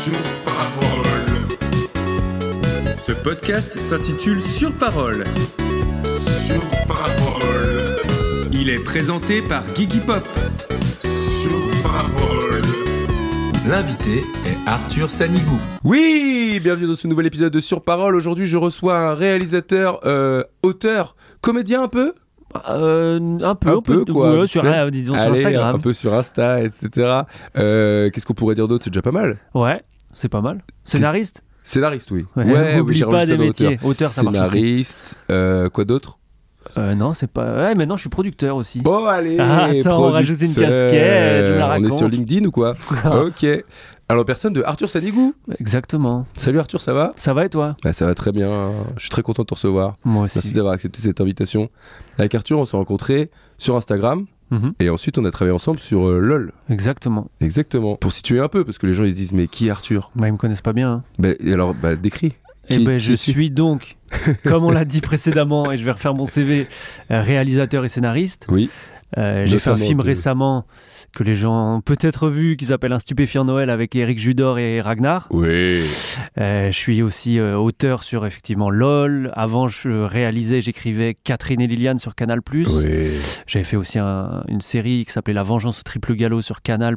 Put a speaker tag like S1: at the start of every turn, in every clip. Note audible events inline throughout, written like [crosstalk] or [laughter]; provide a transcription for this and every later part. S1: Sur parole,
S2: Ce podcast s'intitule Sur parole.
S1: sur parole,
S2: Il est présenté par Guigui Pop.
S1: sur parole,
S2: L'invité est Arthur Sanigou.
S3: Oui, bienvenue dans ce nouvel épisode de Sur Parole. Aujourd'hui, je reçois un réalisateur, euh, auteur, comédien un peu,
S4: Euh, un peu,
S3: Un
S4: on peut-
S3: peu, quoi,
S4: ouais,
S3: vite
S4: sur,
S3: fait.
S4: euh, disons sur
S3: Allez,
S4: Instagram.
S3: un peu sur Insta, etc. Euh, Qu'est-ce qu'on pourrait dire d'autre C'est déjà pas mal.
S4: Ouais, c'est pas mal. Scénariste
S3: Scénariste, oui.
S4: Ouais,
S3: oui,
S4: oublie
S3: j'ai
S4: pas
S3: relevé ça
S4: des
S3: dans
S4: métiers. Auteur, ça marche aussi.
S3: Scénariste, euh, quoi d'autre
S4: Euh, non, c'est pas. Ouais, maintenant je suis producteur aussi.
S3: Bon, allez,
S4: Ah, attends, on rajoute une
S3: producteur.
S4: casquette, je me la
S3: On est
S4: raconte.
S3: sur LinkedIn ou
S4: [laughs]
S3: quoi Ok. Alors, personne de Arthur Sanigou.
S4: Exactement.
S3: Salut Arthur, ça va
S4: Ça va et toi
S3: Bah, Ça va très bien. Je suis très content de te recevoir.
S4: Moi aussi.
S3: Merci d'avoir accepté cette invitation. Avec Arthur, on s'est rencontrés sur Instagram
S4: Mhm.
S3: et ensuite on a travaillé ensemble sur euh, LOL.
S4: Exactement.
S3: Exactement. Pour situer un peu, parce que les gens ils se disent mais qui est Arthur
S4: Bah, ils me connaissent pas bien. hein.
S3: Bah, et Alors bah, décris.
S4: Eh
S3: Qui-
S4: ben,
S3: qui
S4: je
S3: es-tu [laughs]
S4: suis donc, comme on l'a dit précédemment, et je vais refaire mon CV, euh, réalisateur et scénariste.
S3: Oui.
S4: Euh, J'ai fait un
S3: Notamment
S4: film
S3: de-
S4: récemment que les gens ont peut-être vu, qui s'appelle Un stupéfiant Noël avec Eric Judor et Ragnar.
S3: Oui.
S4: Euh, je suis aussi euh, auteur sur effectivement LOL. Avant, je réalisais, j'écrivais Catherine et Liliane sur Canal+.
S3: Oui.
S4: J'avais fait aussi un- une série qui s'appelait La Vengeance au triple galop sur Canal+.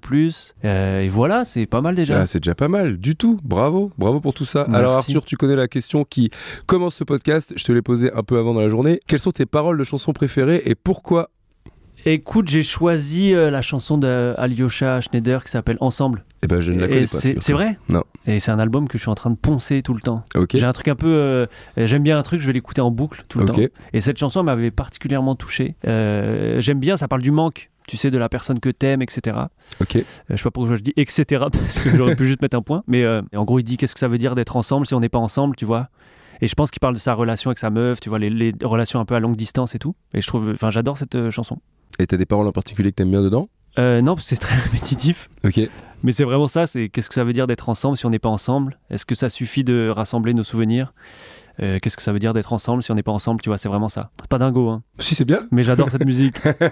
S4: Euh, et voilà, c'est pas mal déjà.
S3: Ah, c'est déjà pas mal, du tout. Bravo, bravo pour tout ça.
S4: Merci.
S3: Alors Arthur, tu connais la question qui commence ce podcast. Je te l'ai posée un peu avant dans la journée. Quelles sont tes paroles de chansons préférées et pourquoi
S4: Écoute, j'ai choisi euh, la chanson d'Alyosha Schneider qui s'appelle Ensemble.
S3: Eh ben je ne la
S4: Et
S3: connais pas.
S4: c'est
S3: figure-toi.
S4: c'est vrai
S3: Non.
S4: Et c'est un album que je suis en train de poncer tout le temps.
S3: Ok.
S4: J'ai un truc un peu... euh, J'aime bien un truc, je vais l'écouter en boucle tout le temps.
S3: Ok.
S4: Et cette chanson elle m'avait particulièrement touché. Euh, J'aime bien, ça parle du manque, tu sais, de la personne que t'aimes, etc.
S3: Ok.
S4: Euh, je sais pas pourquoi je dis etc. [laughs] parce que j'aurais pu juste mettre un point. Mais euh, en gros, il dit qu'est-ce que ça veut dire d'être ensemble si on n'est pas ensemble, tu vois. Et je pense qu'il parle de sa relation avec sa meuf, tu vois, les, les relations un peu à longue distance et tout. Et je trouve, enfin, j'adore cette euh, chanson.
S3: Et t'as des paroles en particulier que t'aimes bien dedans
S4: Euh, non, parce que c'est très [laughs] répétitif.
S3: Ok.
S4: Mais c'est vraiment ça, c'est qu'est-ce que ça veut dire d'être ensemble si on n'est pas ensemble Est-ce que ça suffit de rassembler nos souvenirs Euh, Qu'est-ce que ça veut dire d'être ensemble si on n'est pas ensemble Tu vois, c'est vraiment ça. C'est Pas dingo, hein.
S3: Si c'est bien.
S4: Mais j'adore cette musique.
S3: [laughs]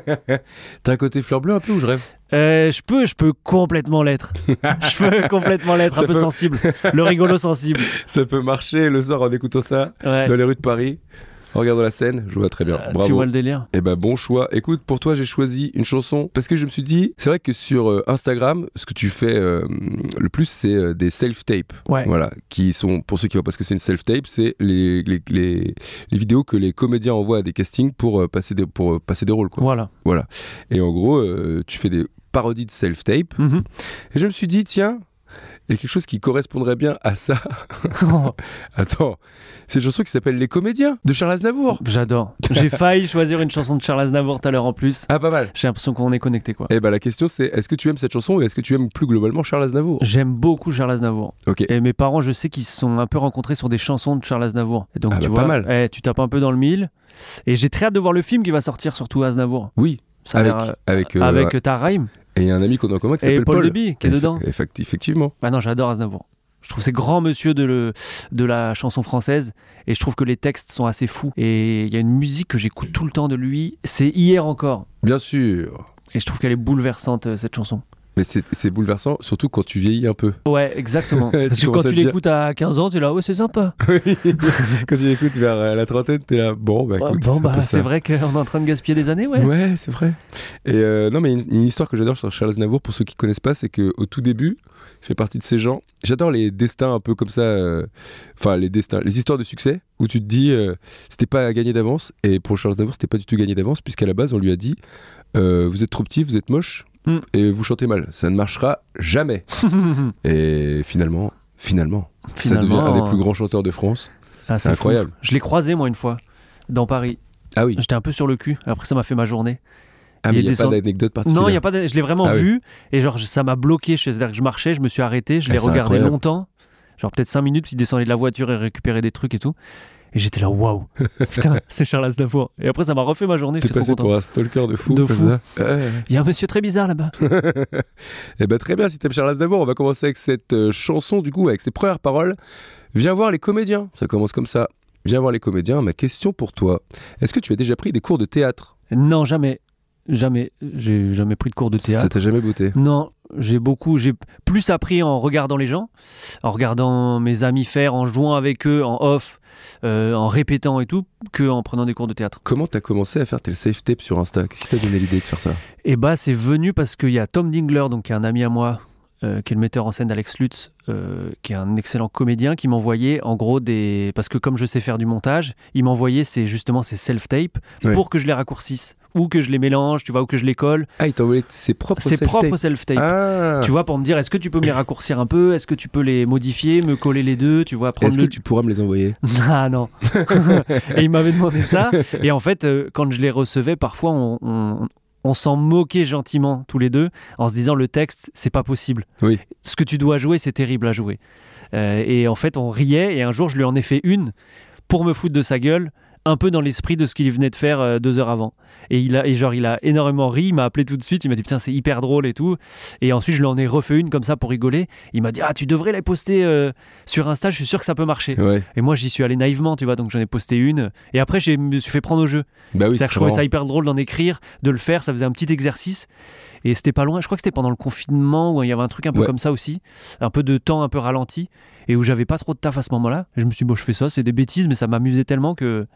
S3: T'as un côté fleur bleue un peu ou je rêve
S4: Euh, je peux, je peux complètement l'être. je peux complètement
S3: [laughs]
S4: l'être,
S3: Ça
S4: un peu
S3: peut-
S4: sensible, le rigolo sensible.
S3: [laughs] Ça peut marcher le soir en écoutant ça
S4: Ouais.
S3: dans les rues de Paris. En regardant la scène, je vois très bien.
S4: Euh, Tu
S3: Bah, Bravo.
S4: vois le délire
S3: Eh ben bon choix. Écoute, pour toi, j'ai choisi une chanson parce que je me suis dit, c'est vrai que sur euh, Instagram, ce que tu fais euh, le plus, c'est euh, des self-tapes.
S4: Ouais.
S3: Voilà, qui sont, pour ceux qui voient, parce que c'est une self-tape, c'est les, les, les, les vidéos que les comédiens envoient à des castings pour, euh, passer, des, pour euh, passer des rôles. Quoi.
S4: Voilà.
S3: Et en gros, euh, tu fais des parodies de self-tape.
S4: Mhm.
S3: Et je me suis dit, tiens, il y a quelque chose qui correspondrait bien à ça. Attends, c'est une chanson qui s'appelle Les Comédiens de Charles Aznavour.
S4: J'adore. J'ai failli choisir une chanson de Charles Aznavour tout à l'heure en plus.
S3: Ah, pas mal.
S4: J'ai l'impression qu'on est connecté quoi.
S3: Eh ben la question c'est est-ce que tu aimes cette chanson et est-ce que tu aimes plus globalement Charles Aznavour
S4: J'aime beaucoup Charles Aznavour.
S3: Ok.
S4: Et mes parents, je sais qu'ils se sont un peu rencontrés sur des chansons de Charles Aznavour. Et donc
S3: Ah
S4: tu
S3: bah,
S4: vois,
S3: pas mal.
S4: eh, tu tapes un peu dans le mille. Et j'ai très hâte de voir le film qui va sortir, surtout Aznavour.
S3: Oui,
S4: Ça a
S3: avec
S4: l'air, euh,
S3: avec, euh,
S4: avec Tarheim
S3: et un ami qu'on a en commun qui
S4: et
S3: s'appelle
S4: Paul
S3: Paul.
S4: Deby qui est
S3: Eff-
S4: dedans.
S3: effect- effectivement.
S4: Bah non, j'adore Aznavour. Je trouve que c'est grand monsieur de, le, de la chanson française et je trouve que les textes sont assez fous. Et il y a une musique que j'écoute tout le temps de lui, c'est Hier encore.
S3: Bien sûr.
S4: Et je trouve qu'elle est bouleversante euh, cette chanson.
S3: Mais c'est c'est bouleversant, surtout quand tu vieillis un
S4: [laughs]
S3: peu.
S4: Ouais,
S3: [laughs]
S4: exactement.
S3: Tu
S4: Parce que
S3: commences
S4: quand
S3: à
S4: tu
S3: te dire-
S4: l'écoutes à 15 ans, tu es là, ouais, c'est sympa.
S3: quand tu écoutes vers euh, la trentaine, t'es là, bon, bah
S4: Ouais,
S3: écoute,
S4: bon,
S3: c'est un peu
S4: bah
S3: ça.
S4: c'est vrai qu'on est en train de gaspiller des années, ouais.
S3: Ouais, c'est vrai. Et euh, non, mais une, une histoire que j'adore sur Charles Aznavour, pour ceux qui connaissent pas, c'est que au tout début, je fais partie de ces gens. J'adore les destins un peu comme ça, euh, enfin les destins, les histoires de succès où tu te dis euh, c'était pas à gagner d'avance. Et pour Charles Aznavour, c'était pas du tout gagné d'avance puisqu'à la base on lui a dit euh, vous êtes trop petit, vous êtes moche
S4: Mm.
S3: et vous chantez mal. Ça ne marchera
S4: [laughs]
S3: jamais.
S4: Finalement,
S3: Et finalement, finalement, ça devient un des plus grands chanteurs de France.
S4: ah,
S3: C'est
S4: fou.
S3: incroyable.
S4: Je l'ai croisé, moi, une fois, dans Paris.
S3: Ah oui.
S4: J'étais un peu sur le cul. Après, ça m'a fait ma journée.
S3: Ah,
S4: Il
S3: mais
S4: est
S3: il n'y a pas
S4: descendu-
S3: d'anecdote particulière.
S4: Non, il y a pas. de- Je l'ai vraiment
S3: Ah oui.
S4: vu et genre je- ça m'a bloqué. Je- C'est-à-dire que je marchais, je me suis arrêté, je
S3: Ah,
S4: l'ai
S3: c'est
S4: regardé
S3: incroyable.
S4: longtemps, genre peut-être 5 minutes, puis il descendait de la voiture et récupérait des trucs et tout. Et j'étais
S3: [laughs]
S4: là, waouh, putain, c'est Charles Aznavour. Et après ça m'a refait ma journée.
S3: T'es
S4: J'étais trop
S3: passé
S4: content.
S3: pour un stalker de fou.
S4: De
S3: comme
S4: fou.
S3: ça. Ouais.
S4: Il y a un monsieur très bizarre là-bas.
S3: Eh ben très bien, si t'aimes Charles Aznavour, on va commencer avec cette euh, chanson du coup, avec ses premières paroles. Viens voir les comédiens, ça commence comme ça. Viens voir les comédiens, ma question pour toi. Est-ce que tu as déjà pris des cours de théâtre
S4: Non, jamais, jamais. J'ai jamais pris de cours de théâtre.
S3: Ça t'a jamais beauté
S4: Non, j'ai beaucoup, j'ai plus appris en regardant les gens, en regardant mes amis faire, en jouant avec eux, en off, euh, en répétant et tout, que en prenant des cours de théâtre.
S3: Comment t'as commencé à faire tes safe tapes sur Insta Qui t'a donné l'idée de faire ça
S4: Et bah c'est venu parce qu'il y a Tom Dingler, donc qui est un ami à moi, euh, qui est le metteur en scène d'Alex Lutz, euh, qui est un excellent comédien, qui m'envoyait en gros des... Parce que comme je sais faire du montage, il m'envoyait ses- justement ces self-tapes
S3: Ouais.
S4: pour que je les raccourcisse, ou que je les mélange, tu vois, ou que je les colle.
S3: Ah, il t'a envoyé ses propres
S4: Ses
S3: safe
S4: propres self-tapes.
S3: Ah
S4: Tu vois, pour me dire, est-ce que tu peux me les raccourcir un peu Est-ce que tu peux les modifier, me coller les deux Tu vois, prendre
S3: Est-ce que
S4: le.
S3: tu pourras me les
S4: [laughs]
S3: envoyer
S4: Ah non Et il m'avait demandé ça. Et en fait, euh, quand je les recevais, parfois, on. on- on s'en moquait gentiment tous les deux en se disant le texte c'est pas possible.
S3: Oui.
S4: Ce que tu dois jouer c'est terrible à jouer. Euh, et en fait on riait et un jour je lui en ai fait une pour me foutre de sa gueule un peu dans l'esprit de ce qu'il venait de faire euh, deux heures avant. Et il a et genre il a énormément ri, il m'a appelé tout de suite, il m'a dit putain c'est hyper drôle et tout. Et ensuite je lui en ai refait une comme ça pour rigoler. Il m'a dit ah tu devrais la poster euh, sur Insta, je suis sûr que ça peut marcher.
S3: Ouais.
S4: Et moi, j'y suis allé naïvement, tu vois, donc j'en ai posté une. Et après, je me suis fait prendre au jeu.
S3: Bah oui, c'est
S4: C'est-à-dire que je trouvais
S3: marrant.
S4: ça hyper drôle d'en écrire, de le faire. Ça faisait un petit exercice. Et c'était pas loin. Je crois que c'était pendant le confinement où il y avait un truc un peu
S3: Ouais.
S4: comme ça aussi. Un peu de temps un peu ralenti. Et où j'avais pas trop de taf à ce moment-là. Et je me suis dit, bon, je fais ça, c'est des bêtises, mais ça m'amusait tellement que.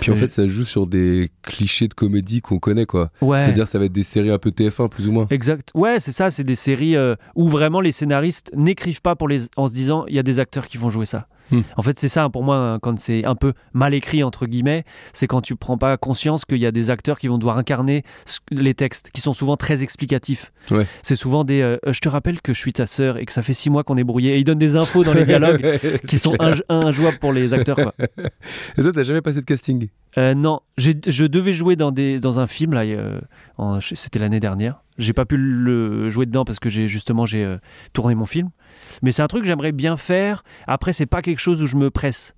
S3: Puis en fait, ça joue sur des clichés de comédie qu'on connaît, quoi.
S4: Ouais.
S3: C'est-à-dire, ça va être des séries un peu TF1, plus ou moins.
S4: Exact. Ouais, c'est ça. C'est des séries euh, où vraiment les scénaristes n'écrivent pas pour les... en se disant il y a des acteurs qui vont jouer ça.
S3: Hmm.
S4: En fait, c'est ça hein, pour moi hein, quand c'est un peu mal écrit entre guillemets, c'est quand tu prends pas conscience qu'il y a des acteurs qui vont devoir incarner ce- les textes, qui sont souvent très explicatifs.
S3: Ouais.
S4: C'est souvent des euh, je te rappelle que je suis ta sœur et que ça fait six mois qu'on est brouillés et ils donnent des infos dans
S3: [laughs]
S4: les dialogues qui
S3: C'est
S4: sont
S3: clair.
S4: inj- injouables pour les acteurs. Quoi.
S3: Et toi, t'as jamais passé de casting
S4: Euh, non, j'ai- je devais jouer dans, des, dans un film, là, euh, en- c'était l'année dernière. J'ai pas pu le jouer dedans parce que j'ai justement j'ai euh, tourné mon film. Mais c'est un truc que j'aimerais bien faire. Après, c'est pas quelque chose où je me presse.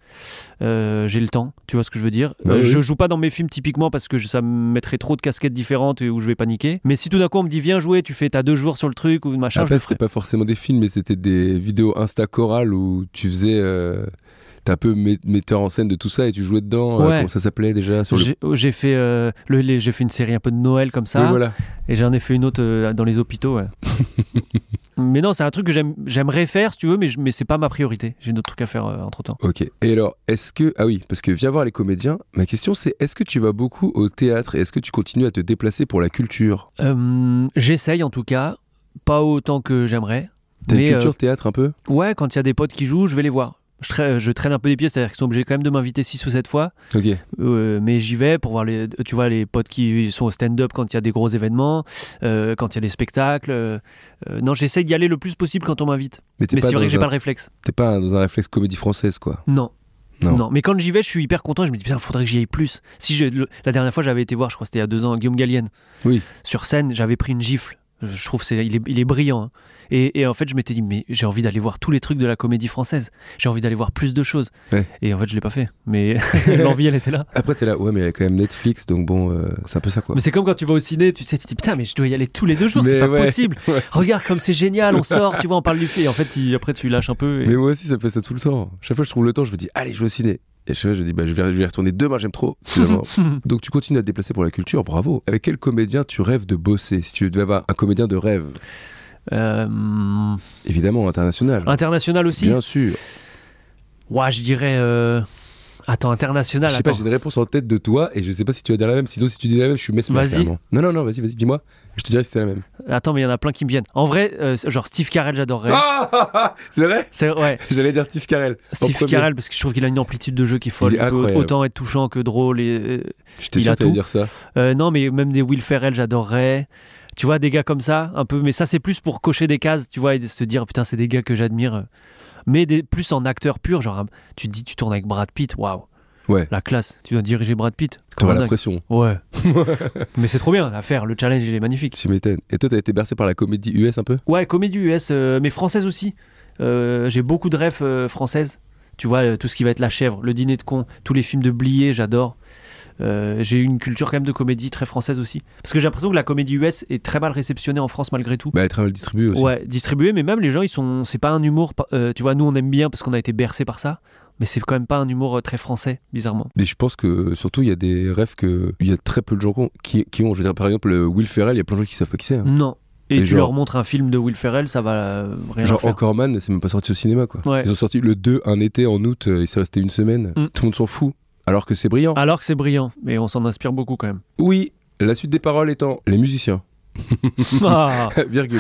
S4: Euh, j'ai le temps, tu vois ce que je veux dire.
S3: Bah
S4: Euh,
S3: oui.
S4: Je joue pas dans mes films typiquement parce que je- ça me mettrait trop de casquettes différentes et où je vais paniquer. Mais si tout d'un coup on me dit viens jouer, tu fais t'as deux jours sur le truc ou machin, je
S3: Après,
S4: le
S3: c'était
S4: ferai.
S3: pas forcément des films, mais c'était des vidéos Insta chorales où tu faisais. euh, T'es un peu mé- metteur en scène de tout ça et tu jouais dedans. euh,
S4: Ouais.
S3: comment ça s'appelait déjà sur le...
S4: J'ai j'ai fait, euh, le- les- j'ai fait une série un peu de Noël comme ça.
S3: Oui, voilà.
S4: Et j'en ai fait une autre euh, dans les hôpitaux.
S3: [laughs]
S4: ouais. mais non, c'est un truc que j'aime- j'aimerais faire, si tu veux, mais, je- mais c'est pas ma priorité. J'ai d'autres trucs à faire euh, entre temps.
S3: Ok. Et alors, est-ce que. Ah oui, parce que viens voir les comédiens. Ma question, c'est est-ce que tu vas beaucoup au théâtre et est-ce que tu continues à te déplacer pour la culture
S4: Euh, J'essaye en tout cas, pas autant que j'aimerais.
S3: T'as
S4: Mais,
S3: une culture théâtre un peu
S4: euh, ouais, quand il y a des potes qui jouent, je vais les voir. Je traîne, je traîne un peu des pieds, c'est-à-dire qu'ils sont obligés quand même de m'inviter 6 ou 7 fois.
S3: Ok.
S4: Euh, mais j'y vais pour voir les, tu vois, les potes qui sont au stand-up quand il y a des gros événements, euh, quand il y a des spectacles. euh, euh, non, j'essaye d'y aller le plus possible quand on m'invite.
S3: Mais t'es
S4: Mais
S3: pas,
S4: c'est vrai
S3: dans
S4: que j'ai
S3: un-
S4: pas le réflexe.
S3: t'es pas dans un réflexe comédie française, quoi.
S4: Non.
S3: Non.
S4: Non. mais quand j'y vais, je suis hyper content. et Je me dis, putain, faudrait que j'y aille plus. Si je- le- la dernière fois, j'avais été voir, je crois que c'était il y a deux ans, Guillaume Gallienne.
S3: Oui.
S4: Sur scène, j'avais pris une gifle. Je trouve c'est il est, il est brillant. hein. Et, et en fait, je m'étais dit, mais j'ai envie d'aller voir tous les trucs de la comédie française. J'ai envie d'aller voir plus de choses.
S3: Ouais.
S4: Et en fait, je l'ai pas fait.
S3: [laughs]
S4: Mais l'envie, elle était là.
S3: Après, t'es là. Ouais, mais il y a quand même Netflix, donc bon, euh, c'est un peu ça, quoi.
S4: Mais c'est comme quand tu vas au ciné, tu sais, tu te dis, putain, mais je dois y aller tous les deux jours,
S3: Mais
S4: c'est pas
S3: ouais.
S4: possible.
S3: [laughs] Ouais,
S4: Regarde comme c'est génial, on sort, tu vois, on parle du film. Et en fait, il- après, tu lâches un peu. et-
S3: Mais moi aussi, ça me fait ça tout le temps. Chaque fois que je trouve le temps, je me dis, allez, je vais au ciné. Et chaque fois, je dis, bah, je, vais, je vais y retourner demain, j'aime
S4: [laughs]
S3: trop. Finalement. Donc, tu continues à te déplacer pour la culture, bravo. Avec quel comédien tu rêves de bosser Si tu devais avoir un comédien de rêve,
S4: Euh,
S3: évidemment, international.
S4: Ah, international aussi.
S3: Bien sûr.
S4: Ouais, je dirais. euh, Attends, international.
S3: je sais
S4: Ah, attends.
S3: pas, j'ai une réponse en tête de toi et je sais pas si tu vas dire la même. Sinon, si tu dis la même, je suis mesmer.
S4: Vas-y.
S3: carrément. Non, non, non, vas-y, vas-y, dis-moi. Je te dirai si c'est
S4: [laughs]
S3: la même.
S4: Attends, mais il y en a plein qui me viennent. En vrai, euh, genre Steve Carell, j'adorerais.
S3: Ah c'est vrai
S4: c'est ouais,
S3: J'allais dire Steve Carell. En
S4: Steve
S3: premier.
S4: Carell parce que je trouve qu'il a une amplitude de jeu qui est folle.
S3: Il est
S4: peut
S3: incroyable.
S4: autant être touchant que drôle. Et,
S3: J'étais
S4: il
S3: sûr
S4: a
S3: que t'allais
S4: tout.
S3: dire ça.
S4: euh, non, mais même des Will Ferrell, j'adorerais. Tu vois, des gars comme ça, un peu. Mais ça, c'est plus pour cocher des cases, tu vois, et de se dire putain, c'est des euh. hein, gars que j'admire. Mais des, plus en acteur pur, genre tu te dis, tu tournes avec Brad Pitt, waouh.
S3: Ouais.
S4: La classe. Tu dois diriger Brad Pitt. C'est comme
S3: T'auras
S4: un
S3: la
S4: dingue.
S3: pression. [laughs]
S4: Ouais. Mais c'est trop bien à faire. Le challenge, il est magnifique.
S3: Tu m'étonnes. Et toi, t'as été bercé par la comédie US un peu
S4: Ouais, comédie US, euh, mais française aussi. Euh, J'ai beaucoup de rêves euh, françaises. Tu vois, euh, tout ce qui va être La Chèvre, Le Dîner de Con, tous les films de Blier, j'adore. Euh, J'ai une culture quand même de comédie très française aussi. Parce que j'ai l'impression que la comédie US est très mal réceptionnée en France malgré tout.
S3: Bah, les travaux le distribuent aussi.
S4: Ouais, distribué, mais même les gens, ils sont. C'est pas un humour. par- euh, tu vois, nous, on aime bien parce qu'on a été bercés par ça, mais c'est quand même pas un humour euh, très français, bizarrement.
S3: Mais je pense que surtout, il y a des rêves que il y a très peu de gens qui ont. Qui, qui ont je veux dire, par exemple, euh, Will Ferrell, il y a plein de gens qui savent pas qui c'est. hein.
S4: Non. Et,
S3: Et
S4: tu
S3: genre-
S4: leur montres un film de Will Ferrell, ça va euh, rien
S3: Genre
S4: faire.
S3: Encore Man, c'est même pas sorti au cinéma quoi.
S4: Ouais.
S3: Ils ont sorti le 2 un été en août, euh, et c'est resté une semaine.
S4: Mm. Ah.
S3: Tout le monde s'en fout. Alors que c'est brillant.
S4: Alors que c'est brillant, mais on s'en inspire beaucoup
S3: [laughs]
S4: quand même.
S3: Oui, la suite des paroles étant les musiciens. [laughs]
S4: Ah. [laughs]
S3: Virgule.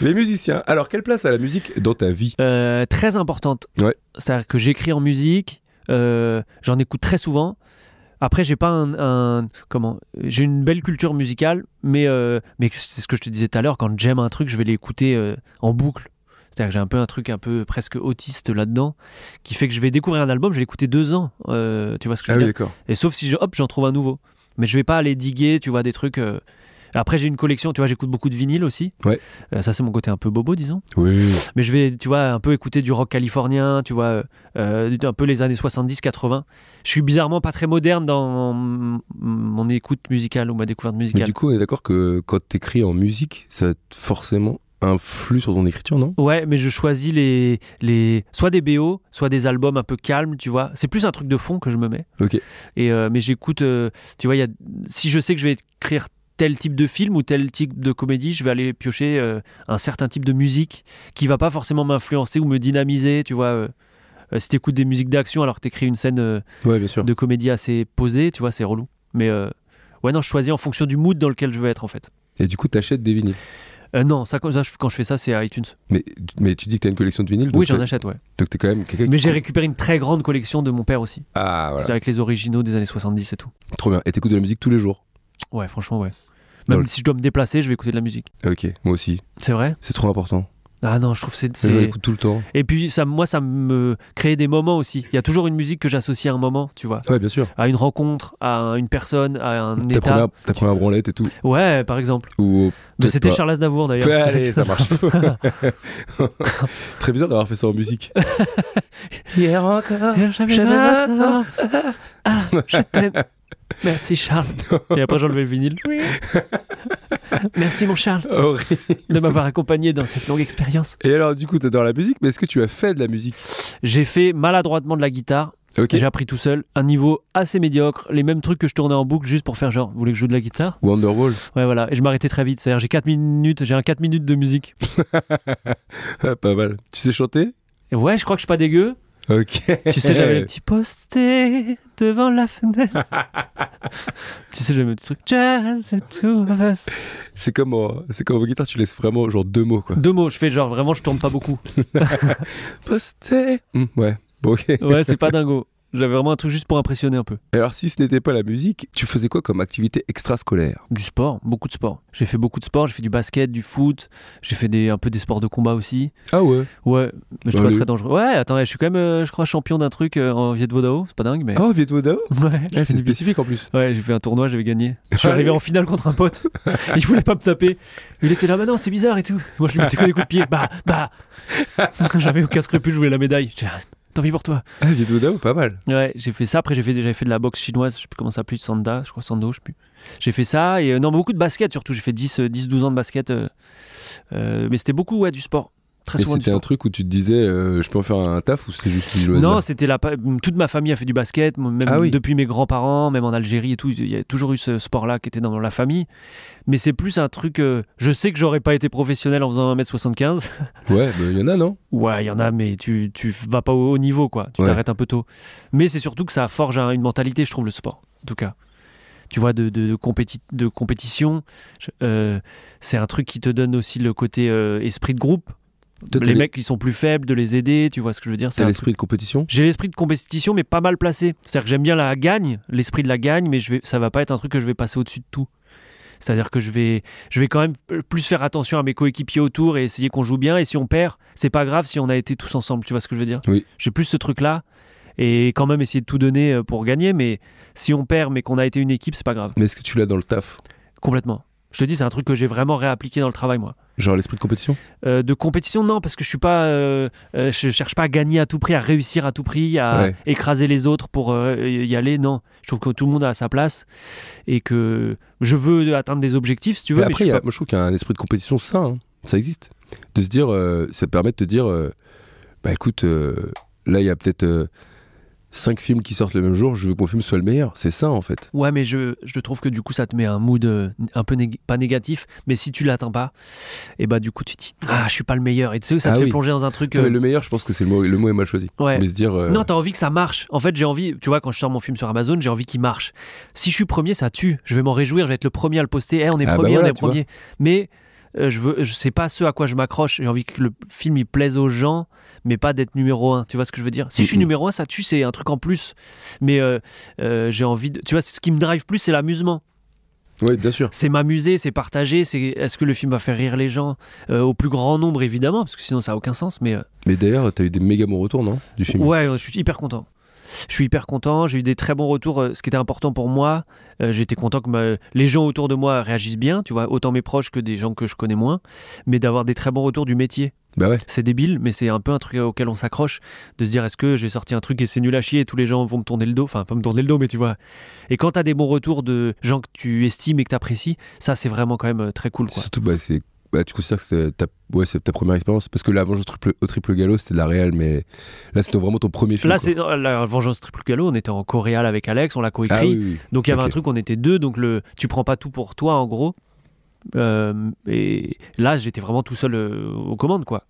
S3: les musiciens. Alors quelle place a la musique dans ta vie
S4: Euh, très importante.
S3: Ouais.
S4: C'est-à-dire que j'écris en musique, euh, j'en écoute très souvent. Après, j'ai pas un, un- comment J'ai une belle culture musicale, mais euh, mais c'est ce que je te disais tout à l'heure. Quand j'aime un truc, je vais l'écouter euh, en boucle. C'est-à-dire que j'ai un peu un truc un peu presque autiste là-dedans, qui fait que je vais découvrir un album, je vais l'écouter deux ans. euh, tu vois ce que je
S3: Ah
S4: veux
S3: oui,
S4: dire
S3: d'accord.
S4: et sauf si je, hop, j'en trouve un nouveau. Mais je vais pas aller diguer, tu vois, des trucs. euh. Après, j'ai une collection, tu vois, j'écoute beaucoup de vinyles aussi.
S3: Ouais.
S4: Euh, ça, c'est mon côté un peu bobo, disons.
S3: Oui.
S4: Mais je vais, tu vois, un peu écouter du rock californien, tu vois, euh, un peu les années 70-80. Je suis bizarrement pas très moderne dans mon, mon écoute musicale ou ma découverte
S3: Mais
S4: musicale.
S3: du coup, on est d'accord que quand t'écris en musique, ça forcément influe sur ton écriture, non
S4: Ouais, mais je choisis les, les soit des BO, soit des albums un peu calmes, tu vois. C'est plus un truc de fond que je me mets.
S3: Ok.
S4: Et euh, mais j'écoute, euh, tu vois, il y a, si je sais que je vais écrire tel type de film ou tel type de comédie, je vais aller piocher euh, un certain type de musique qui va pas forcément m'influencer ou me dynamiser, tu vois. euh. Euh, si t'écoutes des musiques d'action alors que t'écris une scène euh,
S3: Ouais, bien sûr.
S4: de comédie assez posée, tu vois, c'est relou. Mais euh, ouais, non, je choisis en fonction du mood dans lequel je veux être en fait.
S3: Et du coup, t'achètes des vinyles.
S4: Euh, non, ça, quand ça, je- quand je fais ça, c'est à iTunes.
S3: Mais, mais tu dis que t'as une collection de vinyles. donc
S4: oui, j'en
S3: t'as-
S4: achète, ouais.
S3: Donc t'es quand même quelqu'un
S4: Mais
S3: qui-
S4: j'ai récupéré une très grande collection de mon père aussi,
S3: Ah, voilà.
S4: avec les originaux des années 70 et tout.
S3: Trop bien. Et t'écoutes de la musique tous les jours.
S4: Ouais, franchement, ouais.
S3: Dans
S4: Même
S3: le-
S4: si je dois me déplacer, je vais écouter de la musique.
S3: Ok, moi aussi.
S4: C'est vrai
S3: C'est trop important.
S4: Ah non, je trouve que c'est
S3: Je
S4: c'est.
S3: l'écoute tout le temps.
S4: Et puis ça, moi, ça me crée des moments aussi. Il y a toujours une musique que j'associe à un moment, tu vois,
S3: Ah Ouais, bien sûr.
S4: à une rencontre, à une personne, à un
S3: Ta
S4: état.
S3: première, ta première branlette et tout.
S4: Ouais, par exemple.
S3: Ou au-
S4: Mais
S3: peut-être
S4: c'était
S3: pas.
S4: Charles Aznavour d'ailleurs.
S3: Ouais,
S4: C'est
S3: allez,
S4: ça
S3: ça
S4: qui-
S3: marche pas. [laughs] Très bizarre d'avoir fait ça en musique. Hier encore.
S4: J'avais
S3: J'avais
S4: vingt
S3: vingt
S4: ans. Ah, je t'aime.
S3: [laughs]
S4: Merci Charles. Et après j'enlevais le vinyle. Merci mon Charles
S3: Horrible.
S4: de m'avoir accompagné dans cette longue expérience.
S3: Et alors, du coup, t'adores la musique, mais est-ce que tu as fait de la musique
S4: J'ai fait maladroitement de la guitare.
S3: Ok.
S4: J'ai appris tout seul, un niveau assez médiocre, les mêmes trucs que je tournais en boucle juste pour faire genre, vous voulez que je joue de la guitare
S3: Wonderwall.
S4: Ouais voilà, et je m'arrêtais très vite, c'est-à-dire j'ai 4 minutes, j'ai un 4 minutes de musique.
S3: Ah, pas mal. Tu sais chanter
S4: Et ouais, je crois que je suis pas dégueu.
S3: Ok.
S4: Tu sais, j'avais le petit posté devant la fenêtre. [laughs] tu sais, j'avais le petit truc. Jazz the two of us.
S3: C'est comme en, c'est comme en guitare, tu laisses vraiment genre deux mots quoi.
S4: Deux mots, je fais genre vraiment, je tourne pas beaucoup.
S3: Poster. Hmm, ouais. Bon, ok.
S4: Ouais, c'est pas dingo. J'avais vraiment un truc juste pour impressionner un peu.
S3: Alors, si ce n'était pas la musique, tu faisais quoi comme activité extrascolaire
S4: Du sport, beaucoup de sport. J'ai fait beaucoup de sport, j'ai fait du basket, du foot, j'ai fait des, un peu des sports de combat aussi.
S3: Ah ouais.
S4: Ouais, mais je trouve
S3: Allez.
S4: pas très dangereux. Ouais, attends, je suis quand même, euh, je crois, champion d'un truc euh, en Viet Vodao, c'est pas dingue, mais.
S3: Oh, Viet Vodao
S4: [laughs] Ouais,
S3: Ah, C'est
S4: une-
S3: spécifique en plus.
S4: Ouais, j'ai fait un tournoi, j'avais gagné. Je suis arrivé en finale contre un pote. Il voulait pas me taper. Il était là, bah non, c'est bizarre et tout. Moi, je lui mettais que des coups de pied. Bah, bah. J'avais aucun scrupule, je voulais la médaille. J'étais là, Tant pis pour toi.
S3: Ah, Viet Vodao, pas mal.
S4: Ouais, j'ai fait ça. Après, j'ai fait, j'avais fait de la boxe chinoise. Je sais plus comment ça s'appelle, Sanda, je crois, Sando, je sais plus. J'ai fait ça. Et euh, non, mais beaucoup de basket surtout. J'ai fait 10, euh, 10 12 ans de basket. euh, euh, mais c'était beaucoup, ouais, du sport. Très
S3: Et
S4: souvent du
S3: c'était un
S4: sport.
S3: truc où tu te disais, euh, je peux en faire un taf ou c'était juste une loisir
S4: Non, c'était la pa- toute ma famille a fait du basket, m- même
S3: Ah oui.
S4: depuis mes grands-parents, même en Algérie et tout, il y a toujours eu ce sport-là qui était dans la famille. Mais c'est plus un truc euh, je sais que j'aurais pas été professionnel en faisant 1m75.
S3: Ouais, bah, il y en a, non
S4: Ouais, il y en a mais tu tu vas pas au haut niveau quoi, tu
S3: Ouais.
S4: t'arrêtes un peu tôt. Mais c'est surtout que ça forge un- une mentalité, je trouve le sport en tout cas. Tu vois, de, de, de compéti- de compétition, Je- euh, c'est un truc qui te donne aussi le côté euh, esprit de groupe.
S3: Toi, t'as
S4: les
S3: l'es-
S4: mecs, ils sont plus faibles, de les aider, tu vois ce que je veux dire. C'est
S3: T'as
S4: un truc-
S3: l'esprit de compétition
S4: j'ai l'esprit de compétition, mais pas mal placé. C'est-à-dire que j'aime bien la gagne, l'esprit de la gagne, mais je vais, ça va pas être un truc que je vais passer au-dessus de tout. C'est-à-dire que je vais, je vais quand même plus faire attention à mes coéquipiers autour et essayer qu'on joue bien. Et si on perd, c'est pas grave si on a été tous ensemble. Tu vois ce que je veux dire
S3: Oui.
S4: J'ai plus ce truc-là. et quand même essayer de tout donner euh, pour gagner. Mais si on perd, mais qu'on a été une équipe, c'est pas grave.
S3: Mais est-ce que tu l'as dans le taf
S4: Complètement. Je te dis, c'est un truc que j'ai vraiment réappliqué dans le travail, moi.
S3: Genre l'esprit de compétition
S4: Euh, de compétition, non, parce que je suis pas, euh, euh, je cherche pas à gagner à tout prix, à réussir à tout prix, à
S3: Ouais.
S4: écraser les autres pour euh, y aller. Non, je trouve que tout le monde a sa place et que je veux atteindre des objectifs, si tu veux.
S3: Mais
S4: mais
S3: après, il
S4: je suis
S3: y a-
S4: pas-
S3: moi je trouve qu'il y a un esprit de compétition sain, hein. ça existe. De se dire, euh, ça te permet de te dire, euh, bah écoute, euh, là il y a peut-être 5 films qui sortent le même jour, je veux que mon film soit le meilleur. C'est ça en fait.
S4: Ouais, mais je, je trouve que du coup, ça te met un mood euh, un peu nég- pas négatif, mais si tu l'atteins pas, et bah du coup, tu te dis ah, je suis pas le meilleur. Et tu sais, ça
S3: Ah
S4: te fait
S3: oui.
S4: plonger dans un truc.
S3: Non, mais
S4: euh,
S3: le meilleur, je pense que c'est le mot, le mot est mal choisi.
S4: Ouais.
S3: Mais se dire, euh,
S4: Non, t'as envie que ça marche. En fait, j'ai envie, tu vois, quand je sors mon film sur Amazon, j'ai envie qu'il marche. Si je suis premier, ça tue. Je vais m'en réjouir, je vais être le premier à le poster. Eh, on est
S3: Ah bah
S4: premier,
S3: voilà,
S4: on est
S3: tu vois.
S4: premier. Mais euh, je veux, je sais pas ce à quoi je m'accroche. J'ai envie que le film il plaise aux gens, mais pas d'être numéro un. Tu vois ce que je veux dire Si je suis
S3: Mhm.
S4: numéro un, ça tue, c'est un truc en plus. Mais euh, euh, j'ai envie de, tu vois, ce qui me drive plus, c'est l'amusement.
S3: ouais, bien sûr.
S4: C'est m'amuser, c'est partager. C'est est-ce que le film va faire rire les gens Euh, au plus grand nombre évidemment, parce que sinon ça a aucun sens. Mais euh,
S3: Mais d'ailleurs, t'as eu des méga bons retours, non Du film
S4: Ouais, je suis hyper content. Je suis hyper content, j'ai eu des très bons retours, euh, ce qui était important pour moi. Euh, J'étais content que ma- les gens autour de moi réagissent bien, tu vois, autant mes proches que des gens que je connais moins, mais d'avoir des très bons retours du métier.
S3: Bah ouais.
S4: C'est débile, mais c'est un peu un truc auquel on s'accroche, de se dire est-ce que j'ai sorti un truc et c'est nul à chier et tous les gens vont me tourner le dos, enfin pas me tourner le dos, mais tu vois. Et quand t'as des bons retours de gens que tu estimes et que t'apprécies, ça c'est vraiment quand même euh, très cool. Quoi.
S3: Surtout, bah, c'est. bah, tu considères que c'est ta, ouais, c'est ta première expérience Parce que la vengeance triple, au triple galop, c'était de la réelle, mais là, c'était vraiment ton premier film.
S4: Là,
S3: quoi.
S4: c'est euh, la Vengeance Triple Gallo, on était en coréal avec Alex, on l'a coécrit.
S3: Ah oui, oui.
S4: Donc il y avait
S3: Ok.
S4: un truc, on était deux, donc le, tu prends pas tout pour toi en gros. Euh, et là, j'étais vraiment tout seul euh, aux commandes, quoi.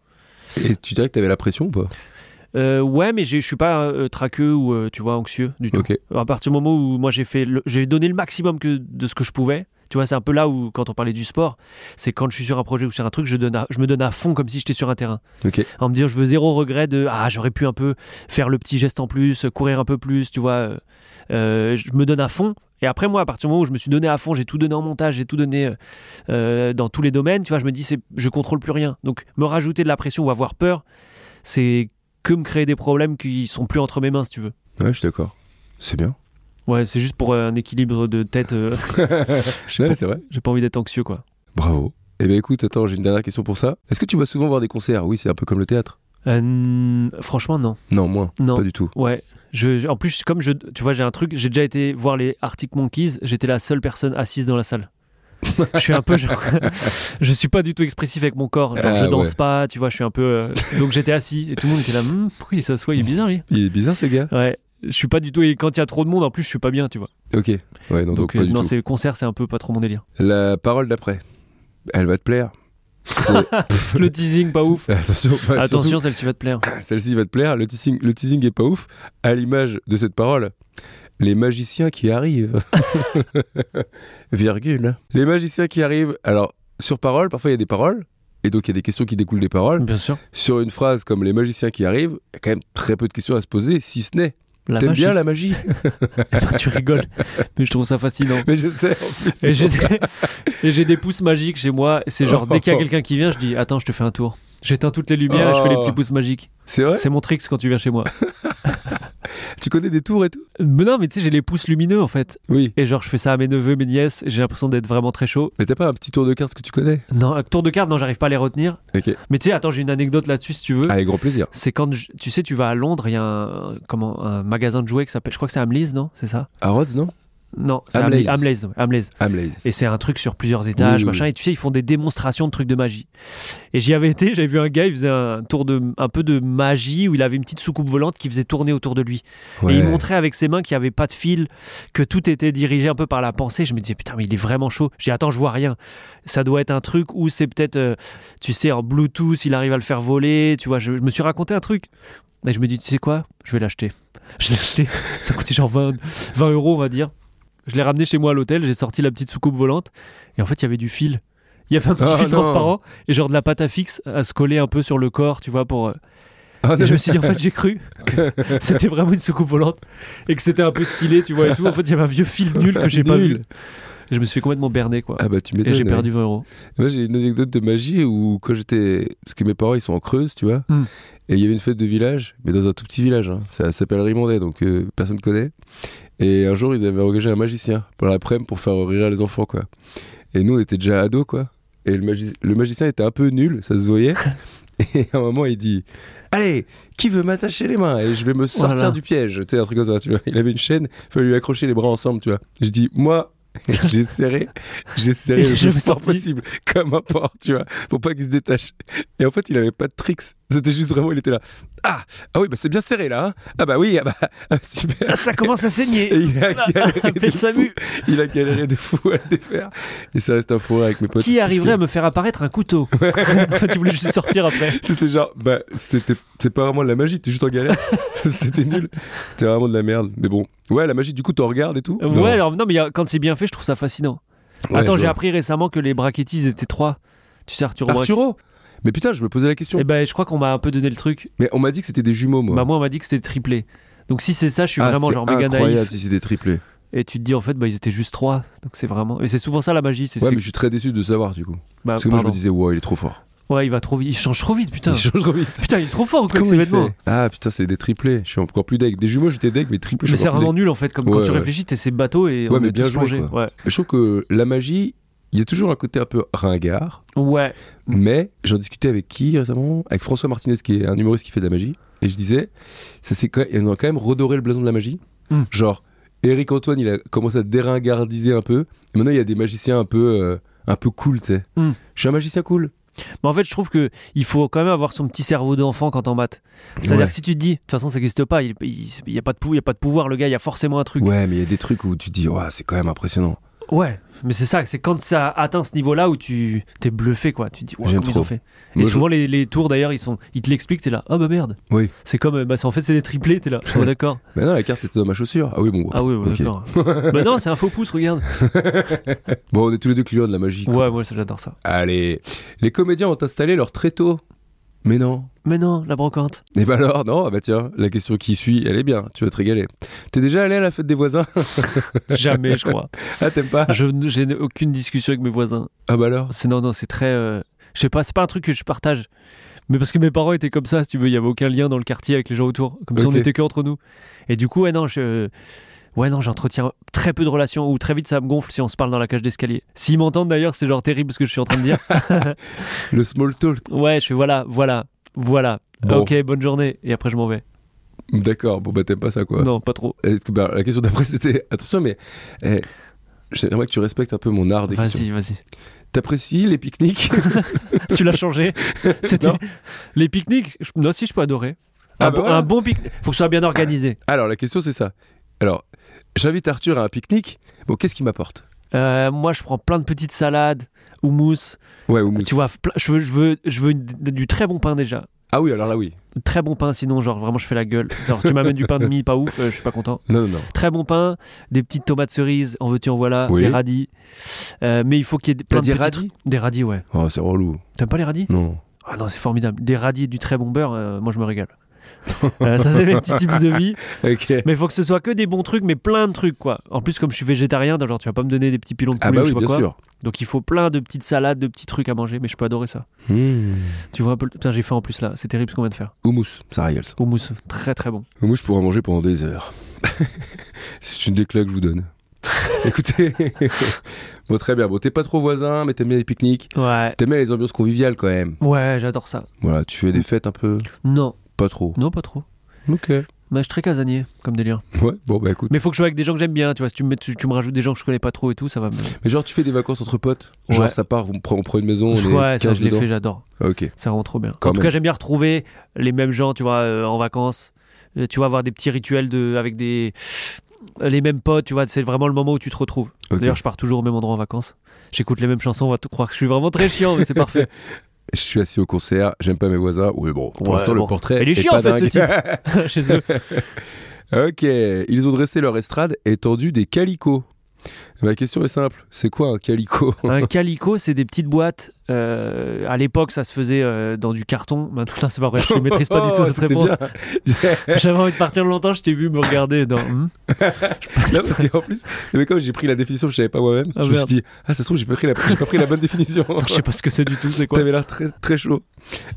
S3: Et tu dirais que t'avais la pression ou pas
S4: Euh, ouais, mais j'ai- je suis pas euh, traqueux ou euh, tu vois anxieux du tout.
S3: Ok.
S4: À partir du moment où moi j'ai fait, le- j'ai donné le maximum que de ce que je pouvais. Tu vois, c'est un peu là où quand on parlait du sport, c'est quand je suis sur un projet ou sur un truc, je donne, à- je me donne à fond comme si j'étais sur un terrain.
S3: Ok.
S4: En me disant, je veux zéro regret de ah j'aurais pu un peu faire le petit geste en plus, courir un peu plus, tu vois. euh, euh, je me donne à fond. Et après moi, à partir du moment où je me suis donné à fond, j'ai tout donné en montage, j'ai tout donné euh, euh, dans tous les domaines. Tu vois, je me dis c'est, je contrôle plus rien. Donc me rajouter de la pression ou avoir peur, c'est que me créer des problèmes qui sont plus entre mes mains, si tu veux.
S3: Ouais, je suis d'accord. C'est bien.
S4: Ouais, c'est juste pour euh, un équilibre de tête. euh, [laughs]
S3: Ouais, mais c'est vrai.
S4: j'ai pas envie d'être anxieux, quoi.
S3: Bravo. Eh bien écoute, attends, j'ai une dernière question pour ça. Est-ce que tu vas souvent voir des concerts Oui, c'est un peu comme le théâtre.
S4: Euh, franchement, non.
S3: Non, moins.
S4: Non.
S3: Pas du tout.
S4: Ouais. Je, je- en plus, comme je, tu vois, j'ai un truc, j'ai déjà été voir les Arctic Monkeys, j'étais la seule personne assise dans la salle. je [laughs] suis un peu, genre- je suis pas du tout expressif avec mon corps. Genre,
S3: Ah,
S4: je danse
S3: ouais.
S4: pas, tu vois, je suis un peu. euh, donc j'étais assis et tout le monde était là, Hum, pourquoi il s'assoit, il est bizarre lui.
S3: Il est bizarre ce gars.
S4: Ouais, je suis pas du tout. Et quand il y a trop de monde, en plus, je suis pas bien, tu vois.
S3: Ok. Ouais, non, donc,
S4: donc
S3: pas
S4: euh,
S3: du
S4: non,
S3: tout.
S4: c'est concert, c'est un peu pas trop
S3: [laughs]
S4: mon délire.
S3: La parole d'après. Elle va te plaire.
S4: [laughs]
S3: C'est- [laughs]
S4: Le teasing, pas ouf.
S3: Attention, bah, surtout,
S4: Attention, celle-ci va
S3: [coughs]
S4: te plaire.
S3: celle-ci va te plaire. Le teasing, le teasing est pas ouf. À l'image de cette parole, les magiciens qui
S4: [laughs]
S3: arrivent. Virgule. Les magiciens qui arrivent. Alors, sur parole, parfois il y a des paroles. Et donc il y a des questions qui découlent des paroles.
S4: Bien sûr.
S3: Sur une phrase comme les magiciens qui arrivent, il y a quand même très peu de questions à se poser, si ce n'est.
S4: La
S3: T'aimes
S4: vache,
S3: bien la
S4: [laughs]
S3: magie
S4: Eh ben, tu rigoles, mais je trouve ça fascinant.
S3: Mais je sais, en plus. c'est
S4: Et j'ai
S3: pour ça.
S4: des, [laughs] et j'ai des pouces magiques chez moi. C'est genre, dès qu'il y a quelqu'un qui vient, je dis Attends, je te fais un tour. J'éteins toutes les lumières et je fais les
S3: Oh.
S4: petits pouces magiques.
S3: C'est vrai
S4: C'est mon tricks quand tu viens chez moi.
S3: Tu connais des tours et tout
S4: mais non, mais tu sais, j'ai les pouces lumineux en fait.
S3: Oui.
S4: Et genre, je fais ça à mes neveux, mes nièces. et J'ai l'impression d'être vraiment très chaud.
S3: Mais t'as pas un petit tour de carte que tu connais
S4: Non, un tour de carte, non, j'arrive pas à les retenir.
S3: Ok.
S4: Mais tu sais, attends, j'ai une anecdote là-dessus si tu veux.
S3: Avec grand plaisir.
S4: C'est quand je- tu sais, tu vas à Londres, il y a un, comment, un magasin de jouets qui s'appelle, je crois que c'est Amleys, non C'est ça
S3: À Rhodes, non
S4: Non, c'est
S3: Amleys.
S4: Amleys. Amleys, ouais, Amleys.
S3: Amlaze.
S4: Et c'est un truc sur plusieurs étages,
S3: Oui, oui,
S4: machin.
S3: oui.
S4: Et tu sais, ils font des démonstrations de trucs de magie. Et j'y avais été, j'avais vu un gars, il faisait un tour de, un peu de magie où il avait une petite soucoupe volante qui faisait tourner autour de lui.
S3: Ouais.
S4: Et il montrait avec ses mains qu'il n'y avait pas de fil, que tout était dirigé un peu par la pensée. Je me disais, putain, mais il est vraiment chaud. J'ai, attends, je vois rien. Ça doit être un truc où c'est peut-être, euh, tu sais, en Bluetooth, il arrive à le faire voler. Tu vois, je, je me suis raconté un truc. Et je me dis, tu sais quoi Je vais l'acheter. [laughs] Je l'ai acheté. Ça coûtait genre 20, 20 euros, on va dire. Je l'ai ramené chez moi à l'hôtel. J'ai sorti la petite soucoupe volante. Et en fait, il y avait du fil. Il y avait un petit
S3: Oh
S4: fil
S3: non.
S4: transparent et genre de la pâte à fixe à se coller un peu sur le corps, tu vois, pour. euh,
S3: Ah,
S4: et
S3: non,
S4: je me suis dit, en fait, j'ai cru que [laughs] c'était vraiment une soucoupe volante et que c'était un peu stylé, tu vois, et tout. En fait, il y avait un vieux fil nul que j'ai pas vu.
S3: Nul.
S4: Et je me suis fait complètement berné, quoi.
S3: Ah bah tu m'étonnes.
S4: et j'ai
S3: ouais.
S4: perdu 20 euros.
S3: Moi j'ai une anecdote de magie où quand j'étais... Parce que mes parents ils sont en Creuse, tu vois.
S4: Hmm.
S3: Et il y avait une fête de village, mais dans un tout petit village. hein. Ça s'appelle Rimondet, donc euh, personne connaît. Et un jour, ils avaient engagé un magicien pour l'après-midi pour faire rire les enfants, quoi. Et nous, on était déjà ados, quoi. Et le, magi- le magicien était un peu nul, ça se
S4: [laughs]
S3: voyait. Et à un moment, il dit Allez, qui veut m'attacher les mains Et je vais me sortir
S4: Voilà.
S3: du piège. Tu sais, un truc comme ça, tu vois. Il avait une chaîne, il fallait lui accrocher les bras ensemble, tu vois. Je dis Moi, [laughs] j'ai serré, j'ai serré
S4: Et
S3: le
S4: je
S3: plus
S4: me
S3: fort
S4: sortis.
S3: possible, comme un porc, tu vois, pour pas qu'il se détache. Et en fait, il avait pas de tricks. C'était juste vraiment, il était là. Ah, ah oui, bah c'est bien serré là. hein. ah bah oui, ah bah, [laughs] ah, super.
S4: Ça commence à
S3: Et
S4: [laughs] saigner.
S3: il a galéré de
S4: Appelle
S3: fou.
S4: Samu.
S3: Il a galéré de fou à le défaire. Et ça reste un fourré avec mes potes.
S4: Qui
S3: parce
S4: arriverait à
S3: que
S4: me faire apparaître un couteau En fait, tu voulais juste sortir après.
S3: [laughs] C'était genre, bah, c'était, c'est pas vraiment de la magie, t'es juste en galère. [laughs] c'était nul. C'était vraiment de la merde. Mais bon, ouais, la magie, du coup, t'en regardes et tout.
S4: Euh,
S3: Non.
S4: Ouais, alors non, mais il y a- quand c'est bien fait, je trouve ça fascinant.
S3: Ouais,
S4: Attends,
S3: je
S4: j'ai
S3: vois.
S4: appris récemment que les braquettis étaient trois. Tu sais, Arthur
S3: Arturo Mais putain, je me posais la question.
S4: Et ben, je crois qu'on m'a un peu donné le truc.
S3: Mais on m'a dit que c'était des jumeaux, moi.
S4: Bah, moi, on m'a dit que c'était triplé. Donc, si c'est ça, je suis
S3: Ah,
S4: vraiment
S3: c'est
S4: genre méga
S3: incroyable
S4: naïf.
S3: si c'est des triplés.
S4: Et tu te dis, en fait, bah, ils étaient juste trois. Donc, c'est vraiment. Et c'est souvent ça la magie. C'est
S3: Ouais,
S4: c'est-
S3: mais je suis très déçu de savoir du coup.
S4: bah,
S3: Parce que moi je me
S4: pardon.
S3: disais, wow, il est trop fort.
S4: Ouais, il va trop vite. Il change trop vite, [laughs] putain.
S3: [laughs] Il change trop vite.
S4: Putain, il est trop fort quoi, avec
S3: Comment
S4: ses
S3: il
S4: vêtements.
S3: fait Ah putain, c'est des triplés. Je suis encore plus deg. Des jumeaux, j'étais deg, mais triplés, je
S4: Mais
S3: suis
S4: c'est
S3: encore plus
S4: vraiment nul en fait, comme quand
S3: Ouais,
S4: tu
S3: ouais.
S4: réfléchis, t'es ces bateaux et
S3: Ouais,
S4: on
S3: mais
S4: est
S3: bien
S4: tous
S3: joué,
S4: plongés.
S3: quoi.
S4: Ouais.
S3: deg. Mais Je trouve que la magie, il y a toujours un côté un peu ringard.
S4: ouais.
S3: Mais j'en discutais avec qui récemment Avec François Martinez, qui est un humoriste qui fait de la magie. Et je disais, ça c'est quand même, on a quand même redoré le blason de la magie.
S4: Hmm.
S3: Genre, Eric Antoine, il a commencé à déringardiser un peu. Et maintenant, il y a des magiciens un peu, euh, un peu cool, tu sais.
S4: Hmm.
S3: Je suis un magicien cool.
S4: Mais en fait, je trouve que il faut quand même avoir son petit cerveau d'enfant quand on maths. C'est-à-dire
S3: Ouais.
S4: que si tu te dis, de toute façon, ça n'existe pas, il n'y a, pas de pou- il y a pas de pouvoir, le gars, il y a forcément un truc.
S3: Ouais, mais il y a des trucs où tu te dis, ouais, c'est quand même impressionnant.
S4: Ouais. Mais c'est ça, c'est quand ça atteint ce niveau-là où tu t'es bluffé, quoi. Tu te dis, ouais,
S3: J'aime
S4: comment ils
S3: trop.
S4: ont fait.
S3: Moi,
S4: et
S3: je-
S4: souvent, les, les tours d'ailleurs, ils, sont... ils te l'expliquent, t'es là, oh bah merde.
S3: Oui.
S4: C'est comme, euh, bah, c'est- en fait, c'est des
S3: [laughs]
S4: triplés, t'es là. Oh, d'accord.
S3: Mais non, la carte était dans ma chaussure. Ah oui, bon.
S4: Ah oui, ouais,
S3: ok.
S4: d'accord. bah non, c'est un faux
S3: [laughs]
S4: pouce, regarde.
S3: Bon, on est tous les deux clients de la magie. quoi.
S4: Ouais, moi, ça, j'adore ça.
S3: Allez. Les comédiens ont installé leur tréteau. Mais non.
S4: Mais non, la brocante.
S3: Et bah alors, non, ah bah tiens, la question qui suit, elle est bien, tu vas te régaler. T'es déjà allé à la fête des voisins [laughs]
S4: Jamais, je crois.
S3: Ah, t'aimes pas
S4: Je n- j'ai n- aucune discussion avec mes voisins.
S3: Ah bah alors
S4: C'est non, non, c'est très. euh, je sais pas, c'est pas un truc que je partage. Mais parce que mes parents étaient comme ça, si tu veux, il y avait aucun lien dans le quartier avec les gens autour. Comme si on
S3: Ok.
S4: n'était que entre nous. Et du coup, ouais, non, je. Ouais, non, j'entretiens très peu de relations ou très vite ça me gonfle si on se parle dans la cage d'escalier. S'ils m'entendent d'ailleurs, c'est genre terrible ce que je suis en train de dire.
S3: Le small talk.
S4: ouais, je fais voilà, voilà, voilà.
S3: Bon.
S4: Ok, bonne journée. Et après, je m'en vais.
S3: D'accord, bon bah t'aimes pas ça quoi.
S4: Non, pas trop.
S3: Est-ce que- bah, la question d'après [laughs] c'était. Attention, mais. eh, J'aimerais que tu respectes un peu mon art des questions.
S4: Vas-y, vas-y.
S3: T'apprécies les pique-niques
S4: [laughs] Tu
S3: [laughs]
S4: l'as changé. C'était
S3: Non.
S4: les pique-niques. je- Non, si je peux adorer.
S3: Ah
S4: un,
S3: bah
S4: bon-
S3: voilà.
S4: un bon pique. Faut que ce soit
S3: [laughs]
S4: bien organisé.
S3: Alors la question c'est ça. Alors, j'invite Arthur à un pique-nique. Bon, qu'est-ce qu'il m'apporte
S4: Euh, moi, je prends plein de petites salades, houmous.
S3: Ouais, houmous.
S4: Ah, Tu vois, pla- je veux, je veux, je veux une- du très bon pain déjà.
S3: Ah oui, alors là oui.
S4: Très bon pain, sinon, genre, vraiment, je fais la gueule. Genre, tu m'amènes du pain de mie, pas ouf, euh, je suis pas content.
S3: Non, non, non.
S4: Très bon pain, des petites tomates cerises, en veux-tu, en voilà,
S3: Oui.
S4: des radis. Euh, mais il faut qu'il y ait des-
S3: T'as
S4: plein de
S3: dit
S4: petits
S3: radis
S4: trucs. Des radis, ouais.
S3: Oh, c'est relou.
S4: T'aimes pas les radis
S3: Non.
S4: Ah non, c'est formidable. Des radis et du très bon beurre, euh, moi, je me régale. Euh, ça, c'est mes petits
S3: [laughs]
S4: tips de vie.
S3: Ok.
S4: Mais il faut que ce soit que des bons trucs, mais plein de trucs, quoi. En plus, comme je suis végétarien, genre, tu vas pas me donner des petits pilons de poulet
S3: Ah bah
S4: ou je
S3: oui,
S4: sais pas
S3: bien sûr.
S4: quoi. Donc il faut plein de petites salades, de petits trucs à manger, mais je peux adorer ça. Hmm. Tu vois un peu, le- putain j'ai faim en plus là, c'est terrible ce qu'on vient de faire.
S3: Houmous, ça régale ça.
S4: Houmous, très très bon.
S3: Houmous, je pourrais en manger pendant des heures. [laughs] C'est une déclat que je vous
S4: [laughs]
S3: donne. Écoutez, [laughs] bon très bien. Bon, t'es pas trop voisin, mais t'aimes bien les pique-niques.
S4: Ouais,
S3: T'aimes bien les ambiances conviviales quand même.
S4: ouais j'adore ça.
S3: Voilà, tu fais
S4: Hmm.
S3: des fêtes un peu,
S4: Non,
S3: pas trop.
S4: non pas trop.
S3: Ok.
S4: Mais je suis très casanier comme délire.
S3: Ouais. Bon bah écoute.
S4: Mais faut que je sois avec des gens que j'aime bien, tu vois. Si tu me, mets- tu, tu me rajoutes des gens que je connais pas trop et tout, ça va me.
S3: Mais genre tu fais des vacances entre potes. Genre
S4: Ouais.
S3: ça part, on prend, on prend une maison, on est
S4: ouais, ça
S3: 15
S4: je l'ai
S3: dedans.
S4: fait, j'adore.
S3: Ah, ok.
S4: Ça rend trop bien.
S3: Quand
S4: en tout
S3: même.
S4: cas, j'aime bien retrouver les mêmes gens, tu vois, euh, en vacances. Euh, tu vois, avoir des petits rituels de, avec des. Les mêmes potes, tu vois, c'est vraiment le moment où tu te retrouves.
S3: Ok.
S4: D'ailleurs, je pars toujours au même endroit en vacances. J'écoute les mêmes chansons, on va t- croire que je suis vraiment très chiant, mais
S3: [laughs]
S4: c'est parfait. [laughs]
S3: Je suis assis au concert, j'aime pas mes voisins. Oui bon. Pour
S4: Ouais,
S3: l'instant
S4: bon.
S3: le portrait.
S4: Il est
S3: est
S4: chiant,
S3: pas
S4: en fait, ce
S3: dingue.
S4: type. Chez eux.
S3: [laughs] Ok, ils ont dressé leur estrade et tendu des calicots. Ma question est simple. C'est quoi un calico
S4: Un calico, c'est des petites boîtes. euh, à l'époque, ça se faisait euh, dans du carton. Maintenant, c'est pas vrai, je ne maîtrise pas du tout
S3: [laughs] Oh,
S4: cette
S3: c'était
S4: réponse.
S3: bien.
S4: [laughs] J'avais envie de partir longtemps, je t'ai vu me regarder. Dans... Hmm
S3: [laughs] Non, parce qu'en plus, mais comme j'ai pris la définition, je savais pas moi-même. je
S4: Ah,
S3: me suis
S4: merde.
S3: dit, ah, ça se trouve, j'ai pas pris la, j'ai pas pris la bonne définition.
S4: je sais pas ce que c'est du tout, c'est
S3: [laughs]
S4: quoi
S3: T'avais l'air très, très chaud.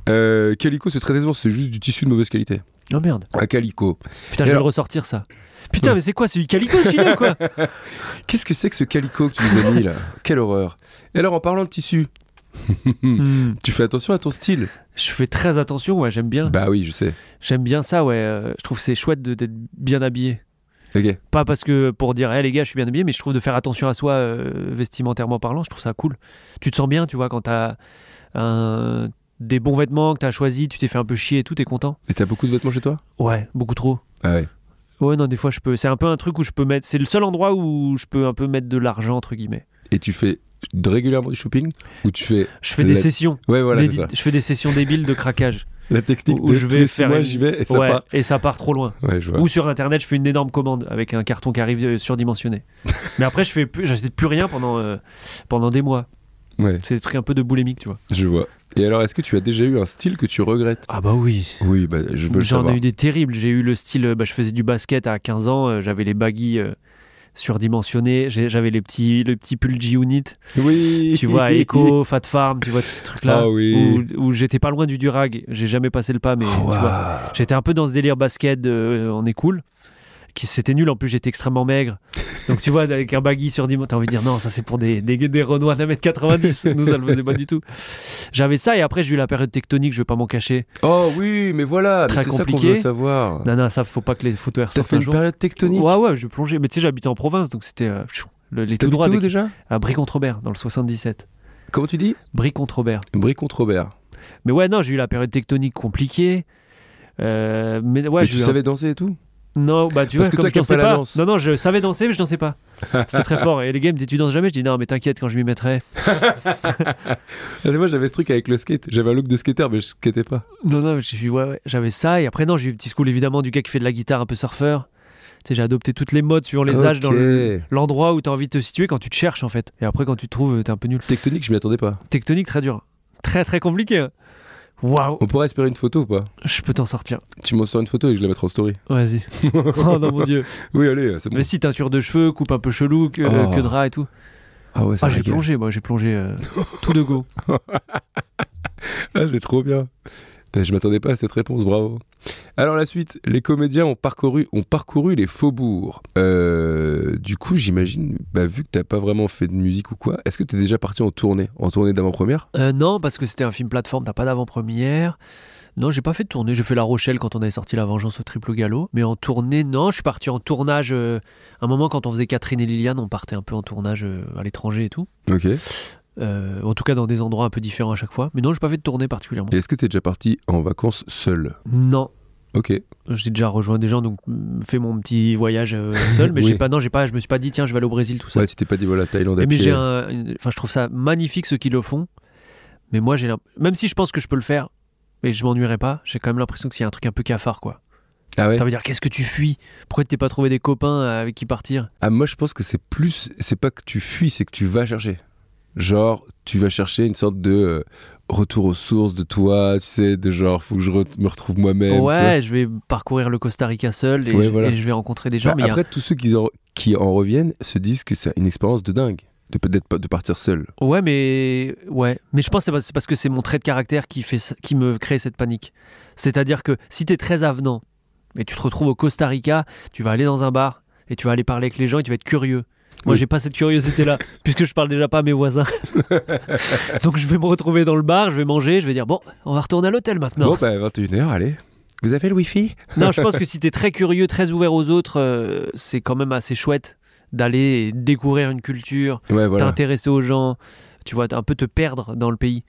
S3: Euh, calico, c'est très décevant, c'est juste du tissu de mauvaise qualité.
S4: Oh merde.
S3: Un calico.
S4: Putain,
S3: Et
S4: je vais le
S3: alors-
S4: ressortir ça. Putain, mais c'est quoi C'est du calico ce gilet ou quoi
S3: Qu'est-ce que c'est que ce calico que tu nous as mis
S4: [laughs]
S3: là Quelle horreur. Et alors, en parlant de tissu,
S4: Hmm.
S3: tu fais attention à ton style
S4: Je fais très attention, ouais, j'aime bien.
S3: Bah oui, je sais.
S4: J'aime bien ça, ouais. euh, Je trouve que c'est chouette de- d'être bien habillé.
S3: Ok.
S4: Pas parce que pour dire, hé les gars, je suis bien habillé, mais je trouve de faire attention à soi euh, vestimentairement parlant, je trouve ça cool. Tu te sens bien, tu vois, quand t'as un- des bons vêtements que t'as choisis, tu t'es fait un peu chier et tout, t'es content.
S3: Et t'as beaucoup de vêtements chez toi
S4: Ouais, beaucoup trop.
S3: Ah ouais.
S4: Ouais, non, des fois, je peux. C'est un peu un truc où je peux mettre. C'est le seul endroit où je peux un peu mettre de l'argent, entre guillemets.
S3: Et tu fais de- régulièrement du shopping Ou tu fais.
S4: Je fais des
S3: La-
S4: sessions.
S3: Ouais, voilà,
S4: des-
S3: c'est ça.
S4: Je fais des sessions débiles de craquage.
S3: La technique
S4: Où
S3: de
S4: je
S3: tous
S4: vais
S3: les six
S4: faire
S3: mois,
S4: une-
S3: j'y vais et ça
S4: ouais,
S3: part.
S4: et ça part trop loin.
S3: Ouais, je vois.
S4: Ou sur internet, je fais une énorme commande avec un carton qui arrive euh, surdimensionné.
S3: [laughs]
S4: Mais après, je fais plus, j'achète plus rien pendant euh, pendant des mois.
S3: Ouais,
S4: C'est des trucs un peu de boulémique, tu vois.
S3: je vois. Et alors, est-ce que tu as déjà eu un style que tu regrettes
S4: Ah bah oui.
S3: Oui, bah, je veux le
S4: J'en
S3: savoir.
S4: ai eu des terribles. J'ai eu le style, euh, bah, je faisais du basket à 15 ans, euh, j'avais les baggy euh, surdimensionnés, j'ai- j'avais les petits le petit pull G-Unit,
S3: Oui
S4: tu vois, Echo,
S3: [laughs]
S4: Fat Farm, tu vois tous ces trucs là
S3: Ah oui. Ah
S4: où, où j'étais pas loin du durag, j'ai jamais passé le pas mais tu vois, J'étais un peu dans ce délire basket, euh, on est cool. Qui c'était nul, en plus j'étais extrêmement maigre. Donc tu vois, avec un baggy sur 10 t'as envie de dire non, ça c'est pour des, des, des Renois d'un mètre 90. Nous, ça le faisait pas du tout. J'avais ça et après j'ai eu la période tectonique, je vais pas m'en cacher.
S3: Oh oui, mais voilà, mais
S4: Très
S3: c'est ça qu'on
S4: compliqué.
S3: veut savoir.
S4: Non, non, ça faut pas que les photos
S3: T'as
S4: ressortent
S3: fait
S4: un
S3: une
S4: jour.
S3: période tectonique
S4: Ouais, ouais, je plongeais. Mais tu sais, j'habitais en province, donc c'était euh, pfiou, le- les tout
S3: T'habitais
S4: droits
S3: où
S4: des-
S3: déjà
S4: à Brie-contre-Robert dans le 77.
S3: Comment tu dis
S4: Brie-contre-Robert.
S3: Brie contre Robert.
S4: Mais ouais, non, j'ai eu la période tectonique compliquée. Euh, mais ouais,
S3: Mais
S4: j'ai
S3: tu
S4: eu un-
S3: savais danser et tout
S4: Non, bah tu
S3: Parce
S4: vois,
S3: que
S4: comme
S3: toi
S4: je
S3: qui aimes
S4: dansais
S3: pas
S4: pas.
S3: la danse.
S4: Non, non, je savais danser, mais je dansais pas. C'est très fort. Et les gars me disent, tu danses jamais Je dis, non, mais t'inquiète, quand je m'y mettrai.
S3: Ah, Moi j'avais ce truc avec le skate, j'avais un look de skater mais je skatais pas.
S4: Non, non, j'ai dit, ouais, ouais. j'avais ça. Et après, non, j'ai eu le petit school évidemment du gars qui fait de la guitare un peu surfeur. Tu sais, j'ai adopté toutes les modes suivant les âges dans
S3: Ok.
S4: le- l'endroit où t'as envie de te situer quand tu te cherches en fait. Et après, quand tu te trouves, t'es un peu nul.
S3: Tectonique je m'y attendais pas.
S4: Tectonique, très dur. Très, très compliqué. hein. Waouh,
S3: On pourrait espérer une photo ou pas
S4: je peux t'en sortir.
S3: Tu m'en sors une photo et je la mettrai en story.
S4: Vas-y.
S3: [laughs]
S4: oh non, mon dieu.
S3: Oui allez, euh, c'est bon.
S4: Mais si, teinture de cheveux, coupe un peu chelou, que, euh,
S3: Oh.
S4: que drap et tout.
S3: Ah ouais,
S4: Ah,
S3: ça
S4: j'ai
S3: régale.
S4: plongé, moi, j'ai plongé euh, tout de go.
S3: Ah, c'est trop bien. Putain, Je m'attendais pas à cette réponse, bravo. Alors la suite, les comédiens ont parcouru, ont parcouru les faubourgs. Euh, du coup, j'imagine, bah, vu que t'as pas vraiment fait de musique ou quoi, est-ce que t'es déjà parti en tournée, en tournée d'avant-première
S4: Euh, non, parce que c'était un film plateforme, t'as pas d'avant-première. Non, j'ai pas fait de tournée. J'ai fait La Rochelle quand on avait sorti La Vengeance au triple galop. Mais en tournée, non, je suis parti en tournage. euh, un moment, quand on faisait Catherine et Liliane, on partait un peu en tournage euh, à l'étranger et tout.
S3: Ok. Et
S4: Euh, en tout cas, dans des endroits un peu différents à chaque fois. Mais non, j'ai pas fait de tournée particulièrement.
S3: est-ce que t'es déjà parti en vacances seul
S4: Non,
S3: Ok.
S4: j'ai déjà rejoint des gens, donc mm, fait mon petit voyage euh, seul. Mais
S3: Oui.
S4: j'ai pas, non, j'ai pas, je me suis pas dit, tiens, je vais aller au Brésil, tout ça.
S3: Ouais, tu t'es pas dit voilà Thaïlande à
S4: Et
S3: pied.
S4: mais Eh j'ai un, une- enfin, je trouve ça magnifique ceux qui le font. Mais moi, j'ai l'im- même si je pense que je peux le faire, mais je m'ennuierai pas. J'ai quand même l'impression qu'il y a un truc un peu cafard, quoi.
S3: Ah ouais.
S4: Ça veut dire qu'est-ce que tu fuis Pourquoi tu t'es pas trouvé des copains euh, avec qui partir
S3: Ah moi je pense que c'est plus, c'est pas que tu fuis, c'est que tu vas chercher. Genre tu vas chercher une sorte de euh, retour aux sources de toi, tu sais, de genre faut que je re- me retrouve moi-même. tu vois.
S4: Ouais, je vais parcourir le Costa Rica seul et,
S3: Ouais,
S4: je,
S3: voilà.
S4: et je vais rencontrer des gens.
S3: Bah,
S4: mais il y a-
S3: après, tous ceux qui en, qui en reviennent se disent que c'est une expérience de dingue de peut-être pas de partir seul.
S4: Ouais, mais ouais, mais je pense que c'est parce- c'est parce que c'est mon trait de caractère qui fait ça- qui me crée cette panique. C'est-à-dire que si t'es très avenant et tu te retrouves au Costa Rica, tu vas aller dans un bar et tu vas aller parler avec les gens et tu vas être curieux. Moi,
S3: Oui.
S4: j'ai pas
S3: [laughs]
S4: cette curiosité-là, puisque je parle déjà pas à mes voisins. Donc, je vais me retrouver dans le bar, je vais manger, je vais dire bon, on va retourner à l'hôtel maintenant.
S3: Bon, bah 21h, allez. Vous avez le wifi
S4: Non, je pense que si t'es très curieux, très ouvert aux autres, euh, c'est quand même assez chouette d'aller découvrir une culture,
S3: Ouais, voilà.
S4: t'intéresser aux gens, tu vois, un peu te perdre dans le pays.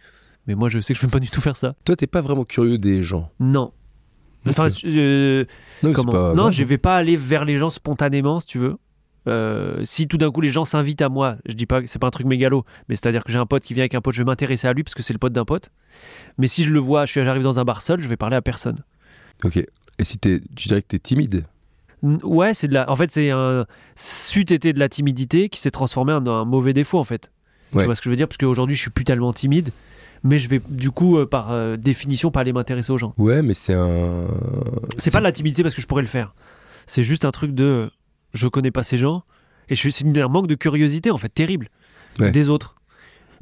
S4: Mais moi, je sais que je ne peux pas du tout faire ça.
S3: Toi, t'es pas vraiment curieux des gens.
S4: Non. Enfin,
S3: Ok.
S4: euh,
S3: Non, mais c'est
S4: comment
S3: pas
S4: Non,
S3: grave.
S4: je vais pas aller vers les gens spontanément, si tu veux. Euh, si tout d'un coup les gens s'invitent à moi, je dis pas que c'est pas un truc mégalo, mais c'est à dire que j'ai un pote qui vient avec un pote, je vais m'intéresser à lui parce que c'est le pote d'un pote. Mais si je le vois, je suis- j'arrive dans un bar seul, je vais parler à personne.
S3: Ok. Et si t'es, tu dirais que t'es timide
S4: N- Ouais, c'est de la. En fait, c'est un c'eût été de la timidité qui s'est transformé en un mauvais défaut, en fait.
S3: Ouais.
S4: Tu vois ce que je veux dire Parce qu'aujourd'hui, je suis plus tellement timide, mais je vais, du coup, euh, par euh, définition, pas aller m'intéresser aux gens.
S3: Ouais, mais c'est un. Euh,
S4: C'est pas de la timidité parce que je pourrais le faire. C'est juste un truc de euh, je connais pas ces gens et je suis- c'est un manque de curiosité en fait terrible
S3: Ouais.
S4: des autres.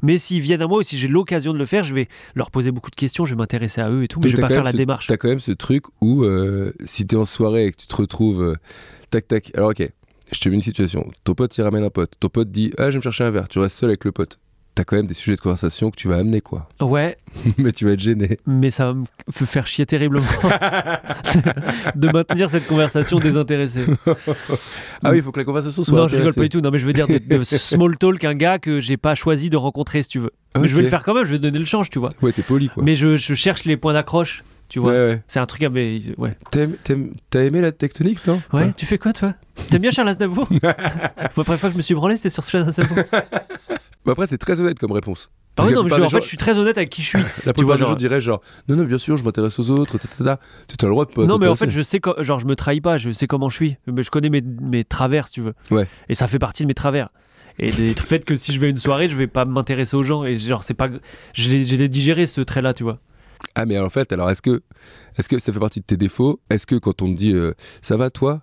S4: Mais s'ils viennent à moi et si j'ai l'occasion de le faire, je vais leur poser beaucoup de questions, je vais m'intéresser à eux et tout, mais
S3: Donc,
S4: je vais
S3: t'as
S4: pas
S3: quand
S4: faire
S3: même
S4: la
S3: ce-
S4: démarche.
S3: T'as quand même ce truc où euh, si t'es en soirée et que tu te retrouves euh, tac tac. Alors ok, je te mets une situation. Ton pote il ramène un pote. Ton pote dit ah je vais me chercher un verre. Tu restes seul avec le pote. T'as quand même des sujets de conversation que tu vas amener quoi. [laughs]
S4: Ouais,
S3: mais tu vas être gêné.
S4: mais ça va me f- faire chier terriblement [laughs] de maintenir cette conversation désintéressée.
S3: Ah oui, il faut que la conversation soit.
S4: Non, je rigole pas du
S3: intéressée.
S4: tout. Non, mais je veux dire de, de small talk un gars que j'ai pas choisi de rencontrer si tu veux. Mais je vais
S3: Ok.
S4: le faire quand même, je vais donner le change, tu vois.
S3: Ouais, t'es poli quoi.
S4: Mais je, je cherche les points d'accroche, tu vois.
S3: Ouais, ouais.
S4: C'est un truc à mais ouais.
S3: T'aimes- t'aimes- T'as aimé la tectonique, non
S4: Ouais, tu fais quoi toi T'aimes bien
S3: [laughs]
S4: Charles Aznavour La première fois que je me suis branlé, c'était sur Charles Aznavour.
S3: Bah après, c'est très honnête comme réponse.
S4: Ah
S3: Parce
S4: ouais,
S3: que
S4: non, mais
S3: la
S4: je, en
S3: plupart
S4: fait,
S3: des
S4: je
S3: gens-
S4: suis très honnête avec qui je suis.
S3: La plupart
S4: vois,
S3: des gens
S4: genre-
S3: diraient genre, non, non, bien sûr, je m'intéresse aux autres, ta, ta, ta, ta. Tu as le droit de pas.
S4: non, mais en fait,
S3: t'intéresser.
S4: je sais, co- genre, je me trahis pas, je sais comment je suis. Mais je connais mes, mes travers, si tu veux.
S3: Ouais.
S4: Et ça fait partie de mes travers. Et des- du fait que si je vais à une soirée, je vais pas m'intéresser aux gens. Et genre, c'est pas. Je l'ai je l'ai digéré, ce trait-là, tu vois.
S3: Ah, mais en fait, alors est-ce que, est que ça fait partie de tes défauts Est-ce que quand on te dit euh, ça va toi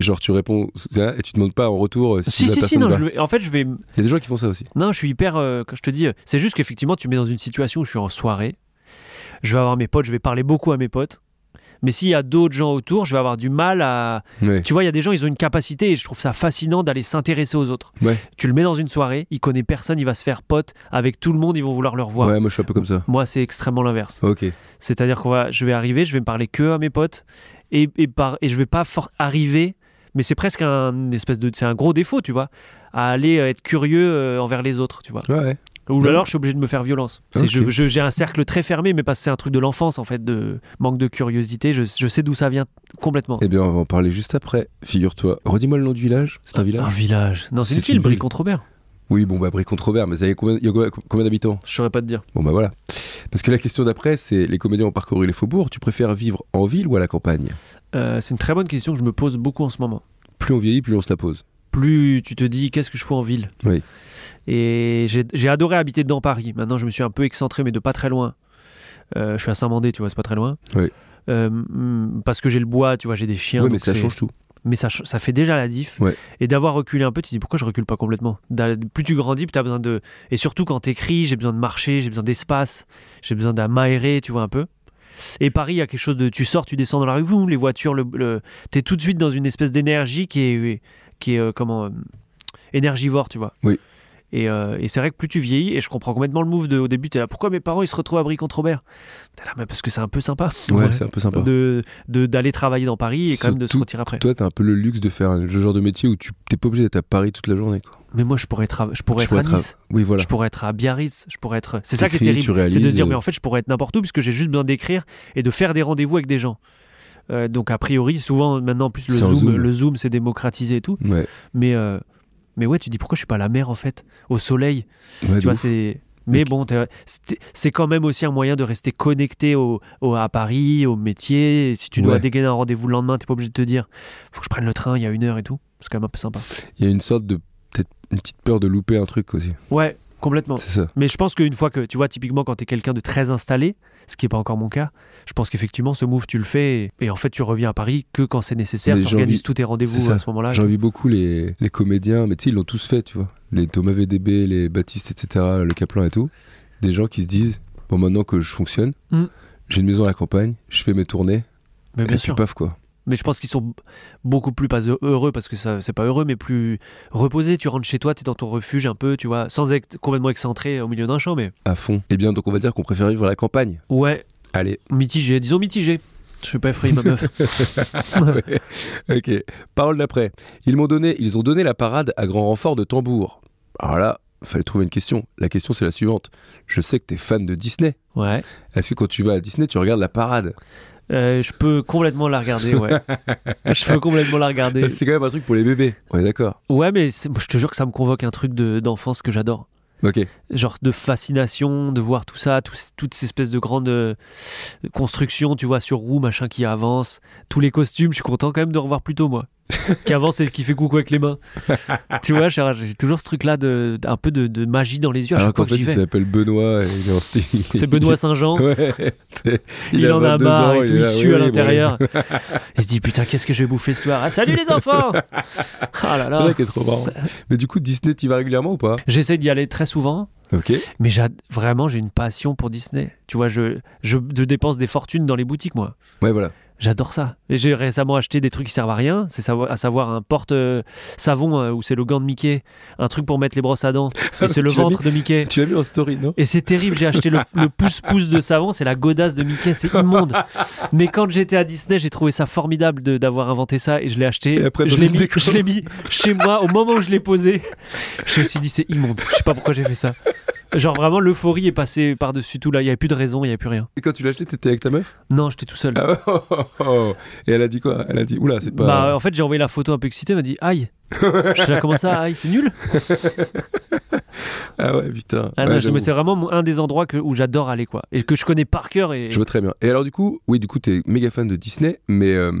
S3: Genre tu réponds ça et tu demandes pas en retour euh, si,
S4: Si,
S3: la
S4: si, si,
S3: personne
S4: non,
S3: va.
S4: je le- en fait, je vais.
S3: Il y a des gens qui font ça aussi.
S4: Non, je suis hyper. euh, quand je te dis, euh, c'est juste qu'effectivement, tu me mets dans une situation où je suis en soirée. Je vais avoir mes potes, je vais parler beaucoup à mes potes. Mais s'il y a d'autres gens autour, je vais avoir du mal à,
S3: Ouais.
S4: Tu vois, il y a des gens, ils ont une capacité et je trouve ça fascinant d'aller s'intéresser aux autres.
S3: Ouais.
S4: Tu le mets dans une soirée, il connaît personne, il va se faire pote avec tout le monde, ils vont vouloir le revoir.
S3: Ouais, moi je suis un peu comme ça.
S4: Moi, c'est extrêmement l'inverse.
S3: Ok.
S4: C'est-à-dire qu'on va, je vais arriver, je vais me parler que à mes potes et, et, par, et je vais pas for- arriver, mais c'est presque un espèce de, c'est un gros défaut, tu vois, à aller euh, être curieux euh, envers les autres, tu vois.
S3: Ouais, ouais.
S4: Ou alors, je suis obligé de me faire violence. C'est-
S3: Ok.
S4: je- je- J'ai un cercle très fermé, mais parce que c'est un truc de l'enfance en fait, de manque de curiosité. Je, je sais d'où ça vient complètement.
S3: Eh bien, on va en parler juste après. Figure-toi. Redis-moi le nom du village. C'est un
S4: Un
S3: village
S4: village. Non, c'est une
S3: C'est
S4: ville,
S3: une ville.
S4: Brie contre Robert.
S3: Oui, bon, bah, Brie-Contrebert, mais ça y est, combien- il y a combien- combien d'habitants
S4: Je saurais pas te dire.
S3: Bon, bah voilà. Parce que la question d'après, c'est les comédiens ont parcouru les faubourgs. Tu préfères vivre en ville ou à la campagne
S4: Euh, c'est une très bonne question que je me pose beaucoup en ce moment.
S3: Plus on vieillit, plus on se la pose.
S4: Plus tu te dis qu'est-ce que je fais en ville.
S3: Oui.
S4: Et j'ai j'ai adoré habiter dans Paris. Maintenant, je me suis un peu excentré, mais de pas très loin. Euh, je suis à Saint-Mandé, tu vois, c'est pas très loin.
S3: Oui.
S4: Euh, mm, parce que j'ai le bois, tu vois, j'ai des chiens.
S3: ouais, mais
S4: donc
S3: ça
S4: c'est-
S3: change tout.
S4: Mais ça, ch- ça fait déjà la diff.
S3: Ouais.
S4: Et d'avoir reculé un peu, tu te dis pourquoi je recule pas complètement D'a- Plus tu grandis, plus t'as besoin de. Et surtout quand t'écris, j'ai besoin de marcher, j'ai besoin d'espace, j'ai besoin d'à m'aérer, tu vois, un peu. Et Paris, il y a quelque chose de. Tu sors, tu descends dans la rue, vous, les voitures, le, le... t'es tout de suite dans une espèce d'énergie qui est. qui est. euh, comment. euh, énergivore, tu vois.
S3: Oui.
S4: Et, euh, et c'est vrai que plus tu vieillis, et je comprends complètement le move de. Au début, t'es là, pourquoi mes parents ils se retrouvent à Bric-en-Robert T'es là, mais parce que c'est un peu sympa.
S3: Ouais,
S4: Ouais.
S3: c'est un peu sympa.
S4: De de- d'aller travailler dans Paris et quand même de se
S3: Surtout
S4: retirer après.
S3: Toi, t'as un peu le luxe de faire un genre de métier où tu t'es pas obligé d'être à Paris toute la journée. Quoi.
S4: Mais moi, je pourrais être à, je pourrais
S3: Tu pourrais
S4: être à
S3: être à-
S4: Nice,
S3: Oui, voilà.
S4: je pourrais être à Biarritz, je pourrais être. C'est ça qui est
S3: T'écris,
S4: terrible,
S3: tu réalises,
S4: c'est de se dire
S3: euh,
S4: mais en fait, je pourrais être n'importe où puisque j'ai juste besoin d'écrire et de faire des rendez-vous avec des gens. Euh, donc a priori, souvent maintenant en plus le
S3: C'est en
S4: zoom,
S3: Zoom.
S4: le zoom, c'est démocratisé et tout.
S3: Ouais.
S4: Mais euh, mais ouais, tu dis pourquoi je suis pas à la mer en fait, au soleil.
S3: Ouais, de
S4: tu vois,
S3: ouf.
S4: c'est. Mais
S3: Mec.
S4: bon, t'es- c'est- c'est quand même aussi un moyen de rester connecté au, au- à Paris, au métier. Et Si tu dois
S3: Ouais.
S4: dégainer un rendez-vous le lendemain, t'es pas obligé de te dire faut que je prenne le train, il y a une heure et tout. C'est quand même un peu sympa.
S3: Il y a une sorte de. Peut-être une petite peur de louper un truc aussi.
S4: Ouais, complètement.
S3: C'est ça.
S4: Mais je pense qu'une fois que, tu vois, typiquement, quand t'es quelqu'un de très installé, ce qui n'est pas encore mon cas, je pense qu'effectivement, ce move, tu le fais et, et en fait, tu reviens à Paris que quand c'est nécessaire.
S3: Mais
S4: Tu
S3: j'ai
S4: organises
S3: envie-
S4: tous tes
S3: c'est
S4: rendez-vous
S3: ça.
S4: à ce moment-là.
S3: J'envie beaucoup les, les comédiens, mais tu sais, ils l'ont tous fait, tu vois. Les Thomas VDB, les Baptiste, etc., le Kaplan et tout. Des gens qui se disent Bon, maintenant que je fonctionne,
S4: Mm.
S3: j'ai une maison à la campagne, je fais mes tournées,
S4: Mais bien
S3: et
S4: sûr.
S3: puis paf, quoi.
S4: Mais je pense qu'ils sont b- beaucoup plus pas heureux parce que ça, c'est pas heureux, mais plus reposés. Tu rentres chez toi, t'es dans ton refuge un peu, tu vois, sans être complètement excentré au milieu d'un champ, mais
S3: À fond. Eh bien, donc on va dire qu'on préfère vivre à la campagne.
S4: ouais,
S3: Allez,
S4: mitigé, disons mitigé. Je suis pas effrayé, ma meuf.
S3: [laughs] Ouais. ok. Parole d'après. Ils m'ont donné, ils ont donné la parade à grand renfort de tambour. Alors là, fallait trouver une question. La question c'est la suivante. Je sais que t'es fan de Disney.
S4: Ouais.
S3: Est-ce que quand tu vas à Disney, tu regardes la parade
S4: Euh, je peux complètement la
S3: [laughs]
S4: regarder, ouais. je peux complètement la regarder.
S3: C'est quand même un truc pour les bébés. On est d'accord.
S4: Ouais, mais c'est- moi, je te jure que ça me convoque un truc de- d'enfance que j'adore.
S3: Ok.
S4: Ah, genre de fascination de voir tout ça, tout- toutes ces espèces de grandes euh,
S3: [laughs]
S4: constructions, tu vois, sur roues, machin qui avance, tous les costumes, je suis content quand même de revoir plus tôt, moi. qui avance et qui fait coucou avec les mains. tu vois, j'ai j'ai toujours ce truc-là de, d'un peu de, de magie dans les yeux à
S3: Alors
S4: chaque fois
S3: qu'en
S4: que
S3: Ah, fait,
S4: j'y
S3: il
S4: vais.
S3: s'appelle Benoît. et il est en style.
S4: C'est Benoît Saint-Jean.
S3: [laughs] Ouais, t'sais,
S4: Il,
S3: a
S4: en a
S3: 22
S4: marre
S3: ans,
S4: et tout,
S3: est
S4: il
S3: là,
S4: sue
S3: oui,
S4: à
S3: bon, [laughs]
S4: l'intérieur. [laughs] il se dit putain, qu'est-ce que je vais bouffer ce soir Ah, Salut
S3: [laughs]
S4: les enfants Ah là
S3: C'est
S4: là
S3: vrai qu'il est trop marrant. Mais du coup, Disney, t'y vas régulièrement ou pas
S4: J'essaie d'y aller très souvent,
S3: Ok.
S4: mais j'ad- vraiment j'ai une passion pour Disney. Tu vois, je, je, je dépense des fortunes dans les boutiques, moi.
S3: Ouais, voilà.
S4: J'adore ça. Et j'ai récemment acheté des trucs qui servent à rien, c'est savo- à savoir un porte-savon euh, où c'est le gant de Mickey, un truc pour mettre les brosses à dents,
S3: [laughs]
S4: et c'est le
S3: Tu l'as
S4: ventre de Mickey.
S3: Tu l'as mis en story, non
S4: Et c'est terrible, j'ai acheté le le pouce-pouce de savon, c'est la godasse de Mickey, c'est immonde. Mais quand j'étais à Disney, j'ai trouvé ça formidable de- d'avoir inventé ça et je l'ai acheté.
S3: Et après,
S4: je
S3: dans
S4: l'ai
S3: une
S4: mis,
S3: déco.
S4: je l'ai mis chez moi au moment où je l'ai posé. Je me suis dit, c'est immonde, je sais pas pourquoi j'ai fait ça. Genre vraiment, l'euphorie est passée par-dessus tout là, il n'y avait plus de raison, il n'y avait plus rien.
S3: Et quand tu l'as acheté, t'étais avec ta meuf
S4: Non, j'étais tout seul.
S3: Ah, oh, oh, oh. Et elle a dit quoi Elle a dit, oula, c'est pas.
S4: Bah, en fait, j'ai envoyé la photo un peu excitée, elle m'a dit aïe. je suis là, comment ça, aïe, c'est nul
S3: ah ouais, putain.
S4: ah,
S3: Ouais,
S4: non, je-
S3: j'avoue.
S4: Mais c'est vraiment mon- un des endroits que, où j'adore aller, quoi. Et que je connais par cœur. Et...
S3: Je vois très bien. Et alors, du coup, oui, du coup, t'es méga fan de Disney, mais euh,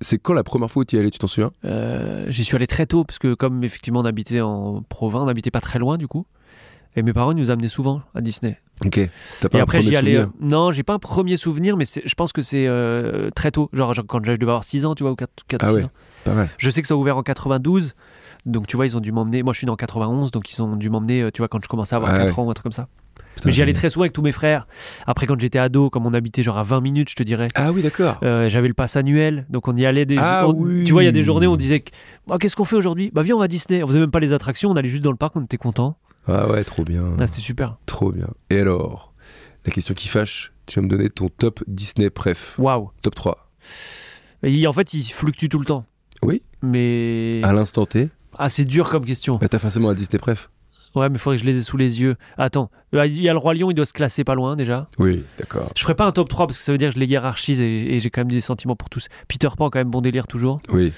S3: c'est quand la première fois où t'y allais, tu t'en souviens
S4: Euh, J'y suis allé très tôt, parce que comme effectivement on habitait en province, on habitait pas très loin, du coup. Et mes parents ils nous amenaient souvent à Disney.
S3: Ok. T'as pas
S4: Et
S3: un
S4: après,
S3: premier
S4: j'y allais. euh,
S3: souvenir
S4: Non, j'ai pas un premier souvenir, mais c'est- je pense que c'est euh, très tôt. Genre, genre, quand je devais avoir 6 ans, tu vois, ou 4,
S3: Ah
S4: 6
S3: ouais.
S4: ans.
S3: Pas mal.
S4: Je sais que ça a ouvert en 92. Donc, tu vois, ils ont dû m'emmener. Moi, je suis né en 91, donc ils ont dû m'emmener, euh, tu vois, quand je commençais à avoir
S3: Ouais,
S4: 4
S3: ouais.
S4: ans ou un truc comme ça.
S3: Putain,
S4: Mais j'y allais
S3: j'ai-
S4: très souvent avec tous mes frères. Après, quand j'étais ado, comme on habitait genre à 20 minutes, je te dirais,
S3: Ah oui, d'accord.
S4: euh, j'avais le pass annuel. Donc on y allait des.
S3: Ah
S4: on-
S3: oui.
S4: Tu vois, il y a des journées où on disait, que, Bah, qu'est-ce qu'on fait aujourd'hui Bah viens, on va à Disney. On faisait même pas les attractions, on allait juste dans le parc, on était contents.
S3: Ah ouais, trop bien.
S4: Ah, c'était super.
S3: Trop bien. Et alors, la question qui fâche, tu vas me donner ton top Disney préf.
S4: Waouh.
S3: Top 3.
S4: Et il- en fait, il fluctue tout le temps.
S3: Oui.
S4: Mais.
S3: À l'instant T,
S4: Ah, c'est dur comme question.
S3: bah, t'as forcément un Disney préf.
S4: Ouais, mais il faudrait que je les ai sous les yeux. Attends, Euh, il y a le Roi Lion, il doit se classer pas loin déjà.
S3: Oui, d'accord.
S4: Je ferai pas un top 3 parce que ça veut dire que je les hiérarchise et, et j'ai quand même des sentiments pour tous. Peter Pan, quand même, bon délire toujours.
S3: Oui.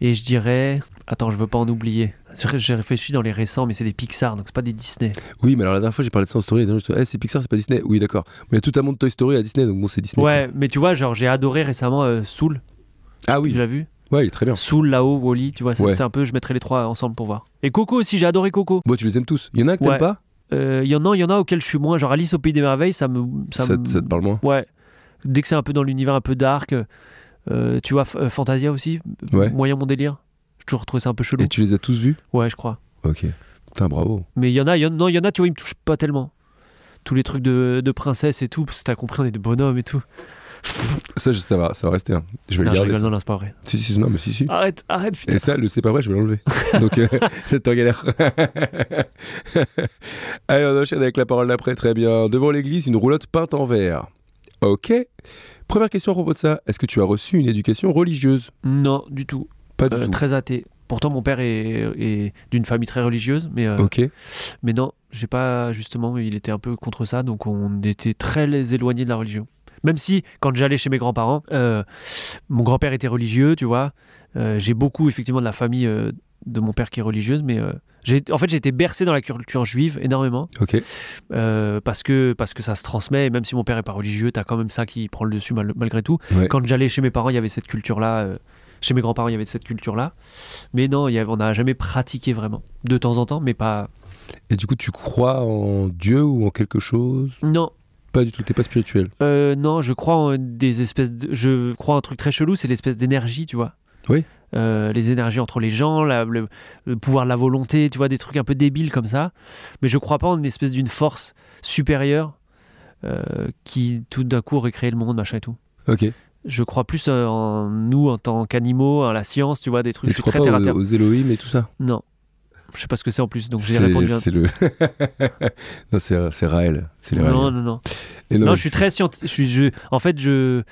S4: Et je dirais. Attends, je veux pas en oublier. J'ai- J'ai réfléchi dans les récents, mais c'est des Pixar, donc c'est pas des Disney.
S3: Oui, mais alors la dernière fois j'ai parlé de ça en story. et les gens, ils se sont, Eh, c'est Pixar, c'est pas Disney. Oui, d'accord. Mais il y a tout un monde Toy Story à Disney, donc bon, c'est Disney.
S4: Ouais, mais tu vois, genre j'ai adoré récemment euh, Soul.
S3: quoi. Ah
S4: Tu
S3: oui.
S4: l'as vu
S3: Ouais, il est très bien.
S4: Soul, là-haut, Wally, tu vois, c'est
S3: Ouais.
S4: c'est un peu. Je mettrai les trois ensemble pour voir. Et Coco aussi, j'ai adoré Coco.
S3: Bon, tu les aimes tous. Il y en a un que
S4: Ouais.
S3: t'aimes pas
S4: Euh, Il y en a, il y en a auxquels je suis moins. Genre Alice au pays des merveilles, ça me. Ça,
S3: ça,
S4: me-
S3: ça te parle moins.
S4: Ouais. Dès que c'est un peu dans l'univers un peu dark, euh, tu vois, F- euh, Fantasia aussi,
S3: Ouais.
S4: moyen mon délire. J'ai toujours trouvé ça un peu chelou.
S3: Et tu les as tous vus
S4: Ouais, je crois.
S3: Ok. Putain, bravo.
S4: Mais il y en a, il y en, non, il y en a, tu vois, ils me touchent pas tellement. Tous les trucs de, de princesse et tout, parce que t'as compris, on est de bonhommes et tout.
S3: Ça, je- ça va, ça va rester. hein. Je vais
S4: Non,
S3: le
S4: je
S3: garder.
S4: rigole,
S3: ça.
S4: non, non, c'est pas vrai.
S3: Si, si, non, mais si, si.
S4: Arrête, arrête, putain.
S3: Et ça, le c'est pas vrai, je vais
S4: [laughs]
S3: l'enlever. Donc, euh, [laughs] t'es en galère. Allez, on enchaîne avec la parole d'après. Très bien. Devant l'église, une roulotte peinte en vert. Ok. Première question à propos de ça. Est-ce que tu as reçu une éducation religieuse
S4: Non, du tout.
S3: Pas du
S4: Euh,
S3: tout.
S4: Très athée. Pourtant, mon père est, est d'une famille très religieuse, mais, euh,
S3: Ok.
S4: mais non, j'ai pas, justement, il était un peu contre ça, donc on était très les- éloignés de la religion. Même si, quand j'allais chez mes grands-parents, euh, mon grand-père était religieux, tu vois. Euh, j'ai beaucoup, effectivement, de la famille euh, de mon père qui est religieuse, mais euh, j'ai- en fait, j'ai été bercé dans la culture juive énormément.
S3: Ok.
S4: Euh, parce que parce que ça se transmet et même si mon père est pas religieux t'as quand même ça qui prend le dessus mal- malgré tout
S3: Ouais.
S4: quand j'allais chez mes parents il y avait cette culture là chez mes grands-parents il y avait cette culture là mais non il y avait- on n'a jamais pratiqué vraiment de temps en temps mais pas
S3: Et du coup, tu crois en Dieu ou en quelque chose
S4: non
S3: Pas du tout. T'es pas spirituel.
S4: Euh, non je crois en des espèces de... je crois en un truc très chelou c'est l'espèce d'énergie tu vois
S3: Oui.
S4: Euh, les énergies entre les gens la- le, le pouvoir de la volonté tu vois des trucs un peu débiles comme ça mais je crois pas en une espèce d'une force supérieure euh, qui tout d'un coup aurait créé le monde machin et tout
S3: Ok. Et
S4: Je crois plus euh, en nous en tant qu'animaux, à la science, tu vois, des trucs. je
S3: tu
S4: suis
S3: crois
S4: très
S3: pas
S4: terre à
S3: aux,
S4: terre.
S3: aux Elohim et tout ça
S4: Non. Je sais pas ce que c'est en plus, donc j'ai
S3: C'est
S4: répondu à
S3: c'est le. [laughs] non, c'est c'est Raël. C'est les
S4: Non,
S3: Raëliens.
S4: non, non.
S3: Et
S4: Non,
S3: mais
S4: je suis
S3: c'est-
S4: très scientifique. Je, suis- je- en fait, je,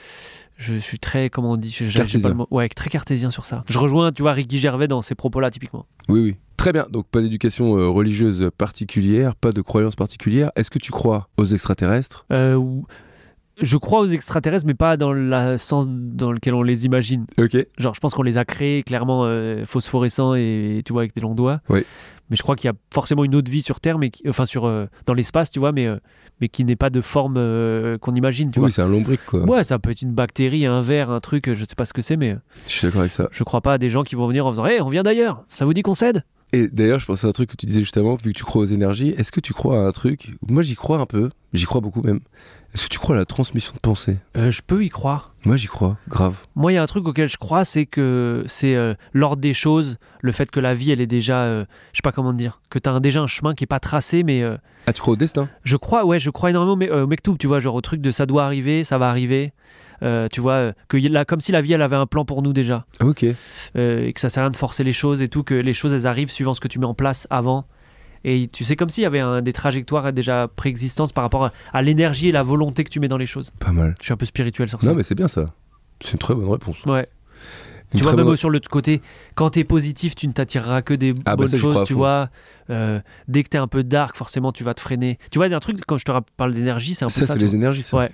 S4: je suis très, comment on dit, je- j'ai- j'ai pas
S3: Cartésien.
S4: le mot. Ouais, très cartésien sur ça. Je rejoins, tu vois, Ricky Gervais dans ses propos-là, typiquement.
S3: Oui, oui. Très bien. Donc, pas d'éducation euh, religieuse particulière, pas de croyance particulière. Est-ce que tu crois aux extraterrestres
S4: Euh, ou- je crois aux extraterrestres, mais pas dans le sens dans lequel on les imagine.
S3: Ok.
S4: Genre, je pense qu'on les a créés clairement euh, phosphorescents et tu vois, avec des longs doigts.
S3: Oui.
S4: mais je crois qu'il y a forcément une autre vie sur Terre, mais qui- enfin sur euh, dans l'espace, tu vois, mais euh, mais qui n'est pas de forme euh, qu'on imagine, tu
S3: Oui, c'est un lombric, quoi.
S4: vois. Ouais, ça peut être une bactérie, un ver, un truc, je sais pas ce que c'est, mais
S3: Je suis d'accord avec ça.
S4: je crois pas à des gens qui vont venir en faisant, hé, on vient d'ailleurs, ça vous dit qu'on cède
S3: Et d'ailleurs, je pensais à un truc que tu disais juste avant, vu que tu crois aux énergies, est-ce que tu crois à un truc Moi, j'y crois un peu, j'y crois beaucoup même. Est-ce que tu crois à la transmission de pensée
S4: Euh, Je peux y croire.
S3: Moi, j'y crois, grave.
S4: Moi, il y a un truc auquel je crois, c'est que c'est euh, l'ordre des choses, le fait que la vie, elle est déjà, euh, je sais pas comment dire, que tu as déjà un chemin qui est pas tracé, mais euh,
S3: Ah, tu crois au destin
S4: je crois, ouais, je crois énormément mais, euh, au Mektoub, tu vois, genre au truc de ça doit arriver, ça va arriver. Euh, tu vois, euh, que y- là, comme si la vie, elle avait un plan pour nous déjà,
S3: Ok.
S4: euh, et que ça sert à rien de forcer les choses et tout, que les choses, elles arrivent suivant ce que tu mets en place avant. Et tu sais, comme s'il y avait un- des trajectoires déjà préexistantes par rapport à, à l'énergie et la volonté que tu mets dans les choses.
S3: Pas mal.
S4: Je suis un peu spirituel sur ça.
S3: Non, mais c'est bien ça. C'est une très bonne réponse.
S4: Ouais.
S3: Une
S4: Tu vois,
S3: très
S4: même
S3: bonne-
S4: sur l'autre côté, quand t'es positif, tu ne t'attireras que des
S3: Ah bah
S4: bonnes
S3: ça, j'y crois
S4: choses,
S3: à
S4: tu
S3: fond.
S4: vois. Euh, dès que t'es un peu dark, forcément, tu vas te freiner. Tu vois, il y a un truc, quand je te rap- parle d'énergie, c'est un peu
S3: Ça,
S4: ça.
S3: c'est
S4: tu
S3: les énergies, ça.
S4: vois. ouais.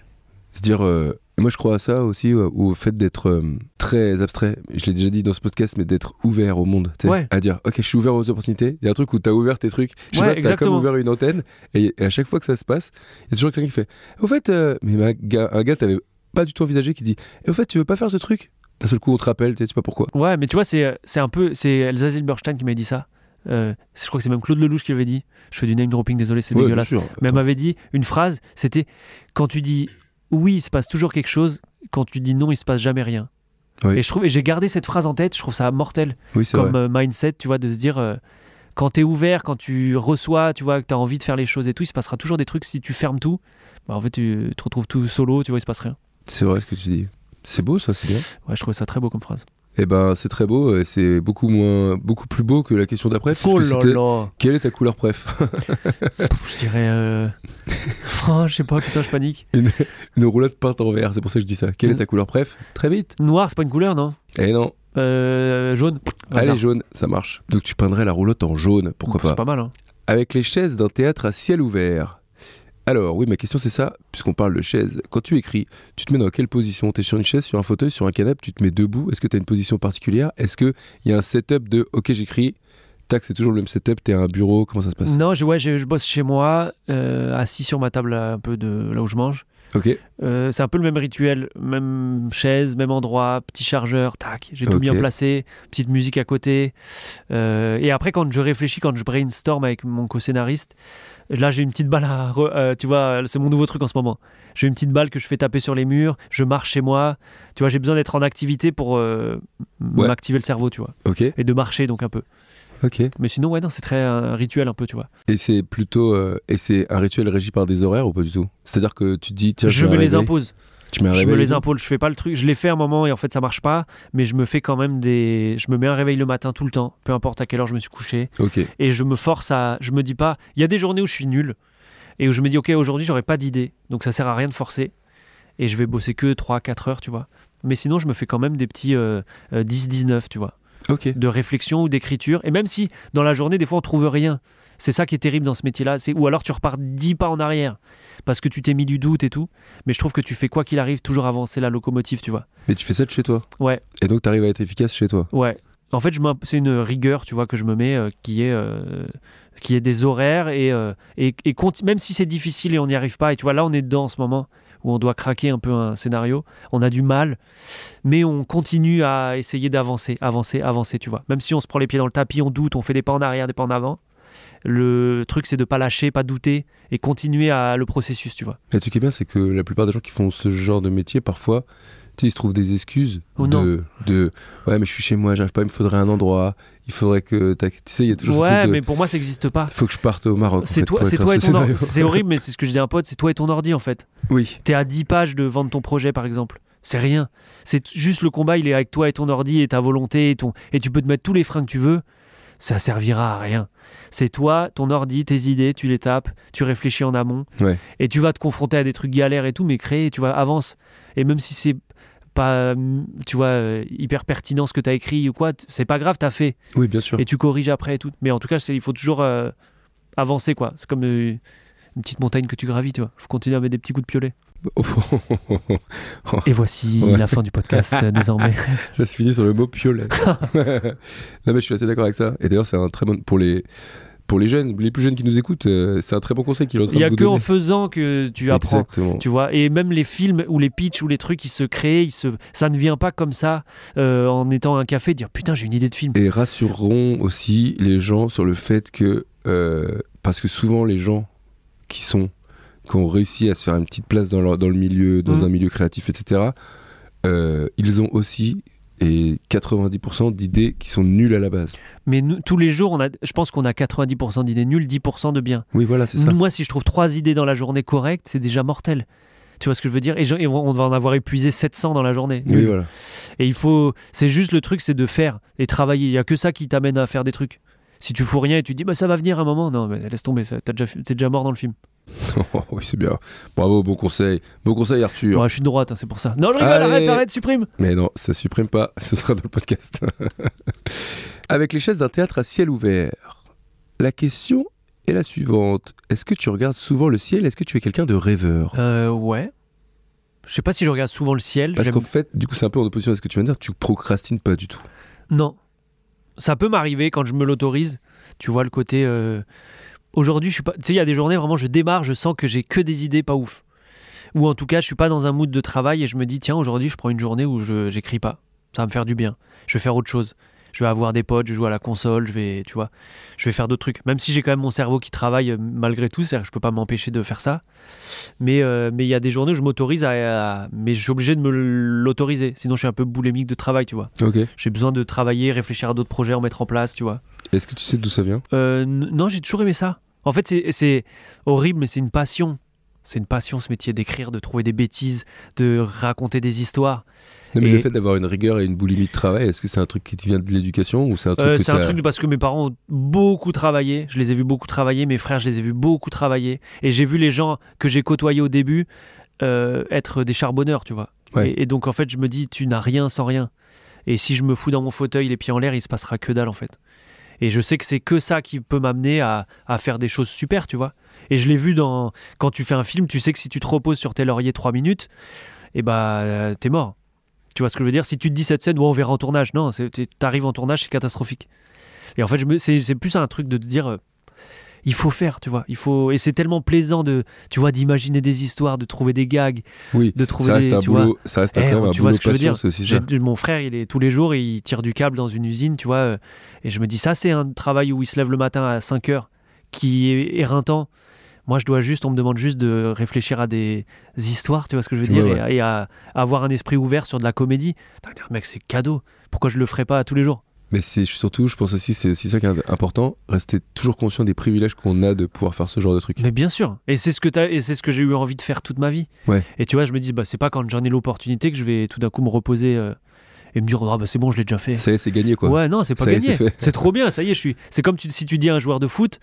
S3: Se dire. euh, et Moi, je crois à ça aussi, euh, au fait d'être euh, très abstrait. Je l'ai déjà dit dans ce podcast, mais d'être ouvert au monde. tu sais.
S4: Ouais.
S3: À dire, ok, je suis ouvert aux opportunités. Il y a un truc où t'as ouvert tes trucs. Je sais
S4: Ouais,
S3: pas, t'as comme
S4: exactement.
S3: ouvert une antenne. Et, et à chaque fois que ça se passe, il y a toujours quelqu'un qui fait Au fait, euh, mais ma gars- un gars, t'avais pas du tout envisagé, qui dit Et au fait, tu veux pas faire ce truc D'un seul coup, on te rappelle, tu sais, tu sais pas pourquoi.
S4: Ouais, mais tu vois, c'est c'est un peu. C'est Elsa Zilberstein qui m'a dit ça. Euh, je crois que c'est même Claude Lelouch qui l'avait dit. Je fais du name dropping, désolé, c'est
S3: Ouais, bien
S4: dégueulasse.
S3: sûr.
S4: Mais elle m'avait dit une phrase c'était quand tu dis oui, il se passe toujours quelque chose, quand tu dis non, il se passe jamais rien.
S3: Oui.
S4: Et je trouve, et j'ai gardé cette phrase en tête, je trouve ça mortel.
S3: Oui, c'est
S4: comme
S3: vrai.
S4: euh, mindset, tu vois, de se dire euh, quand t'es ouvert, quand tu reçois, tu vois, que t'as envie de faire les choses et tout, il se passera toujours des trucs. Si tu fermes tout, bah, en fait, tu te retrouves tout solo, tu vois, il se passe rien.
S3: C'est vrai ce que tu dis. C'est beau, ça, c'est bien.
S4: Ouais, je trouvais ça très beau comme phrase.
S3: Eh ben, c'est très beau et c'est beaucoup moins, beaucoup plus beau que la question d'après. puisque
S4: Oh là
S3: c'était,
S4: là
S3: Quelle est ta couleur préf [laughs]
S4: Pff, Je dirais. euh, [laughs] oh, je sais pas, putain, je panique.
S3: une, une roulade peinte en vert, c'est pour ça que je dis ça.
S4: Mm.
S3: Quelle est ta couleur préf Très vite.
S4: Noir, c'est pas une couleur, non
S3: Eh non,
S4: Euh, Jaune
S3: allez
S4: Hasard.
S3: jaune, ça marche. Donc tu peindrais la roulotte en jaune, pourquoi
S4: C'est
S3: pas
S4: pas mal, hein.
S3: Avec les chaises d'un théâtre à ciel ouvert. Alors oui, ma question c'est ça, puisqu'on parle de chaises. Quand tu écris, tu te mets dans quelle position T'es sur une chaise, sur un fauteuil, sur un canapé, tu te mets debout Est-ce que t'as une position particulière Est-ce que il y a un setup de OK j'écris, tac c'est toujours le même setup, t'es à un bureau, comment ça se passe
S4: Non, j'ai- ouais, j'ai- je bosse chez moi, euh, assis sur ma table là, un peu de là où je mange.
S3: Ok,
S4: Euh, c'est un peu le même rituel, même chaise, même endroit, petit chargeur, tac, j'ai tout
S3: Ok.
S4: bien placé, petite musique à côté. Euh, et après, quand je réfléchis, quand je brainstorm avec mon co-scénariste, là j'ai une petite balle à. re- euh, tu vois, c'est mon nouveau truc en ce moment. J'ai une petite balle que je fais taper sur les murs, je marche chez moi. Tu vois, j'ai besoin d'être en activité pour euh,
S3: Ouais.
S4: m'activer le cerveau, tu vois,
S3: ok,
S4: et de marcher donc un peu.
S3: ok.
S4: Mais sinon, ouais, non, c'est très euh, rituel un peu, tu vois.
S3: Et c'est plutôt euh, et c'est un rituel régi par des horaires ou pas du tout C'est-à-dire que tu te dis tiens
S4: je
S3: vais
S4: me les
S3: réveiller.
S4: impose.
S3: Tu mets un
S4: je me
S3: réveil et
S4: les
S3: tout.
S4: impose, je fais pas le truc, je l'ai fait à un moment et en fait ça marche pas, mais je me fais quand même des je me mets un réveil le matin tout le temps, peu importe à quelle heure je me suis couché
S3: Ok.
S4: et je me force à je me dis pas, il y a des journées où je suis nul et où je me dis OK, aujourd'hui j'aurais pas d'idée, donc ça sert à rien de forcer et je vais bosser que 3 4 heures, tu vois. Mais sinon, je me fais quand même des petits euh, euh, 10 19, tu vois,
S3: Ok.
S4: de réflexion ou d'écriture et même si dans la journée des fois on trouve rien, c'est ça qui est terrible dans ce métier-là, c'est ou alors tu repars 10 pas en arrière parce que tu t'es mis du doute et tout, mais je trouve que tu fais quoi qu'il arrive toujours avancer la locomotive, tu vois.
S3: Mais tu fais ça de chez toi.
S4: Ouais.
S3: Et donc tu arrives à être efficace chez toi.
S4: Ouais. En fait, je m'im- c'est une rigueur, tu vois, que je me mets, euh, qui est euh, qui est des horaires et euh, et, et conti- même si c'est difficile et on n'y arrive pas. Et tu vois, là, on est dedans en ce moment où on doit craquer un peu un scénario. On a du mal, mais on continue à essayer d'avancer, avancer, avancer. Tu vois, même si on se prend les pieds dans le tapis, on doute, on fait des pas en arrière, des pas en avant. Le truc, c'est de pas lâcher, pas douter et continuer à le processus, tu vois.
S3: Mais le truc qui est bien, c'est que la plupart des gens qui font ce genre de métier, parfois, tu sais, ils se trouvent des excuses
S4: Oh non.
S3: de, de ouais, mais je suis chez moi, j'arrive pas, il me faudrait un endroit, il faudrait que tac. tu sais, il y a toujours ce
S4: Ouais,
S3: truc de
S4: mais pour moi, ça n'existe pas.
S3: faut que je parte au Maroc. en
S4: C'est
S3: fait,
S4: toi,
S3: pour
S4: c'est
S3: écrire
S4: toi
S3: ce
S4: et ton ordi.
S3: scénario.
S4: C'est horrible, mais c'est ce que je dis à un pote. C'est toi et ton ordi en fait.
S3: [laughs] Oui.
S4: T'es à 10 pages de vendre ton projet, par exemple. C'est rien. C'est t- juste le combat, il est avec toi et ton ordi et ta volonté et, ton... et tu peux te mettre tous les freins que tu veux. Ça servira à rien. C'est toi, ton ordi, tes idées, tu les tapes, tu réfléchis en amont.
S3: Ouais.
S4: Et tu vas te confronter à des trucs galères et tout, mais créer, tu vois, avance. Et même si c'est pas, hum, tu vois, euh, hyper pertinent ce que t'as écrit ou quoi, t- c'est pas grave, t'as fait.
S3: Oui, bien sûr. [laughs]
S4: Et tu corriges après et tout. Mais en tout cas, c'est- il faut toujours euh, avancer, quoi. C'est comme euh, une petite montagne que tu gravis, tu vois. Faut continuer à mettre des petits coups de piolet.
S3: Oh,
S4: Et voici
S3: Ouais.
S4: la fin du podcast
S3: [laughs]
S4: euh, désormais.
S3: Ça se finit sur le mot
S4: [laughs]
S3: piolet. non, mais je suis assez d'accord avec ça. Et d'ailleurs, c'est un très bon. Pour les, pour les jeunes, les plus jeunes qui nous écoutent, euh, c'est un très bon conseil qu'il est en train
S4: Il y
S3: de
S4: a
S3: vous
S4: que en
S3: donner.
S4: faisant que tu apprends.
S3: Exactement.
S4: Tu vois, et même les films ou les pitchs ou les trucs qui se créent, ils se... ça ne vient pas comme ça euh, en étant à un café, dire putain, j'ai une idée de film.
S3: Et rassurons aussi les gens sur le fait que. euh, parce que souvent, les gens qui sont. qui ont réussi à se faire une petite place dans, leur- dans le milieu, dans
S4: Mm.
S3: un milieu créatif, etc., euh, ils ont aussi. Et 90% d'idées qui sont nulles à la base.
S4: Mais nous, tous les jours, on a, je pense qu'on a 90% d'idées nulles, 10% de bien.
S3: Oui, voilà, c'est ça.
S4: Moi, si je trouve trois idées dans la journée correctes, c'est déjà mortel. Tu vois ce que je veux dire et, je- et on on va en avoir épuisé 700 dans la journée.
S3: Oui, voilà.
S4: Et il faut. C'est juste le truc, c'est de faire et travailler. Il y a que ça qui t'amène à faire des trucs. Si tu fous rien et tu te dis bah ça va venir un moment, non mais laisse tomber, ça- t'as déjà, t'es déjà mort dans le film.
S3: [laughs] Oh, oui, c'est bien. Bravo, bon conseil. Bon conseil, Arthur.
S4: Ouais, je suis de droite, hein, c'est pour ça. Non je rigole,
S3: Allez.
S4: arrête, arrête, supprime.
S3: Mais non, ça supprime pas, ce sera dans le podcast. [laughs] Avec les chaises d'un théâtre à ciel ouvert, la question est la suivante. Est-ce que tu regardes souvent le ciel Est-ce que tu es quelqu'un de rêveur
S4: Euh, ouais. Je sais pas si je regarde souvent le ciel.
S3: Parce
S4: j'aime-
S3: qu'en fait, du coup, c'est un peu en opposition à ce que tu viens de dire, tu procrastines pas du tout.
S4: Non. Ça peut m'arriver quand je me l'autorise. Tu vois le côté. euh, Aujourd'hui, je suis pas. Tu sais, il y a des journées vraiment, je démarre, je sens que j'ai que des idées pas ouf. Ou en tout cas, je suis pas dans un mood de travail et je me dis tiens, aujourd'hui, je prends une journée où je j'écris pas. Ça va me faire du bien. Je vais faire autre chose. Je vais avoir des potes, je vais jouer à la console, je vais, tu vois, je vais faire d'autres trucs. Même si j'ai quand même mon cerveau qui travaille euh, malgré tout, c'est-à-dire que je peux pas m'empêcher de faire ça. Mais euh, mais il y a des journées où je m'autorise à, à- mais je suis obligé de me l'autoriser. Sinon, je suis un peu boulémique de travail, tu vois.
S3: Ok.
S4: J'ai besoin de travailler, réfléchir à d'autres projets, en mettre en place, tu vois.
S3: Est-ce que tu sais d'où ça vient
S4: Euh, n- non, j'ai toujours aimé ça. En fait, c'est- c'est horrible, mais c'est une passion. C'est une passion, ce métier d'écrire, de trouver des bêtises, de raconter des histoires.
S3: Non, mais
S4: Et-
S3: le fait d'avoir une rigueur et une boulimie de travail, est-ce que c'est un truc qui te vient de l'éducation ou c'est un truc
S4: Euh,
S3: que
S4: c'est un
S3: t'as-
S4: truc parce que mes parents ont beaucoup travaillé. Je les ai vus beaucoup travailler. Mes frères, je les ai vus beaucoup travailler. Et j'ai vu les gens que j'ai côtoyés au début euh, être des charbonneurs, tu vois.
S3: Ouais.
S4: Et, et donc, en fait, je me dis, tu n'as rien sans rien. Et si je me fous dans mon fauteuil, les pieds en l'air, il se passera que dalle, en fait. Et je sais que c'est que ça qui peut m'amener à, à faire des choses super, tu vois. Et je l'ai vu dans. Quand tu fais un film, tu sais que si tu te reposes sur tes lauriers trois minutes, et bah, euh, t'es mort. Tu vois ce que je veux dire Si tu te dis cette scène, ouais, on verra en tournage. Non, c'est- t'es- t'arrives en tournage, c'est catastrophique. Et en fait, je me- c'est c'est plus un truc de te dire, euh, il faut faire, tu vois. Il faut, et c'est tellement plaisant de, tu vois, d'imaginer des histoires, de trouver des gags,
S3: Oui,
S4: de trouver
S3: ça reste
S4: des,
S3: un
S4: tu vois.
S3: boulot, ça reste
S4: Eh,
S3: quand même un
S4: tu vois
S3: boulot
S4: ce que je veux
S3: passion,
S4: dire
S3: c'est aussi
S4: J'ai-
S3: ça.
S4: Mon frère, il est tous les jours, il tire du câble dans une usine, tu vois. euh, Et je me dis, ça, c'est un travail où il se lève le matin à 5 heures, qui est éreintant. Moi, je dois juste, on me demande juste de réfléchir à des histoires, tu vois ce que je veux dire,
S3: Ouais,
S4: et à- Et, à, avoir un esprit ouvert sur de la comédie. Putain, mec, c'est cadeau. Pourquoi je le ferais pas tous les jours
S3: Mais c'est surtout, je pense aussi, c'est aussi ça qui est important, rester toujours conscient des privilèges qu'on a de pouvoir faire ce genre de truc.
S4: Mais bien sûr. Et c'est ce que t'as- et c'est ce que j'ai eu envie de faire toute ma vie.
S3: Ouais.
S4: Et tu vois, je me dis, bah, c'est pas quand j'en ai l'opportunité que je vais tout d'un coup me reposer euh, et me dire, ah bah, c'est bon, je l'ai déjà fait.
S3: Ça y est, c'est gagné quoi.
S4: Ouais, non, c'est pas
S3: Ça y est,
S4: gagné.
S3: c'est fait.
S4: C'est trop bien, ça y est, je suis. C'est comme tu- si tu dis à un joueur de foot,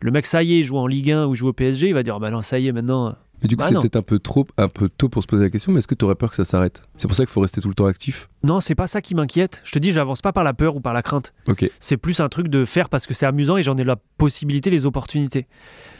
S4: le mec, ça y est, il joue en Ligue 1 ou il joue au PSG, il va dire, Ah bah non, ça y est, maintenant.
S3: Mais du coup,
S4: Bah
S3: c'est
S4: non.
S3: peut-être un peu trop, un peu tôt pour se poser la question, mais est-ce que tu aurais peur que ça s'arrête C'est pour ça qu'il faut rester tout le temps actif.
S4: Non, c'est pas ça qui m'inquiète. Je te dis, j'avance pas par la peur ou par la crainte.
S3: Ok.
S4: C'est plus un truc de faire parce que c'est amusant et j'en ai la possibilité, les opportunités.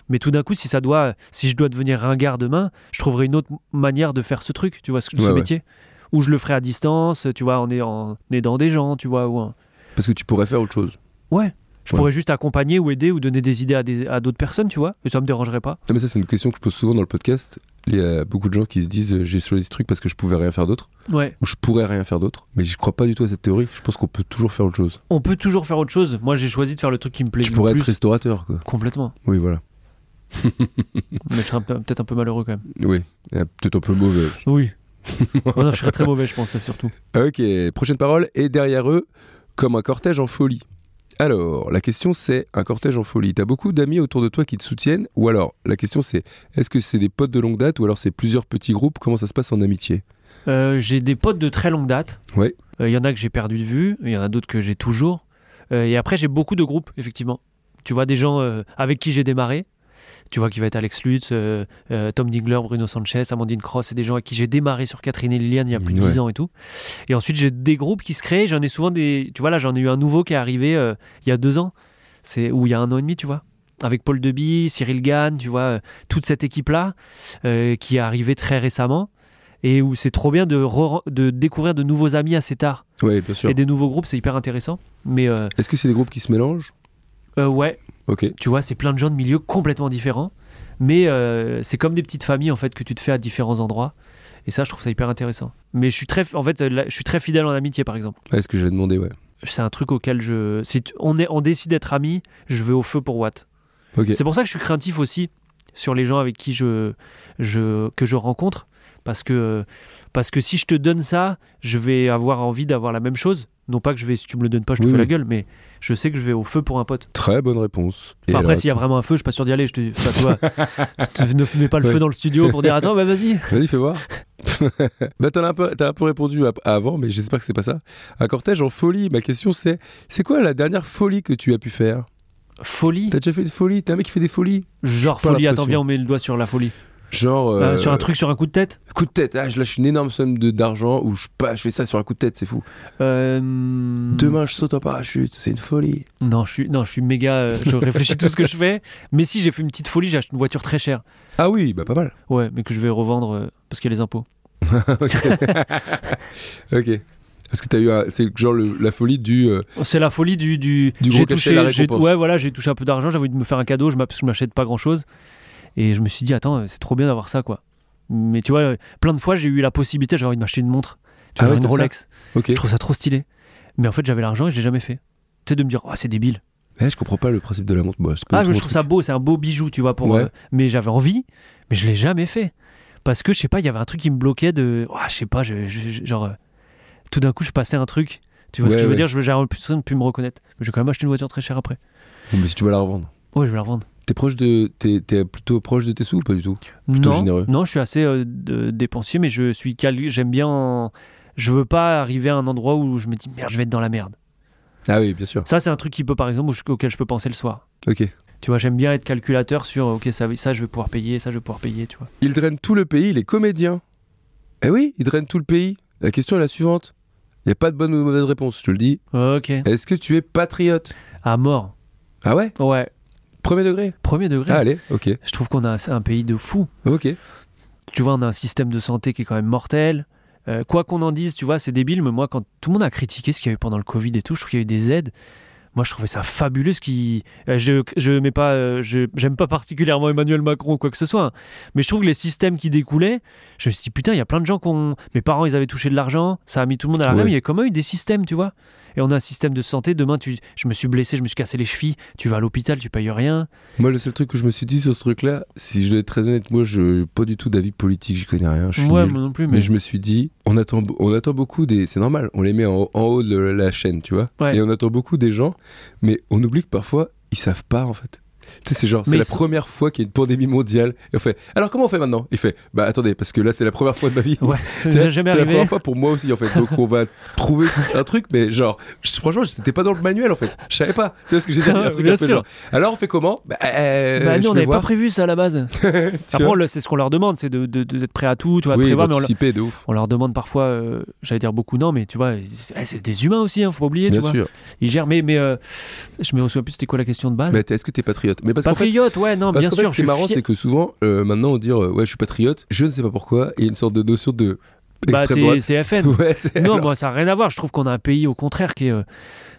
S4: Mais tout d'un coup, si ça doit, si je dois devenir ringard demain, je trouverai une autre manière de faire ce truc, tu vois, ce, ce
S3: Ouais, ouais.
S4: métier. Ou je le ferai à distance, tu vois, en, est- en aidant des gens, tu vois, ou en-
S3: Parce que tu pourrais faire autre chose.
S4: Je
S3: Ouais.
S4: pourrais juste accompagner ou aider ou donner des idées à des- à d'autres personnes, tu vois, et ça me dérangerait pas.
S3: Non, mais ça, c'est une question que je pose souvent dans le podcast. Il y a beaucoup de gens qui se disent euh, j'ai choisi ce truc parce que je pouvais rien faire d'autre,
S4: Ouais.
S3: ou je pourrais rien faire d'autre. Mais je crois pas du tout à cette théorie. Je pense qu'on peut toujours faire autre chose.
S4: On peut toujours faire autre chose. Moi, j'ai choisi de faire le truc qui me plaît
S3: tu
S4: le
S3: pourrais
S4: plus.
S3: être restaurateur, quoi.
S4: Complètement.
S3: Oui, voilà.
S4: Mais je serais un peu- peut-être un peu malheureux quand même.
S3: Oui. Euh, Peut-être un peu mauvais.
S4: Oui. Oh non,
S3: [laughs]
S4: je serais très mauvais, je pense, ça surtout.
S3: Ok, prochaine parole, et derrière eux, comme un cortège en folie. Alors, la question c'est un cortège en folie. T'as beaucoup d'amis autour de toi qui te soutiennent, ou alors la question c'est est-ce que c'est des potes de longue date, ou alors c'est plusieurs petits groupes Comment ça se passe en amitié
S4: Euh, j'ai des potes de très longue date.
S3: Ouais.
S4: Euh, Il y en a que j'ai perdu de vue, il y en a d'autres que j'ai toujours. Euh, et après, j'ai beaucoup de groupes, effectivement. Tu vois, des gens euh, avec qui j'ai démarré. Tu vois, qui va être Alex Lutz, euh, euh, Tom Dingler, Bruno Sanchez, Amandine Cross, c'est des gens avec qui j'ai démarré sur Catherine et Liliane il y a plus de
S3: Ouais.
S4: 10 ans et tout. Et ensuite, j'ai des groupes qui se créent. J'en ai souvent des. Tu vois, là, j'en ai eu un nouveau qui est arrivé euh, il y a deux ans, c'est ou il y a un an et demi, tu vois. avec Paul Deby, Cyril Gann, tu vois, euh, toute cette équipe-là euh, qui est arrivée très récemment et où c'est trop bien de, re- de découvrir de nouveaux amis assez tard
S3: Oui, bien sûr.
S4: et des nouveaux groupes, c'est hyper intéressant. Mais euh,
S3: Est-ce que c'est des groupes qui se mélangent
S4: euh, ouais,
S3: Ok.
S4: tu vois, c'est plein de gens de milieux complètement différents, mais euh, c'est comme des petites familles en fait que tu te fais à différents endroits. Et ça, je trouve ça hyper intéressant. Mais je suis très, en fait, euh, là, je suis très fidèle en amitié, par exemple.
S3: Ah, Est-ce que j'allais demander, ouais.
S4: C'est un truc auquel je, si tu- on est, on décide d'être amis, je vais au feu pour Watt.
S3: Ok.
S4: C'est pour ça que je suis craintif aussi sur les gens avec qui je, je que je rencontre parce que parce que si je te donne ça, je vais avoir envie d'avoir la même chose. Non pas que je vais si tu me le donnes pas, je te
S3: Oui,
S4: fais la
S3: oui.
S4: gueule, mais je sais que je vais au feu pour un pote.
S3: Très bonne réponse. Et
S4: Enfin, après,
S3: alors,
S4: s'il y a vraiment un feu, je suis pas hein. sûr d'y aller. Je te, enfin,
S3: [laughs]
S4: tu vois, te- ne mets pas le
S3: Ouais.
S4: feu dans le studio pour dire attends, bah vas-y.
S3: Vas-y, fais voir. [laughs] bah, t'en as un peu, t'as un peu répondu à- à avant, mais j'espère que c'est pas ça. Un cortège en folie. Ma question, c'est c'est quoi la dernière folie que tu as pu faire
S4: Folie,
S3: T'as déjà fait une folie T'es un mec qui fait des folies
S4: genre
S3: pas
S4: folie. Attends,
S3: l'impression.
S4: viens, on met le doigt sur la folie.
S3: Genre.
S4: Euh,
S3: euh,
S4: sur un truc, sur un coup de tête.
S3: Coup de tête. Ah, je lâche une énorme somme de- d'argent ou je, pas, je fais ça sur un coup de tête, c'est fou.
S4: Euh,
S3: Demain, je saute en parachute. C'est une folie.
S4: Non, je suis, non, je suis méga. euh, je réfléchis tout ce que je fais. Mais si j'ai fait une petite folie, j'ai acheté une voiture très chère.
S3: Ah oui, bah pas mal.
S4: Ouais, mais que je vais revendre euh, parce qu'il y a les impôts.
S3: Ok. Est-ce que t'as eu. un- C'est genre le- la folie du. euh,
S4: C'est la folie du du.
S3: Du gros
S4: j'ai
S3: cachet, la
S4: touché. j'ai-
S3: récompense.
S4: Ouais, voilà, j'ai touché un peu d'argent. J'avais envie de me faire un cadeau. Je m'app- je m'achète pas grand chose. Et je me suis dit attends, euh, c'est trop bien d'avoir ça quoi. Mais tu vois, euh, plein de fois j'ai eu la possibilité. J'avais envie de m'acheter une montre, tu
S3: Ah
S4: vois,
S3: ouais,
S4: une
S3: comme ça
S4: Rolex.
S3: Ok.
S4: Je trouve ça trop stylé. Mais en fait, j'avais l'argent et je l'ai jamais fait. Tu sais, de me dire, oh, c'est débile.
S3: Eh, je comprends pas le principe de la montre. Bah, c'est pas
S4: Ah,
S3: du
S4: mais
S3: tout
S4: je
S3: mon
S4: trouve
S3: truc.
S4: ça beau, c'est un beau bijou, tu vois. Pour,
S3: Ouais.
S4: euh, mais j'avais envie, mais je l'ai jamais fait. Parce que, je sais pas, il y avait un truc qui me bloquait de. Oh, je sais pas, je- je- je- genre. euh, tout d'un coup, je passais un truc. Tu vois ce
S3: Ouais,
S4: que je veux
S3: ouais.
S4: dire Je veux- J'avais l'impression de plus me reconnaître. Mais j'ai quand même acheté une voiture très chère après.
S3: Bon, mais si tu vas la revendre.
S4: Ouais, je vais la revendre.
S3: T'es proche de. T'es t'es plutôt proche de tes sous ou pas du tout Plutôt
S4: non,
S3: généreux.
S4: Non, je suis assez euh, de- dépensier, mais je suis cal- J'aime bien. en- Je veux pas arriver à un endroit où je me dis, merde, je vais être dans la merde.
S3: Ah oui, bien sûr.
S4: Ça, c'est un truc qui peut, par exemple, où je- auquel je peux penser le soir.
S3: Ok.
S4: Tu vois, j'aime bien être calculateur sur OK, ça, ça je vais pouvoir payer, ça je vais pouvoir payer, tu vois.
S3: Ils drainent tout le pays, les comédiens. Eh oui, ils drainent tout le pays. La question est la suivante. Il n'y a pas de bonne ou de mauvaise réponse, je te le dis.
S4: OK.
S3: Est-ce que tu es patriote
S4: À mort.
S3: Ah ouais
S4: Ouais.
S3: Premier degré
S4: Premier degré.
S3: Ah, allez, ok.
S4: Je trouve qu'on a un- un pays de fou.
S3: Ok.
S4: Tu vois, on a un système de santé qui est quand même mortel. Euh, quoi qu'on en dise, tu vois, c'est débile, mais moi, quand tout le monde a critiqué ce qu'il y a eu pendant le Covid et tout, je trouve qu'il y a eu des aides. Moi, je trouvais ça fabuleux. Ce qui, euh, je, je mets pas, euh, je- j'aime pas particulièrement Emmanuel Macron ou quoi que ce soit, hein. mais je trouve que les systèmes qui découlaient, je me suis dit putain, il y a plein de gens qui ont. Mes parents, ils avaient touché de l'argent, ça a mis tout le monde à la
S3: Ouais.
S4: même. Il y a quand même eu des systèmes, tu vois. Et on a un système de santé. Demain, tu, je me suis blessé, je me suis cassé les chevilles. Tu vas à l'hôpital, tu payes rien.
S3: Moi, le seul truc que je me suis dit sur ce truc-là, si je vais être très honnête, moi, je n'ai pas du tout d'avis politique, j'y connais rien. Je suis
S4: ouais,
S3: nul.
S4: moi non plus,
S3: Mais...
S4: mais,
S3: je me suis dit, on attend, be- on attend beaucoup des. C'est normal, on les met en, en haut de la chaîne, tu vois.
S4: Ouais.
S3: Et on attend beaucoup des gens, mais on oublie que parfois, ils savent pas, en fait. Tu sais, c'est genre,
S4: Mais
S3: c'est la
S4: ils sont-
S3: première fois qu'il y a une pandémie mondiale. Et on fait, alors comment on fait maintenant Il fait, bah attendez, parce que là, c'est la première fois de ma vie. [laughs]
S4: ouais, ça
S3: Tu
S4: nous
S3: sais,
S4: est jamais
S3: c'est la
S4: arrivé.
S3: première fois pour moi aussi en fait. Donc on va trouver un truc, mais genre, je- franchement, c'était pas dans le manuel en fait. Je savais pas. Tu vois ce que j'ai dit
S4: [laughs]
S3: un truc
S4: Bien
S3: un peu
S4: sûr.
S3: genre, Alors on fait comment Bah, euh,
S4: bah
S3: je
S4: nous, on
S3: vais
S4: n'avait pas
S3: voir.
S4: prévu ça à la base.
S3: [laughs] Tu
S4: Après,
S3: vois
S4: on le- c'est ce qu'on leur demande, c'est de- de- de- d'être prêt à tout, tu vois, de
S3: Oui,
S4: prévoir, mais on, leur-
S3: d'anticiper de ouf.
S4: on leur demande parfois, euh, j'allais dire beaucoup non, mais tu vois, ils disent, Eh, c'est des humains aussi, hein, faut pas oublier,
S3: Bien
S4: tu vois.
S3: sûr.
S4: Ils gèrent, mais, mais euh, je me souviens plus c'était quoi la question de base.
S3: Mais t'es- est-ce que t'es patriote Mais parce qu'en fait,
S4: Patriote, ouais, non,
S3: Parce
S4: bien
S3: qu'en fait,
S4: sûr,
S3: ce
S4: je
S3: qui est
S4: suis
S3: marrant,
S4: fier-
S3: c'est que souvent, euh, maintenant, on dit euh, ouais, je suis patriote, je ne sais pas pourquoi, il y a une sorte de notion de
S4: bah,
S3: extrême
S4: t'es-
S3: droite.
S4: c'est FN.
S3: [laughs] Ouais, t'es-
S4: Non,
S3: alors-
S4: moi, ça n'a rien à voir. Je trouve qu'on a un pays, au contraire, qui est. euh,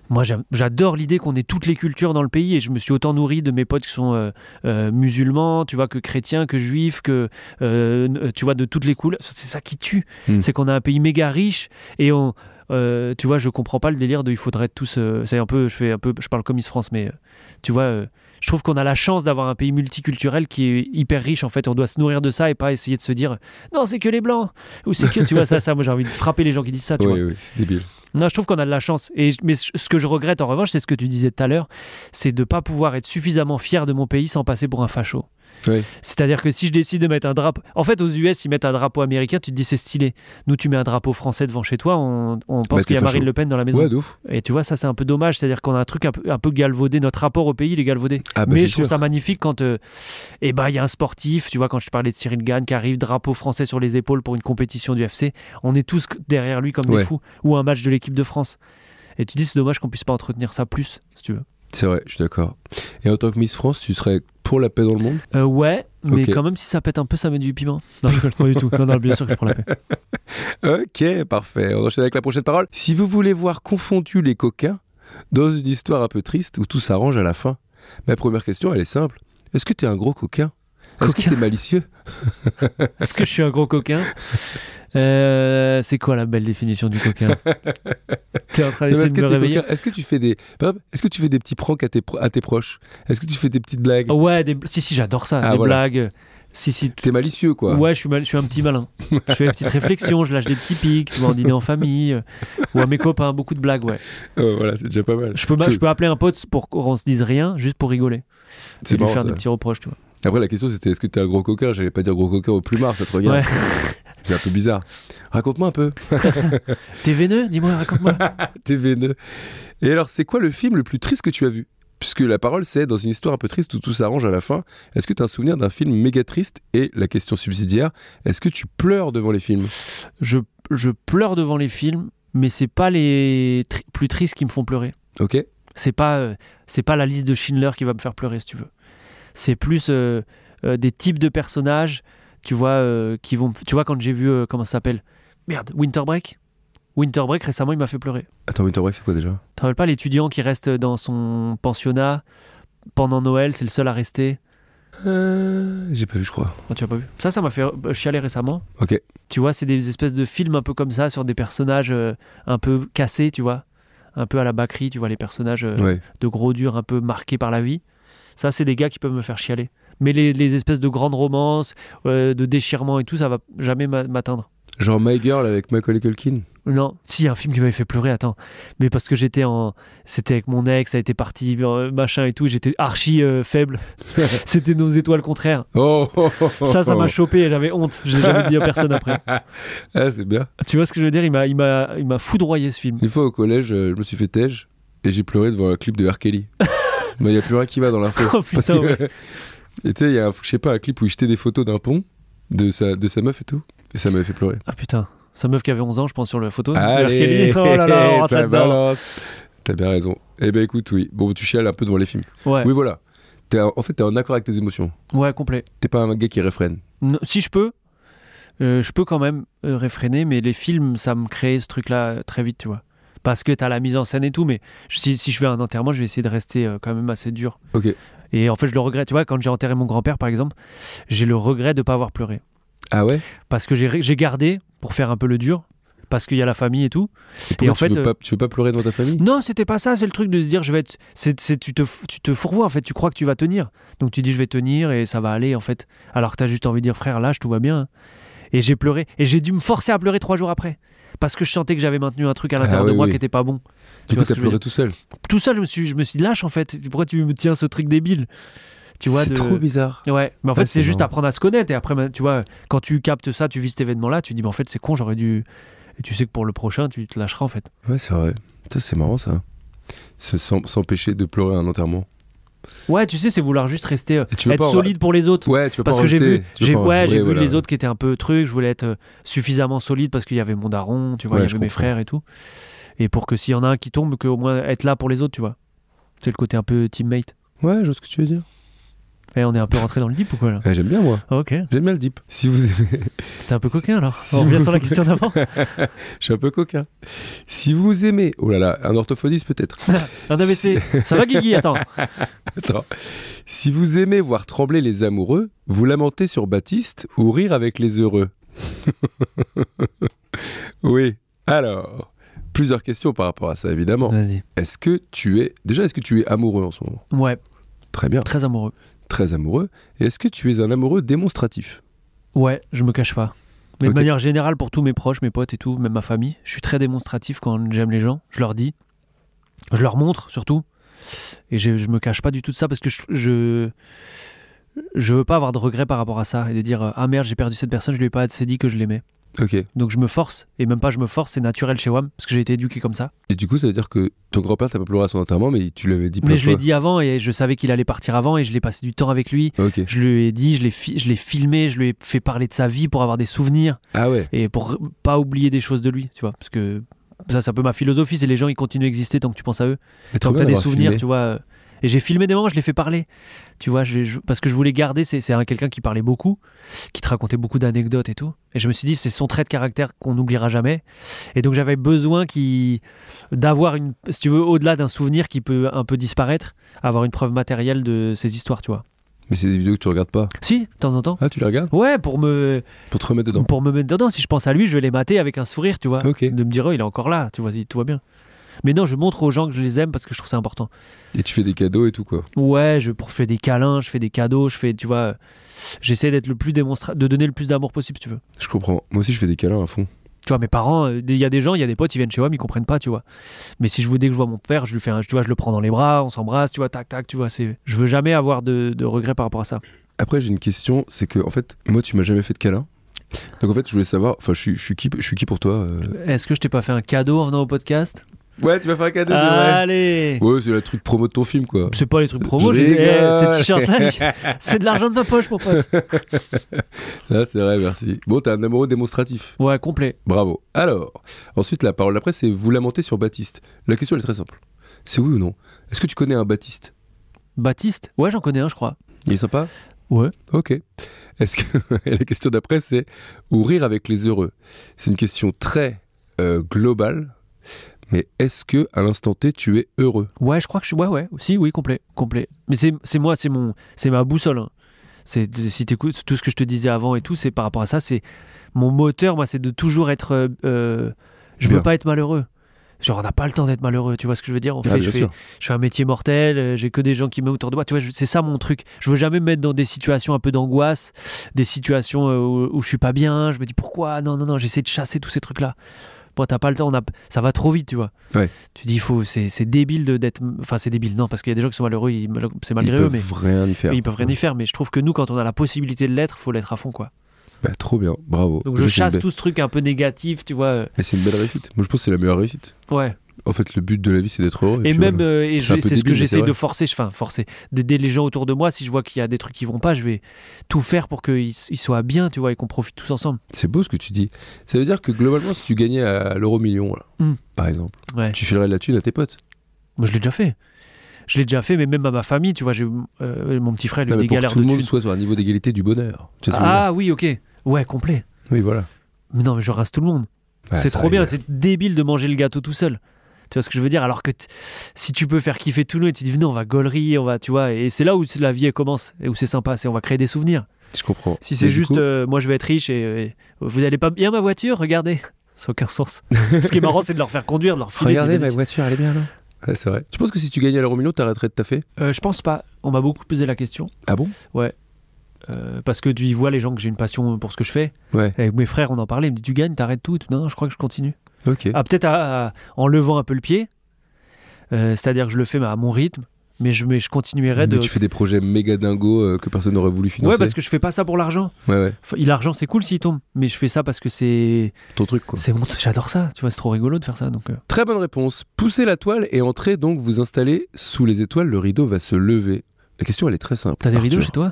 S4: Moi, j'aime- j'adore l'idée qu'on ait toutes les cultures dans le pays et je me suis autant nourri de mes potes qui sont euh, euh, musulmans, tu vois, que chrétiens, que juifs, que. euh, euh, tu vois, de toutes les couleurs. C'est ça qui tue.
S3: Mm.
S4: C'est qu'on a un pays méga riche et on. euh, tu vois, je comprends pas le délire de il faudrait être tous. euh, c'est un peu, je fais un peu, je parle comme Miss France, mais euh, tu vois, euh, je trouve qu'on a la chance d'avoir un pays multiculturel qui est hyper riche. En fait, on doit se nourrir de ça et pas essayer de se dire non, c'est que les blancs ou c'est que tu vois ça, ça. Moi, j'ai envie de frapper les gens qui disent ça. Tu vois.
S3: Ouais, ouais, c'est débile.
S4: Non, je trouve qu'on a de la chance. Et, je- mais ce ce que je regrette en revanche, c'est ce que tu disais tout à l'heure, c'est de ne pas pouvoir être suffisamment fier de mon pays sans passer pour un facho.
S3: Ouais.
S4: C'est-à-dire que si je décide de mettre un drapeau. En fait, aux US, ils mettent un drapeau américain, tu te dis c'est stylé. Nous, tu mets un drapeau français devant chez toi, on, on pense
S3: Bah, t'es
S4: qu'il y a
S3: facho.
S4: Marine Le Pen dans la maison.
S3: Ouais, de ouf.
S4: Et tu vois, ça, c'est un peu dommage. C'est-à-dire qu'on a un truc un peu, un peu galvaudé. Notre rapport au pays, il est galvaudé.
S3: Ah, bah,
S4: Mais
S3: c'est
S4: je trouve
S3: sûr.
S4: ça magnifique quand euh, eh ben, il y a un sportif, tu vois, quand je te parlais de Cyril Gann qui arrive, drapeau français sur les épaules pour une compétition du FC, on est tous derrière lui comme
S3: Ouais.
S4: des fous, ou un match de l'équipe de France. Et tu dis, c'est dommage qu'on puisse pas entretenir ça plus, si tu veux.
S3: C'est vrai, je suis d'accord. Et en tant que Miss France, tu serais pour la paix dans le monde
S4: Euh, ouais, mais
S3: Ok.
S4: quand même, si ça pète un peu, ça met du piment. Non, je rigole pas du tout. Non, non, bien sûr que je prends la paix.
S3: Ok, parfait. On enchaîne avec la prochaine parole. Si vous voulez voir confondus les coquins dans une histoire un peu triste où tout s'arrange à la fin, ma première question, elle est simple. Est-ce que t'es un gros coquin Est-ce que
S4: Coquin
S3: t'es malicieux
S4: Est-ce que je suis un gros coquin Euh, C'est quoi la belle définition
S3: [laughs]
S4: du coquin T'es en train
S3: Non, mais Est-ce
S4: d'essayer de
S3: que
S4: me
S3: t'es
S4: réveiller
S3: coquin Est-ce que tu fais des par exemple, Est-ce que tu fais des petits pranks à tes, pro- à tes proches Est-ce que tu fais des petites blagues
S4: Ah Ouais, des... si, si, j'adore ça.
S3: Ah,
S4: des
S3: voilà.
S4: blagues. Si, si.
S3: T'es malicieux quoi.
S4: Ouais, je suis, mal, je suis un petit malin. je fais des petites réflexions, je lâche des petits pics, tu vois, en dîner en famille, euh, ou à mes copains, beaucoup de blagues, ouais.
S3: Euh, voilà, c'est déjà pas mal.
S4: Je peux, ma-
S3: Tu-
S4: je peux appeler un pote pour qu'on se dise rien, juste pour rigoler.
S3: C'est
S4: et lui
S3: marrant,
S4: faire
S3: ça.
S4: des petits reproches, tu vois.
S3: Après la question c'était est-ce que t'es un gros coquin J'allais pas dire gros coquin au plumard, ça te regarde.
S4: Ouais.
S3: C'est un peu bizarre. Raconte-moi un peu.
S4: T'es véneux Dis-moi, raconte-moi.
S3: T'es veineux. Et alors, c'est quoi le film le plus triste que tu as vu Puisque la parole, c'est dans une histoire un peu triste où tout s'arrange à la fin. Est-ce que tu as un souvenir d'un film méga triste Et la question subsidiaire, est-ce que tu pleures devant les films
S4: je, je pleure devant les films, mais c'est pas les tri- plus tristes qui me font pleurer.
S3: Ok
S4: C'est pas, euh, c'est pas la liste de Schindler qui va me faire pleurer, si tu veux. C'est plus euh, euh, des types de personnages, tu vois, euh, qui vont. Tu vois, quand j'ai vu, euh, comment ça s'appelle Merde, Winter Break Winter Break, récemment, il m'a fait pleurer.
S3: Attends, Winter Break, c'est quoi déjà
S4: Tu te rappelles pas l'étudiant qui reste dans son pensionnat pendant Noël, c'est le seul à rester
S3: Euh, J'ai pas vu, je crois.
S4: Ah, Tu as pas vu Ça, ça m'a fait euh, chialer récemment.
S3: Ok.
S4: Tu vois, c'est des espèces de films un peu comme ça, sur des personnages euh, un peu cassés, tu vois. Un peu à la Bacri, tu vois, les personnages euh,
S3: Ouais.
S4: de gros durs, un peu marqués par la vie. Ça, c'est des gars qui peuvent me faire chialer. Mais les, les espèces de grandes romances, euh, de déchirements et tout, ça va jamais m'a- m'atteindre.
S3: Genre My Girl avec Michael Culkin
S4: Non, si, il y a un film qui m'avait fait pleurer, attends. Mais parce que j'étais en. C'était avec mon ex, ça a été parti, euh, machin et tout, et j'étais archi
S3: [laughs]
S4: euh, faible. C'était nos étoiles contraires.
S3: Oh, oh, oh, oh,
S4: Ça, ça
S3: oh.
S4: m'a chopé et j'avais honte. Je l'ai jamais dit à personne après.
S3: [laughs] Ah, c'est bien.
S4: Tu vois ce que je veux dire Il m'a, il m'a, il m'a foudroyé ce film.
S3: Une fois au collège, euh, je me suis fait tège et j'ai pleuré devant un clip de R.
S4: [laughs]
S3: Kelly. Mais il n'y a plus rien qui va dans l'info.
S4: Oh, putain,
S3: que- [laughs] Et tu sais, il y a, un- je sais pas, un clip où il jetait des photos d'un pont, de sa, de sa meuf et tout. Et ça m'avait fait pleurer.
S4: Ah putain, sa meuf qui avait 11 ans, je pense, sur la photo. de
S3: Allez,
S4: R. Kelly. Oh
S3: [laughs]
S4: là là, on rentre
S3: ça
S4: là-dedans.
S3: balance. T'as bien raison. Eh ben écoute, oui. Bon, tu chiales un peu devant les films.
S4: Ouais,
S3: Oui, voilà. T'es en en fait, t'es en accord avec tes émotions.
S4: ouais, complet.
S3: T'es pas un gars qui réfrène.
S4: Non, si je peux, euh, je peux quand même euh, réfréner, mais les films, ça me crée ce truc-là euh, très vite, tu vois. Parce que t'as la mise en scène et tout, mais je- si, si je vais à un enterrement, je vais essayer de rester euh, quand même assez dur.
S3: Ok.
S4: Et en fait, je le regrette. Tu vois, quand j'ai enterré mon grand-père, par exemple, j'ai le regret de ne pas avoir pleuré.
S3: Ah ouais
S4: parce que j'ai j'ai gardé pour faire un peu le dur parce qu'il y a la famille et tout
S3: Pourquoi
S4: en
S3: tu
S4: fait,
S3: veux,
S4: euh,
S3: pas, tu veux pas pleurer dans ta famille
S4: non c'était pas ça c'est le truc de se dire je vais être c'est c'est- tu te f- tu te fourvoies en fait tu crois que tu vas tenir donc tu dis je vais tenir et ça va aller en fait alors que t'as juste envie de dire frère lâche tout va bien et j'ai pleuré et j'ai dû me forcer à pleurer trois jours après parce que je sentais que j'avais maintenu un truc à l'intérieur
S3: Ah oui,
S4: de moi
S3: oui.
S4: qui était pas bon
S3: Du
S4: tu vois
S3: coup, t'as
S4: ce que je veux
S3: pleuré
S4: dire
S3: tout seul.
S4: tout seul je me suis je me suis dit, lâche en fait pourquoi tu me tiens ce truc débile tu vois
S3: C'est
S4: de-
S3: trop bizarre.
S4: Ouais, mais en
S3: Ouais,
S4: fait,
S3: c'est
S4: c'est juste
S3: marrant.
S4: apprendre à se connaître. Et après, bah, tu vois, quand tu captes ça, tu vis cet événement-là, tu dis, mais en fait, c'est con, j'aurais dû. Et tu sais que pour le prochain, tu te lâcheras, en fait.
S3: Ouais, c'est vrai. Ça, c'est marrant, ça. Se- sans- S'empêcher de pleurer à un enterrement.
S4: Ouais, tu sais, c'est vouloir juste rester. euh,
S3: Et tu veux
S4: être
S3: pas en-
S4: solide pour les autres.
S3: Ouais, tu veux pas
S4: Parce
S3: en
S4: que j'ai
S3: rajouter,
S4: vu,
S3: tu veux
S4: j'ai
S3: pas en-
S4: ouais, j'ai
S3: ouais,
S4: vu
S3: voilà.
S4: les autres qui étaient un peu truc. Je voulais être euh, suffisamment solide parce qu'il y avait mon daron, tu vois,
S3: Ouais,
S4: il y
S3: je
S4: avait mes
S3: comprends.
S4: frères et tout. Et pour que s'il y en a un qui tombe, qu'au moins être là pour les autres, tu vois. C'est le côté un peu teammate.
S3: Ouais, je vois ce que tu veux dire.
S4: Et on est un peu rentré dans le deep ou quoi là
S3: Ouais, J'aime bien, moi.
S4: Ah, Ok,
S3: J'aime bien le deep. Si vous aimez... [laughs]
S4: t'es un peu coquin [laughs] alors.
S3: Si
S4: on revient
S3: vous-
S4: sur la question d'avant.
S3: Je suis un peu coquin. Si vous aimez... Oh là là, un orthophoniste, peut-être. [laughs]
S4: Un AVC. Ça va, Guigui Attends.
S3: Attends. Si vous aimez voir trembler les amoureux, vous lamentez sur Baptiste ou rire avec les heureux [laughs] Oui. Alors, plusieurs questions par rapport à ça, évidemment.
S4: Vas-y.
S3: Est-ce que tu es. Déjà, est-ce que tu es amoureux en ce moment
S4: Ouais,
S3: Très bien.
S4: très amoureux.
S3: Très amoureux. Et est-ce que tu es un amoureux démonstratif
S4: Ouais, je me cache pas. Mais
S3: Ok.
S4: de manière générale, pour tous mes proches, mes potes et tout, même ma famille, je suis très démonstratif quand j'aime les gens. Je leur dis, je leur montre surtout. Et je, je me cache pas du tout de ça parce que je, je, je veux pas avoir de regrets par rapport à ça et de dire Ah merde, j'ai perdu cette personne, je lui ai pas assez dit que je l'aimais.
S3: Ok.
S4: Donc je me force, et même pas je me force, c'est naturel chez WAM parce que j'ai été éduqué comme ça.
S3: Et du coup, ça veut dire que ton grand-père t'a pas pleuré à son enterrement, mais tu l'avais dit plein
S4: Mais
S3: de
S4: je l'ai
S3: fois.
S4: dit avant et je savais qu'il allait partir avant et je l'ai passé du temps avec lui.
S3: Ok.
S4: Je lui ai dit, je l'ai fi- je l'ai filmé, je lui ai fait parler de sa vie pour avoir des souvenirs.
S3: Ah ouais.
S4: et pour pas oublier des choses de lui, tu vois, parce que ça c'est un peu ma philosophie, c'est les gens ils continuent à exister tant que tu penses à eux,
S3: Mais
S4: tant
S3: trop
S4: que
S3: bien
S4: t'as des
S3: d'avoir
S4: souvenirs,
S3: filmé.
S4: tu vois. euh, Et j'ai filmé des moments, je l'ai fait parler. Tu vois, je- je- parce que je voulais garder, c'est c'est un quelqu'un qui parlait beaucoup, qui te racontait beaucoup d'anecdotes et tout. Et je me suis dit, c'est son trait de caractère qu'on n'oubliera jamais. Et donc j'avais besoin qui d'avoir une, si tu veux, au-delà d'un souvenir qui peut un peu disparaître, avoir une preuve matérielle de ces histoires, tu vois.
S3: Mais c'est des vidéos que tu regardes pas.
S4: Si, de temps en temps.
S3: Ah, tu les regardes
S4: Ouais, pour me,
S3: Pour te remettre dedans.
S4: pour me mettre dedans. Si je pense à lui, je vais les mater avec un sourire, tu vois.
S3: Ok.
S4: De me dire, oh, il est encore là, tu vois, il- tout va bien. Mais non, je montre aux gens que je les aime parce que je trouve ça important.
S3: Et tu fais des cadeaux et tout, quoi.
S4: Ouais, je pour- je fais des câlins, je fais des cadeaux, je fais, tu vois, euh, j'essaie d'être le plus démonstra de donner le plus d'amour possible, si tu veux.
S3: Je comprends. Moi aussi, je fais des câlins à fond.
S4: Tu vois, mes parents, euh, il y a des gens, il y a des potes, ils viennent chez moi, mais ils comprennent pas, tu vois. Mais si je vous dès que je vois mon père, je lui fais, un, tu vois, je le prends dans les bras, on s'embrasse, tu vois, tac, tac, tu vois. C'est, je veux jamais avoir de, de regrets par rapport à ça.
S3: Après, j'ai une question, c'est que, en fait, moi, tu m'as jamais fait de câlin. Donc, en fait, je voulais savoir, enfin, je suis, je suis, qui, je suis qui pour toi euh
S4: Est-ce que je t'ai pas fait un cadeau en venant au podcast
S3: Ouais, tu m'as fait un cadeau,
S4: Ah. Allez.
S3: Ouais, c'est le truc promo de ton film, quoi.
S4: C'est pas les trucs promo,
S3: Je
S4: je les ai-
S3: rigole.
S4: eh, ces t-shirts-là, c'est de l'argent de ma poche, mon pote.
S3: Ah, c'est vrai, merci. Bon, t'es un amoureux démonstratif.
S4: Ouais, complet.
S3: Bravo. Alors, ensuite, la parole d'après, c'est vous lamentez sur Baptiste. La question, elle est très simple. C'est oui ou non Est-ce que tu connais un Baptiste
S4: Baptiste Ouais, j'en connais un, je crois.
S3: Il est sympa
S4: Ouais.
S3: Ok. Est-ce que [laughs] Et la question d'après c'est ou rire avec les heureux C'est une question très euh, globale, mais est-ce que à l'instant T tu es heureux
S4: Ouais, je crois que je suis. Ouais, ouais. Si, oui, complet. Complet. Mais c'est c'est moi, c'est mon, c'est ma boussole. hein. C'est si t'écoutes tout ce que je te disais avant et tout, c'est par rapport à ça. C'est mon moteur, moi, c'est de toujours être. euh, euh, je veux
S3: Bien.
S4: pas être malheureux. Genre, on n'a pas le temps d'être malheureux. Tu vois ce que je veux dire On
S3: Ah,
S4: fait,
S3: bien
S4: je, fais,
S3: sûr.
S4: je fais un métier mortel. euh, J'ai que des gens qui m'aiment autour de moi. Tu vois, je- c'est ça mon truc. Je veux jamais me mettre dans des situations un peu d'angoisse, des situations euh, où, où je suis pas bien. Je me dis pourquoi Non, non, non. J'essaie de chasser tous ces trucs-là. Bon, t'as pas le temps. On a, ça va trop vite, tu vois. Tu dis, il faut, c'est c'est débile de- d'être. Enfin, c'est débile, non, parce qu'il y a des gens qui sont malheureux, ils- mal- c'est
S3: Ils
S4: malgré eux,
S3: peuvent
S4: mais
S3: rien y faire.
S4: mais ils peuvent rien y faire. Mais je trouve que nous, quand on a la possibilité de l'être, faut l'être à fond, quoi.
S3: Bah, trop bien, bravo. Ça,
S4: Donc je
S3: c'est une
S4: chasse
S3: belle-
S4: tout ce truc un peu négatif, tu vois. euh,
S3: Mais c'est une belle réussite. Moi je pense que c'est la meilleure réussite.
S4: Ouais.
S3: En fait, le but de la vie c'est d'être heureux.
S4: Et,
S3: puis
S4: même,
S3: voilà.
S4: euh, et
S3: C'est un peu
S4: je- c'est ce
S3: débile,
S4: que
S3: mais c'est
S4: j'essaie
S3: vrai.
S4: de forcer, je- enfin, forcer, d'aider les gens autour de moi. Si je vois qu'il y a des trucs qui vont pas, je vais tout faire pour qu'ils ils soient bien, tu vois, et qu'on profite tous ensemble.
S3: C'est beau ce que tu dis. Ça veut dire que globalement, si tu gagnais à l'euro million, là,
S4: Hmm.
S3: par exemple,
S4: Ouais.
S3: tu filerais de la thune à tes potes.
S4: Moi, je l'ai déjà fait. Je l'ai déjà fait, mais même à ma famille, tu vois, j'ai euh, mon petit frère, lui,
S3: Non,
S4: a
S3: mais
S4: des
S3: pour que
S4: galères
S3: tout
S4: de
S3: le monde
S4: thunes.
S3: soit sur un niveau d'égalité du bonheur. Tu vois ce que je veux dire
S4: Ah oui, ok. Ouais, complet.
S3: Oui, voilà.
S4: Mais non, mais je rase tout le monde.
S3: Bah,
S4: c'est
S3: ça
S4: trop bien,
S3: rigole.
S4: c'est débile de manger le gâteau tout seul. Tu vois ce que je veux dire Alors que t- si tu peux faire kiffer tout le monde, tu dis non, on va gaulerie, on va, tu vois, et c'est là où la vie elle commence et où c'est sympa, c'est on va créer des souvenirs.
S3: Je comprends.
S4: Si
S3: Mais
S4: c'est
S3: du
S4: juste,
S3: coup-
S4: euh, moi je vais être riche et, euh, et vous allez pas bien ma voiture, regardez, [laughs] ça n'a
S3: [laughs]
S4: aucun sens. ce qui est marrant, c'est de leur faire conduire, de leur filer. des visites.
S3: voiture, elle est bien là. Ouais, c'est vrai. Tu penses que si tu gagnais à l'euro million, t'arrêterais de taffer
S4: Euh, je pense pas. On m'a beaucoup posé la question
S3: Ah bon
S4: euh, parce que tu y vois les gens que j'ai une passion pour ce que je fais.
S3: Ouais.
S4: Avec mes frères, on en parlait, ils me disent tu gagnes, t'arrêtes tout, et tout. Non, non, je crois que je continue.
S3: Ok.
S4: Ah, peut-être à- à- en levant un peu le pied, Euh, c'est-à-dire que je le fais mais à mon rythme, mais je, mais je continuerai
S3: Mais
S4: de.
S3: tu fais des projets méga dingos euh, que personne n'aurait voulu financer.
S4: ouais, parce que je fais pas ça pour l'argent.
S3: Ouais, ouais.
S4: Enfin, L'argent, c'est cool s'il tombe, mais je fais ça parce que c'est.
S3: Ton truc, quoi.
S4: c'est mon... J'adore ça, tu vois, c'est trop rigolo de faire ça. Donc, euh.
S3: Très bonne réponse. Poussez la toile et entrez donc vous installez sous les étoiles, le rideau va se lever. La question, elle est très simple.
S4: T'as des rideaux
S3: Arthur.
S4: chez toi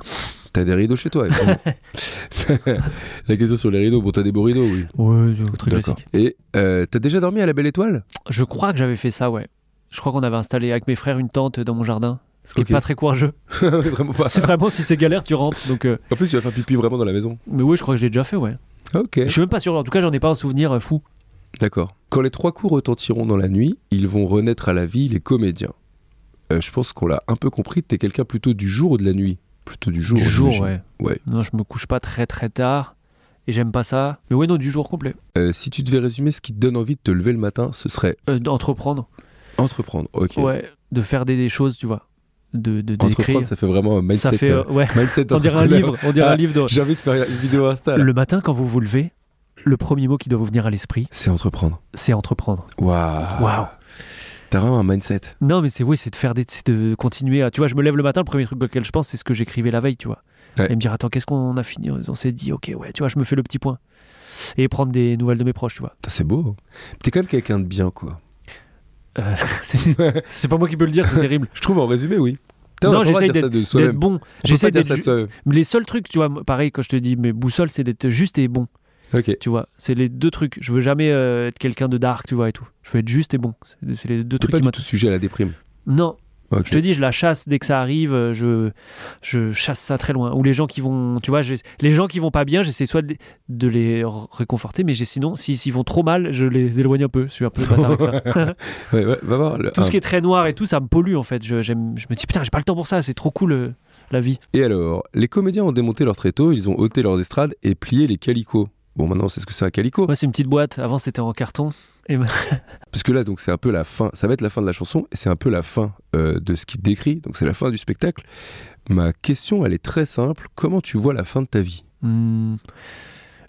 S3: T'as des rideaux chez toi,
S4: [laughs]
S3: évidemment. [laughs] La question sur les rideaux, bon, t'as des beaux rideaux, oui.
S4: Ouais, c'est un truc
S3: D'accord.
S4: classique.
S3: Et euh, t'as déjà dormi à la Belle Étoile
S4: Je crois que j'avais fait ça, ouais. Je crois qu'on avait installé avec mes frères une tente dans mon jardin. Ce qui
S3: Ok.
S4: est pas
S3: [laughs]
S4: très courageux.
S3: Ah Vraiment pas.
S4: C'est vraiment si c'est galère, tu rentres. Donc, euh,
S3: En plus, tu vas faire pipi vraiment dans la maison.
S4: Mais oui, je crois que je l'ai déjà fait, ouais.
S3: Ok.
S4: Je suis même pas sûr. En tout cas, j'en ai pas un souvenir euh, fou.
S3: D'accord. Quand les trois coups retentiront dans la nuit, ils vont renaître à la vie les comédiens. Euh, je pense qu'on l'a un peu compris, t'es quelqu'un plutôt du jour ou de la nuit Plutôt du jour.
S4: du jour,
S3: j'imagine.
S4: ouais.
S3: Ouais.
S4: Non, je me couche pas très très tard et j'aime pas ça. Mais ouais, non, du jour complet.
S3: Euh, si tu devais résumer ce qui te donne envie de te lever le matin, ce serait
S4: Euh, D'entreprendre,
S3: entreprendre. Ok.
S4: ouais, de faire des, des choses, tu vois, de de d'écrire.
S3: entreprendre, ça fait vraiment un mindset.
S4: Ça fait,
S3: euh,
S4: euh, ouais,
S3: mindset
S4: on dirait un
S3: entrepreneur.
S4: livre, on dirait
S3: Ah,
S4: un livre.
S3: [laughs]
S4: de-
S3: J'ai envie de faire une vidéo Insta. là.
S4: Le matin, quand vous vous levez, le premier mot qui doit vous venir à l'esprit,
S3: C'est entreprendre.
S4: c'est entreprendre.
S3: Waouh.
S4: Waouh.
S3: T'as vraiment un mindset.
S4: Non, mais c'est oui, c'est de faire des, c'est de continuer. À, tu vois, je me lève le matin, le premier truc auquel je pense, c'est ce que j'écrivais la veille, tu vois.
S3: Ouais.
S4: Et me dire, attends, qu'est-ce qu'on a fini On s'est dit, ok, ouais, tu vois, je me fais le petit point et prendre des nouvelles de mes proches, tu vois. [laughs]
S3: Putain, C'est beau. hein. T'es quand même quelqu'un de bien, quoi.
S4: C'est c'est pas moi qui peux le dire, c'est terrible.
S3: [laughs] Je trouve en résumé, oui. Putain, on
S4: Non,
S3: a pas le droit de dire
S4: j'essaye
S3: ça de
S4: D'être
S3: soi-même.
S4: bon.
S3: On peut pas
S4: J'essaie
S3: dire
S4: d'être
S3: ça de
S4: ju-
S3: soi-même.
S4: Mais Les seuls trucs, tu vois, m- pareil, quand je te dis mes boussoles, c'est d'être juste et bon.
S3: Ok.
S4: Tu vois, c'est les deux trucs. Je veux jamais euh, être quelqu'un de dark, tu vois, et tout. Je veux être juste et bon. C'est c'est les deux
S3: T'es
S4: trucs
S3: pas
S4: qui
S3: du
S4: m'ont
S3: tout sujet à la déprime.
S4: Non,
S3: Ok.
S4: Je te dis, je la chasse dès que ça arrive, euh, je, je chasse ça très loin. Ou les gens qui vont, tu vois, j'ai- les gens qui vont pas bien, j'essaie soit de, les- de les r- réconforter, mais j'ai sinon, si- s'ils vont trop mal, je les éloigne un peu. Je suis un peu bâtard
S3: [laughs]
S4: avec ça.
S3: Ouais, ouais, va voir. le-
S4: tout ce
S3: un-
S4: qui est très noir et tout, ça me pollue en fait. Je, j'aime- je me dis, putain, j'ai pas le temps pour ça, c'est trop cool euh, la vie.
S3: Et alors, les comédiens ont démonté leurs tréteaux, ils ont ôté leurs estrades et plié les calicots. Bon, maintenant, c'est ce que c'est un calicot.
S4: Moi, c'est une petite boîte. Avant, c'était en carton.
S3: Parce que là, donc, c'est un peu la fin. Ça va être la fin de la chanson et c'est un peu la fin euh, de ce qu'il décrit. Donc, c'est la fin du spectacle. Ma question, elle est très simple. Comment tu vois la fin de ta vie
S4: Hmm.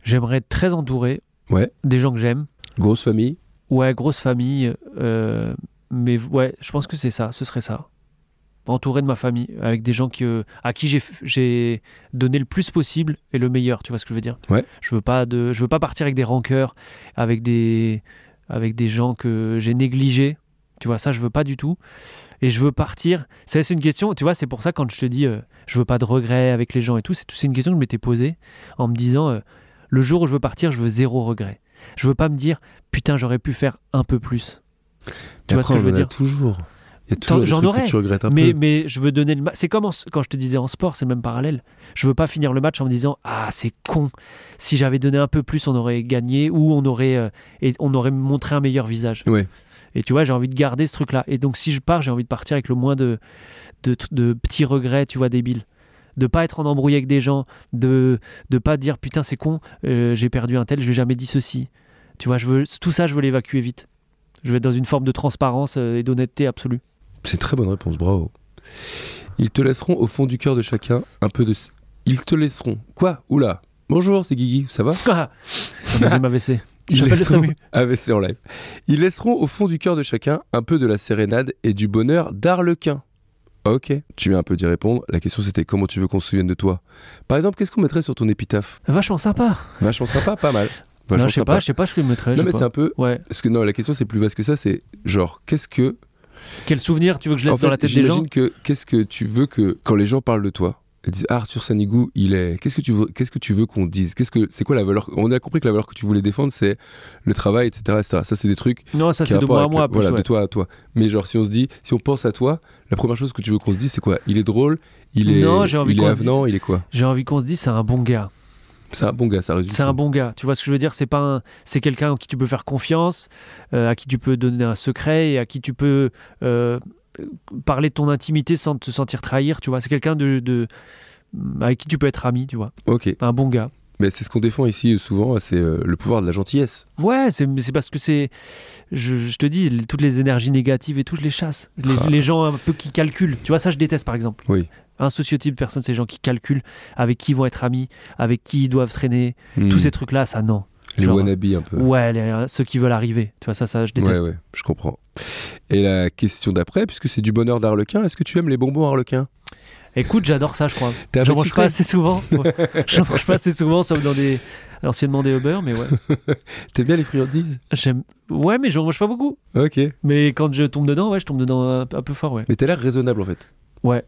S4: J'aimerais être très entouré
S3: Ouais.
S4: des gens que j'aime.
S3: Grosse famille
S4: Ouais, grosse famille. euh, mais v- ouais, je pense que c'est ça, ce serait ça. Entouré de ma famille, avec des gens qui, euh, à qui j'ai f- j'ai donné le plus possible et le meilleur, tu vois ce que je veux dire
S3: Ouais.
S4: Je veux pas de, je veux pas partir avec des rancœurs, avec des, avec des gens que j'ai négligés. Tu vois, ça, je veux pas du tout. Et je veux partir. C'est c'est une question, tu vois, c'est pour ça quand je te dis, euh, je veux pas de regrets avec les gens et tout, c'est c'est une question que je m'étais posée en me disant, euh, le jour où je veux partir, je veux zéro regret. Je veux pas me dire, putain, j'aurais pu faire un peu plus. Tu vois ce
S3: Après,
S4: que je
S3: on
S4: veux
S3: en a
S4: dire
S3: Toujours. Il y a
S4: Tant-
S3: toujours des
S4: j'en
S3: trucs
S4: aurais,
S3: que tu regrettes un
S4: mais,
S3: peu.
S4: mais je veux donner le ma- C'est comme en s- quand je te disais en sport, c'est le même parallèle. Je veux pas finir le match en me disant Ah, c'est con. Si j'avais donné un peu plus, on aurait gagné ou on aurait, euh, et on aurait montré un meilleur visage.
S3: Ouais.
S4: Et tu vois, j'ai envie de garder ce truc-là. Et donc, si je pars, j'ai envie de partir avec le moins de, de, tr- de petits regrets, tu vois, débiles. De pas être en embrouille avec des gens, de de pas dire Putain, c'est con, euh, j'ai perdu un tel, je lui ai jamais dit ceci. Tu vois, je veux, tout ça, je veux l'évacuer vite. Je veux être dans une forme de transparence euh, et d'honnêteté absolue.
S3: C'est une très bonne réponse, bravo. Ils te laisseront au fond du cœur de chacun un peu de. Ils te laisseront. Quoi Oula Bonjour, c'est Guigui, ça va
S4: Ah, c'est un
S3: [laughs]
S4: deuxième AVC.
S3: Ils
S4: J'appelle le
S3: laisseront...
S4: SAMU.
S3: AVC en live. Ils laisseront au fond du cœur de chacun un peu de la sérénade et du bonheur d'Arlequin. Ok, tu viens un peu d'y répondre. La question c'était comment tu veux qu'on se souvienne de toi Par exemple, qu'est-ce qu'on mettrait sur ton épitaphe
S4: Vachement sympa.
S3: Vachement sympa, pas mal. Vachement
S4: non, je sais
S3: sympa.
S4: pas, je sais pas ce que je mettrais. je
S3: non, mais
S4: sais
S3: c'est
S4: pas.
S3: un peu.
S4: Ouais.
S3: Parce que non, la question c'est plus vaste que ça. C'est genre, qu'est-ce que.
S4: Quel souvenir tu veux que je
S3: En
S4: laisse
S3: fait,
S4: dans la tête des gens
S3: j'imagine que qu'est-ce que tu veux que quand les gens parlent de toi ils disent ah, Arthur Sanigou, il est. Qu'est-ce que tu veux Qu'est-ce que tu veux qu'on dise Qu'est-ce que c'est quoi la valeur On a compris que la valeur que tu voulais défendre, c'est le travail, etc., etc. Ça, c'est des trucs
S4: Non, ça
S3: qui
S4: c'est
S3: a
S4: de
S3: rapport
S4: moi à
S3: avec le-
S4: moi. plus,
S3: voilà,
S4: ouais.
S3: de toi à toi. Mais genre, si on se dit, si on pense à toi, la première chose que tu veux qu'on se dise, c'est quoi Il est drôle, il est,
S4: Non, j'ai envie
S3: il est
S4: qu'on se dise-
S3: avenant, il est quoi
S4: J'ai envie qu'on se dise c'est un bon gars.
S3: C'est un bon gars, ça résume.
S4: C'est un
S3: tout.
S4: bon gars. Tu vois ce que je veux dire C'est pas un- c'est quelqu'un en qui tu peux faire confiance, euh, à qui tu peux donner un secret et à qui tu peux euh, parler de ton intimité sans te sentir trahir. Tu vois, c'est quelqu'un de, de avec qui tu peux être ami. Tu vois,
S3: Ok,
S4: un bon gars.
S3: mais c'est ce qu'on défend ici euh, souvent, c'est euh, le pouvoir de la gentillesse.
S4: Ouais, c'est c'est parce que c'est. Je, je te dis, les- toutes les énergies négatives et tout, je les chasse. Les,
S3: Ah.
S4: les gens un peu qui calculent. Tu vois, ça, je déteste par exemple.
S3: Oui.
S4: Un sociotype de personnes, c'est les gens qui calculent avec qui ils vont être amis, avec qui ils doivent traîner. Tous ces trucs-là, ça, non.
S3: Hmm. les
S4: genre-
S3: wannabes un peu.
S4: Ouais, les- ceux qui veulent arriver. Tu vois, ça, ça, je déteste.
S3: Ouais, ouais, je comprends. Et la question d'après, puisque c'est du bonheur d'Arlequin, est-ce que tu aimes les bonbons Arlequin
S4: Écoute, j'adore ça, je crois.
S3: T'es
S4: J'en
S3: avec
S4: mange
S3: sucré
S4: pas assez
S3: [laughs]
S4: souvent. Ouais. J'en mange pas assez souvent, sauf dans des. Anciennement des Uber, mais ouais.
S3: T'aimes bien les friandises
S4: J'aime. Ouais, mais j'en mange pas beaucoup.
S3: Ok. Mais
S4: Mais quand je tombe dedans, ouais, je tombe dedans un, un peu fort, ouais.
S3: t'as l'air raisonnable en fait.
S4: Ouais.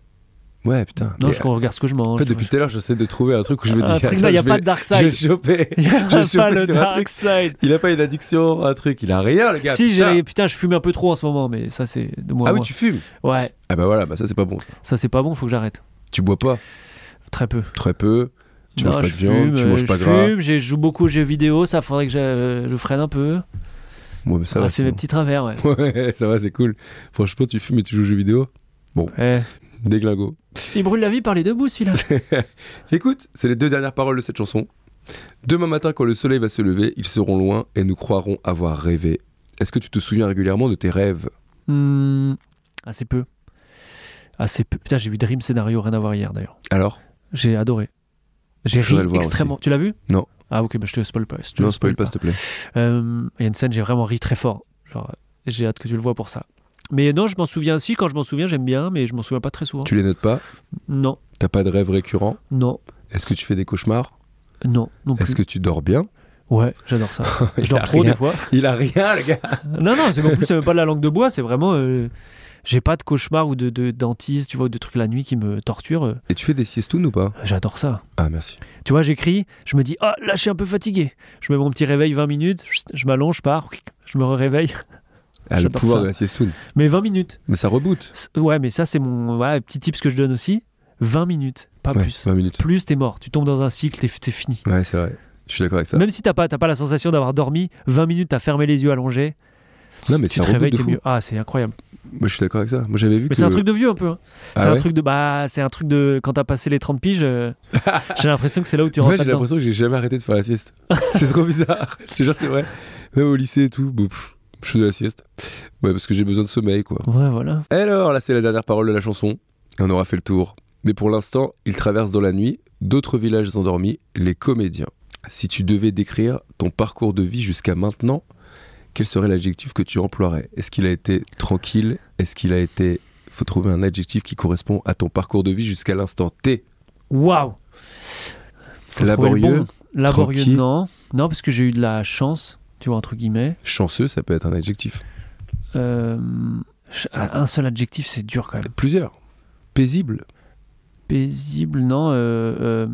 S3: Ouais, putain.
S4: Non,
S3: Mais,
S4: je regarde ce que je mange.
S3: En fait, depuis tout à l'heure, j'essaie de trouver un truc où je me dis.
S4: Un Ah, truc,
S3: attends,
S4: non, y a
S3: je
S4: pas
S3: vais-
S4: de dark
S3: Je vais le
S4: side.
S3: choper.
S4: Il [laughs] y a
S3: Je vais
S4: pas
S3: choper
S4: le
S3: sur un
S4: dark
S3: truc.
S4: side.
S3: Il a pas une addiction, un truc. Il a rien, le gars.
S4: si,
S3: putain.
S4: j'ai- putain, je fume un peu trop en ce moment, mais ça, c'est de moi. à
S3: Ah oui,
S4: moi.
S3: tu fumes
S4: Ouais,
S3: Ah bah voilà, bah ça c'est pas bon.
S4: ça, c'est pas bon, faut que j'arrête.
S3: Tu bois pas
S4: Très peu.
S3: très peu, tu
S4: Non,
S3: manges pas de
S4: je
S3: viande,
S4: fume,
S3: tu
S4: euh,
S3: manges pas
S4: je
S3: gras.
S4: fume, j'ai- je joue beaucoup aux jeux vidéo, ça faudrait que je, euh, je freine un peu.
S3: Ouais, mais ça
S4: Ah,
S3: va.
S4: c'est mes petits travers, ouais.
S3: bon. [laughs] Ouais, ça va, c'est cool. Franchement, tu fumes et tu joues aux jeux vidéo,
S4: Ouais.
S3: déglingo.
S4: Il brûle la vie par les deux bouts, celui-là.
S3: Écoute, c'est les deux dernières paroles de cette chanson. Demain matin, quand le soleil va se lever, ils seront loin et nous croirons avoir rêvé. Est-ce que tu te souviens régulièrement de tes rêves
S4: [laughs] Hmm, assez peu. Assez peu. Putain, j'ai vu Dream Scénario, rien à voir hier d'ailleurs.
S3: Alors
S4: J'ai adoré. J'ai
S3: Je voudrais
S4: ri
S3: le voir
S4: extrêmement. Tu l'as vu
S3: Non.
S4: Ah, ok, bah, je te spoil pas. je te
S3: Non, spoil pas, s'il te plaît.
S4: Euh, Il y a une scène, j'ai vraiment ri très fort. Genre, euh, j'ai hâte que tu le vois pour ça. Mais non, je m'en souviens si, quand je m'en souviens, j'aime bien, mais je m'en souviens pas très souvent.
S3: Tu les notes pas
S4: Non,
S3: T'as pas de rêve récurrent
S4: non,
S3: Est-ce que tu fais des cauchemars
S4: non, non plus.
S3: Est-ce que tu dors bien
S4: Ouais, j'adore ça.
S3: [laughs] Il
S4: je
S3: a
S4: dors trop
S3: rien.
S4: des fois.
S3: Il a rien, le gars
S4: Non, non, c'est en plus, c'est même pas de la langue de bois, c'est vraiment. euh, j'ai pas de cauchemar ou de, de dentiste, tu vois, ou de trucs la nuit qui me torturent. euh,
S3: Et tu fais des siestounes ou pas
S4: J'adore ça.
S3: Ah, merci.
S4: Tu vois, j'écris, je me dis, ah là, je suis un peu fatigué. Je mets mon petit réveil 20 minutes, je m'allonge, je pars, je me réveille.
S3: Ah, le
S4: J'adore
S3: pouvoir
S4: ça.
S3: de la siestoune.
S4: Mais 20 minutes.
S3: Mais ça reboot.
S4: S- Ouais, mais ça, c'est mon ouais, petit tip que je donne aussi. 20 minutes, pas
S3: ouais,
S4: Ah, plus.
S3: 20 minutes.
S4: Plus, t'es mort. Tu tombes dans un cycle, t'es t'es fini.
S3: Ouais, c'est vrai. Je suis d'accord avec ça.
S4: Même si t'as pas, t'as pas la sensation d'avoir dormi, 20 minutes, t'as fermé les yeux allongés,
S3: non, mais
S4: tu
S3: ça
S4: te
S3: reboot
S4: réveilles,
S3: de
S4: t'es
S3: fou.
S4: mieux. Ah, c'est incroyable.
S3: Moi, je suis d'accord avec ça. Moi, j'avais vu
S4: Mais
S3: que.
S4: c'est un truc de vieux un peu. hein.
S3: Ah
S4: c'est un
S3: ouais
S4: truc de. Bah, c'est un truc de. Quand t'as passé les 30 piges,
S3: [laughs]
S4: euh, j'ai l'impression que c'est là où tu rentres
S3: Moi, j'ai
S4: dedans.
S3: l'impression que j'ai jamais arrêté de faire la
S4: [laughs]
S3: sieste. c'est trop bizarre. [laughs] Je te jure, c'est vrai. Même au lycée et tout, bon, pff, je fais de la sieste. Ouais, parce que j'ai besoin de sommeil, quoi.
S4: Ouais, voilà.
S3: Alors, là, c'est la dernière parole de la chanson. Et on aura fait le tour. Mais pour l'instant, ils traversent dans la nuit d'autres villages endormis, les comédiens. Si tu devais décrire ton parcours de vie jusqu'à maintenant, quel serait l'adjectif que tu emploierais Est-ce qu'il a été tranquille Est-ce qu'il a été. Faut trouver un adjectif qui correspond à ton parcours de vie jusqu'à l'instant T.
S4: Waouh! Faut trouver le
S3: Laborieux,
S4: bon. Laborieux,
S3: tranquille.
S4: non. Non, parce que j'ai eu de la chance, tu vois, entre guillemets.
S3: Chanceux, ça peut être un adjectif.
S4: Euh, ch- un seul adjectif, c'est dur quand même.
S3: Euh, Plusieurs. Paisible.
S4: paisible, non. euh, euh,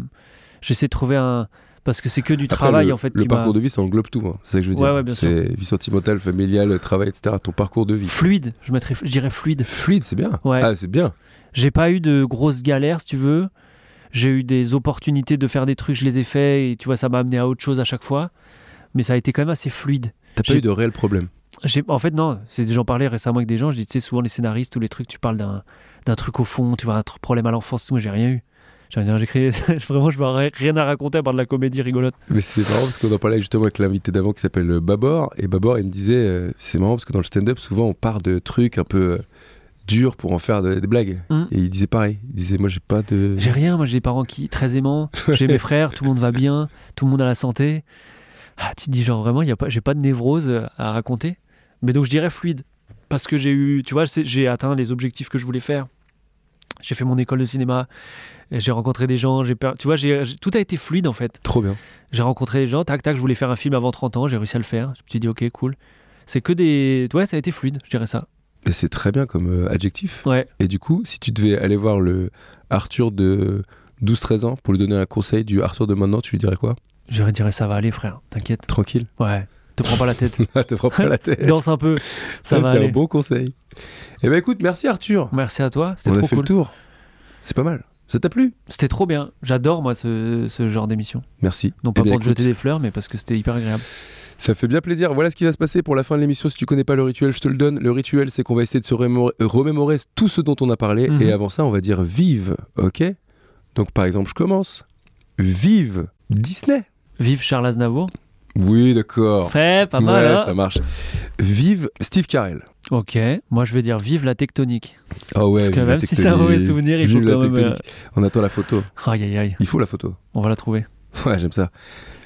S4: J'essaie de trouver un. Parce que c'est que du
S3: Après,
S4: travail,
S3: le,
S4: en fait.
S3: Le
S4: qui m'a-
S3: parcours de vie, ça englobe tout. hein. C'est ça que je veux
S4: Ouais,
S3: dire.
S4: ouais, bien sûr.
S3: c'est vie sentimentale, familiale, travail, etc. Ton parcours de vie.
S4: Fluide, je, mettrais, je dirais fluide.
S3: Fluide, c'est bien.
S4: Ouais.
S3: Ah, c'est bien.
S4: J'ai pas eu de grosses galères, si tu veux. J'ai eu des opportunités de faire des trucs, je les ai fait, et tu vois, ça m'a amené à autre chose à chaque fois. Mais ça a été quand même assez fluide.
S3: T'as pas
S4: J'ai-
S3: eu de réel problème.
S4: J'ai- En fait, non, c'est- j'en parlais récemment avec des gens, je dis, tu sais, souvent les scénaristes ou les trucs, tu parles d'un d'un truc au fond, tu vois, un tr- problème à l'enfance, moi j'ai rien eu. J'ai rien- j'ai créé, [laughs] vraiment, je n'ai rien à raconter à part de la comédie rigolote.
S3: Mais c'est marrant parce qu'on en parlait justement avec l'invité d'avant qui s'appelle euh, Babor. Et Babor, il me disait, euh, c'est marrant parce que dans le stand-up, souvent on part de trucs un peu euh, durs pour en faire de- des blagues.
S4: Mm.
S3: Et il disait pareil. Il disait, moi j'ai pas de.
S4: J'ai rien, moi j'ai des parents qui très aimants, j'ai mes frères, tout le monde va bien, tout le monde a la santé. Ah, tu te dis genre vraiment, il y a pas, j'ai pas de névrose euh, à raconter. Mais donc je dirais fluide, parce que j'ai eu, tu vois, c'est- j'ai atteint les objectifs que je voulais faire. J'ai fait mon école de cinéma, et j'ai rencontré des gens, j'ai per- tu vois, j'ai, j'ai- tout a été fluide en fait.
S3: Trop bien.
S4: J'ai rencontré des gens, tac tac, je voulais faire un film avant 30 ans, j'ai réussi à le faire. Je me suis dit ok cool. C'est que des, ouais, ça a été fluide, je dirais ça.
S3: Et c'est très bien comme euh, adjectif.
S4: Ouais.
S3: Et du coup, si tu devais aller voir le Arthur de 12-13 ans pour lui donner un conseil du Arthur de maintenant, tu lui dirais quoi
S4: Je dirais ça va aller frère, t'inquiète.
S3: Tranquille.
S4: [laughs]
S3: Ah,
S4: Ouais, te prends pas
S3: [laughs]
S4: la tête,
S3: Te prends pas la
S4: [laughs]
S3: tête.
S4: danse un peu, ça
S3: Ça,
S4: va
S3: c'est
S4: aller.
S3: un bon conseil. Eh ben écoute, merci Arthur.
S4: Merci à toi,
S3: On
S4: c'était
S3: a
S4: trop
S3: fait
S4: cool.
S3: le tour. C'est pas mal. Ça t'a plu
S4: C'était trop bien. J'adore moi ce, ce genre d'émission.
S3: Merci.
S4: Non
S3: Eh
S4: pas
S3: bien,
S4: pour te
S3: écoute,
S4: jeter des fleurs, mais parce que c'était hyper agréable.
S3: Ça fait bien plaisir. Voilà ce qui va se passer pour la fin de l'émission. Si tu connais pas le rituel, je te le donne. Le rituel, c'est qu'on va essayer de se remémorer, euh, remémorer tout ce dont on a parlé.
S4: Mhm.
S3: Et avant ça, on va dire vive. Ok Donc par exemple, je commence. Vive Disney.
S4: Vive Charles Aznavour.
S3: Oui, d'accord.
S4: Ouais, pas mal.
S3: Ouais,
S4: hein
S3: ça marche. Vive Steve Carell.
S4: ok. Moi je vais dire vive la tectonique.
S3: Ah ouais.
S4: parce que
S3: vive la
S4: même si c'est un
S3: tectonique.
S4: mauvais souvenir, il faut
S3: Vive la
S4: quand même. euh,
S3: tectonique. On attend la photo.
S4: Aïe aïe aïe.
S3: Il faut la photo. [laughs]
S4: On va la trouver.
S3: Ouais, j'aime ça.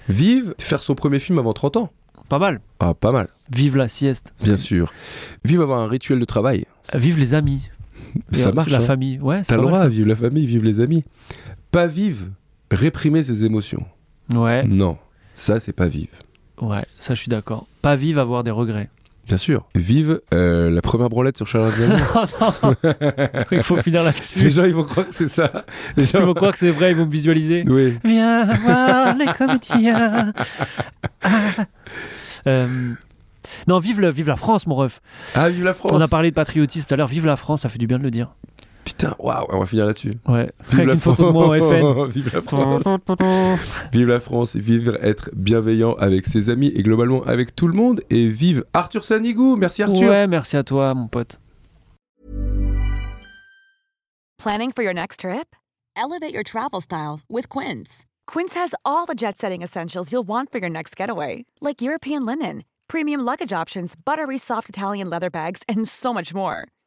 S3: Vive faire son premier film avant 30 ans.
S4: Pas mal.
S3: Ah, pas mal,
S4: Vive la sieste.
S3: bien sûr. Vive avoir un rituel de travail.
S4: Vive les amis.
S3: [laughs]
S4: Et,
S3: Ça
S4: euh,
S3: marche.
S4: La
S3: hein.
S4: famille. Ouais.
S3: T'as
S4: C'est
S3: le
S4: pas mal,
S3: droit, vive la famille, vive les amis. Pas vive, réprimer ses émotions.
S4: ça. Ouais.
S3: Non, ça c'est pas vive.
S4: Ouais. Ça je suis d'accord. Pas vive avoir
S3: [laughs]
S4: des regrets.
S3: Bien sûr. Vive euh, la première branlette sur Charles Aznavour.
S4: [laughs] Oh non. Il faut finir
S3: Les [laughs]
S4: là-dessus.
S3: gens ils vont croire que c'est ça. Les
S4: Ils
S3: gens
S4: vont croire que c'est vrai. Ils vont me visualiser.
S3: Oui.
S4: Viens voir les comédiens. Ah. [laughs] Euh, non, vive, le- vive la France, mon ref.
S3: Ah, vive la France.
S4: On a parlé de patriotisme tout à l'heure. Vive la France, ça fait du bien de le dire.
S3: Putain, waouh, on va finir là-dessus.
S4: Ouais.
S3: Vive
S4: Avec
S3: la
S4: une
S3: France.
S4: photo de moi en
S3: [laughs]
S4: FN.
S3: Vive la France. Vive la France, vivre, être bienveillant avec ses amis et globalement avec tout le monde. Et vive Arthur Sanigou. Merci Arthur.
S4: Ouais, merci à toi, mon pote.
S5: Planning for your next trip? Elevate your travel style with Quince. Quince has all the jet setting essentials you'll want for your next getaway, like European linen, premium luggage options, buttery soft Italian leather bags, and so much more.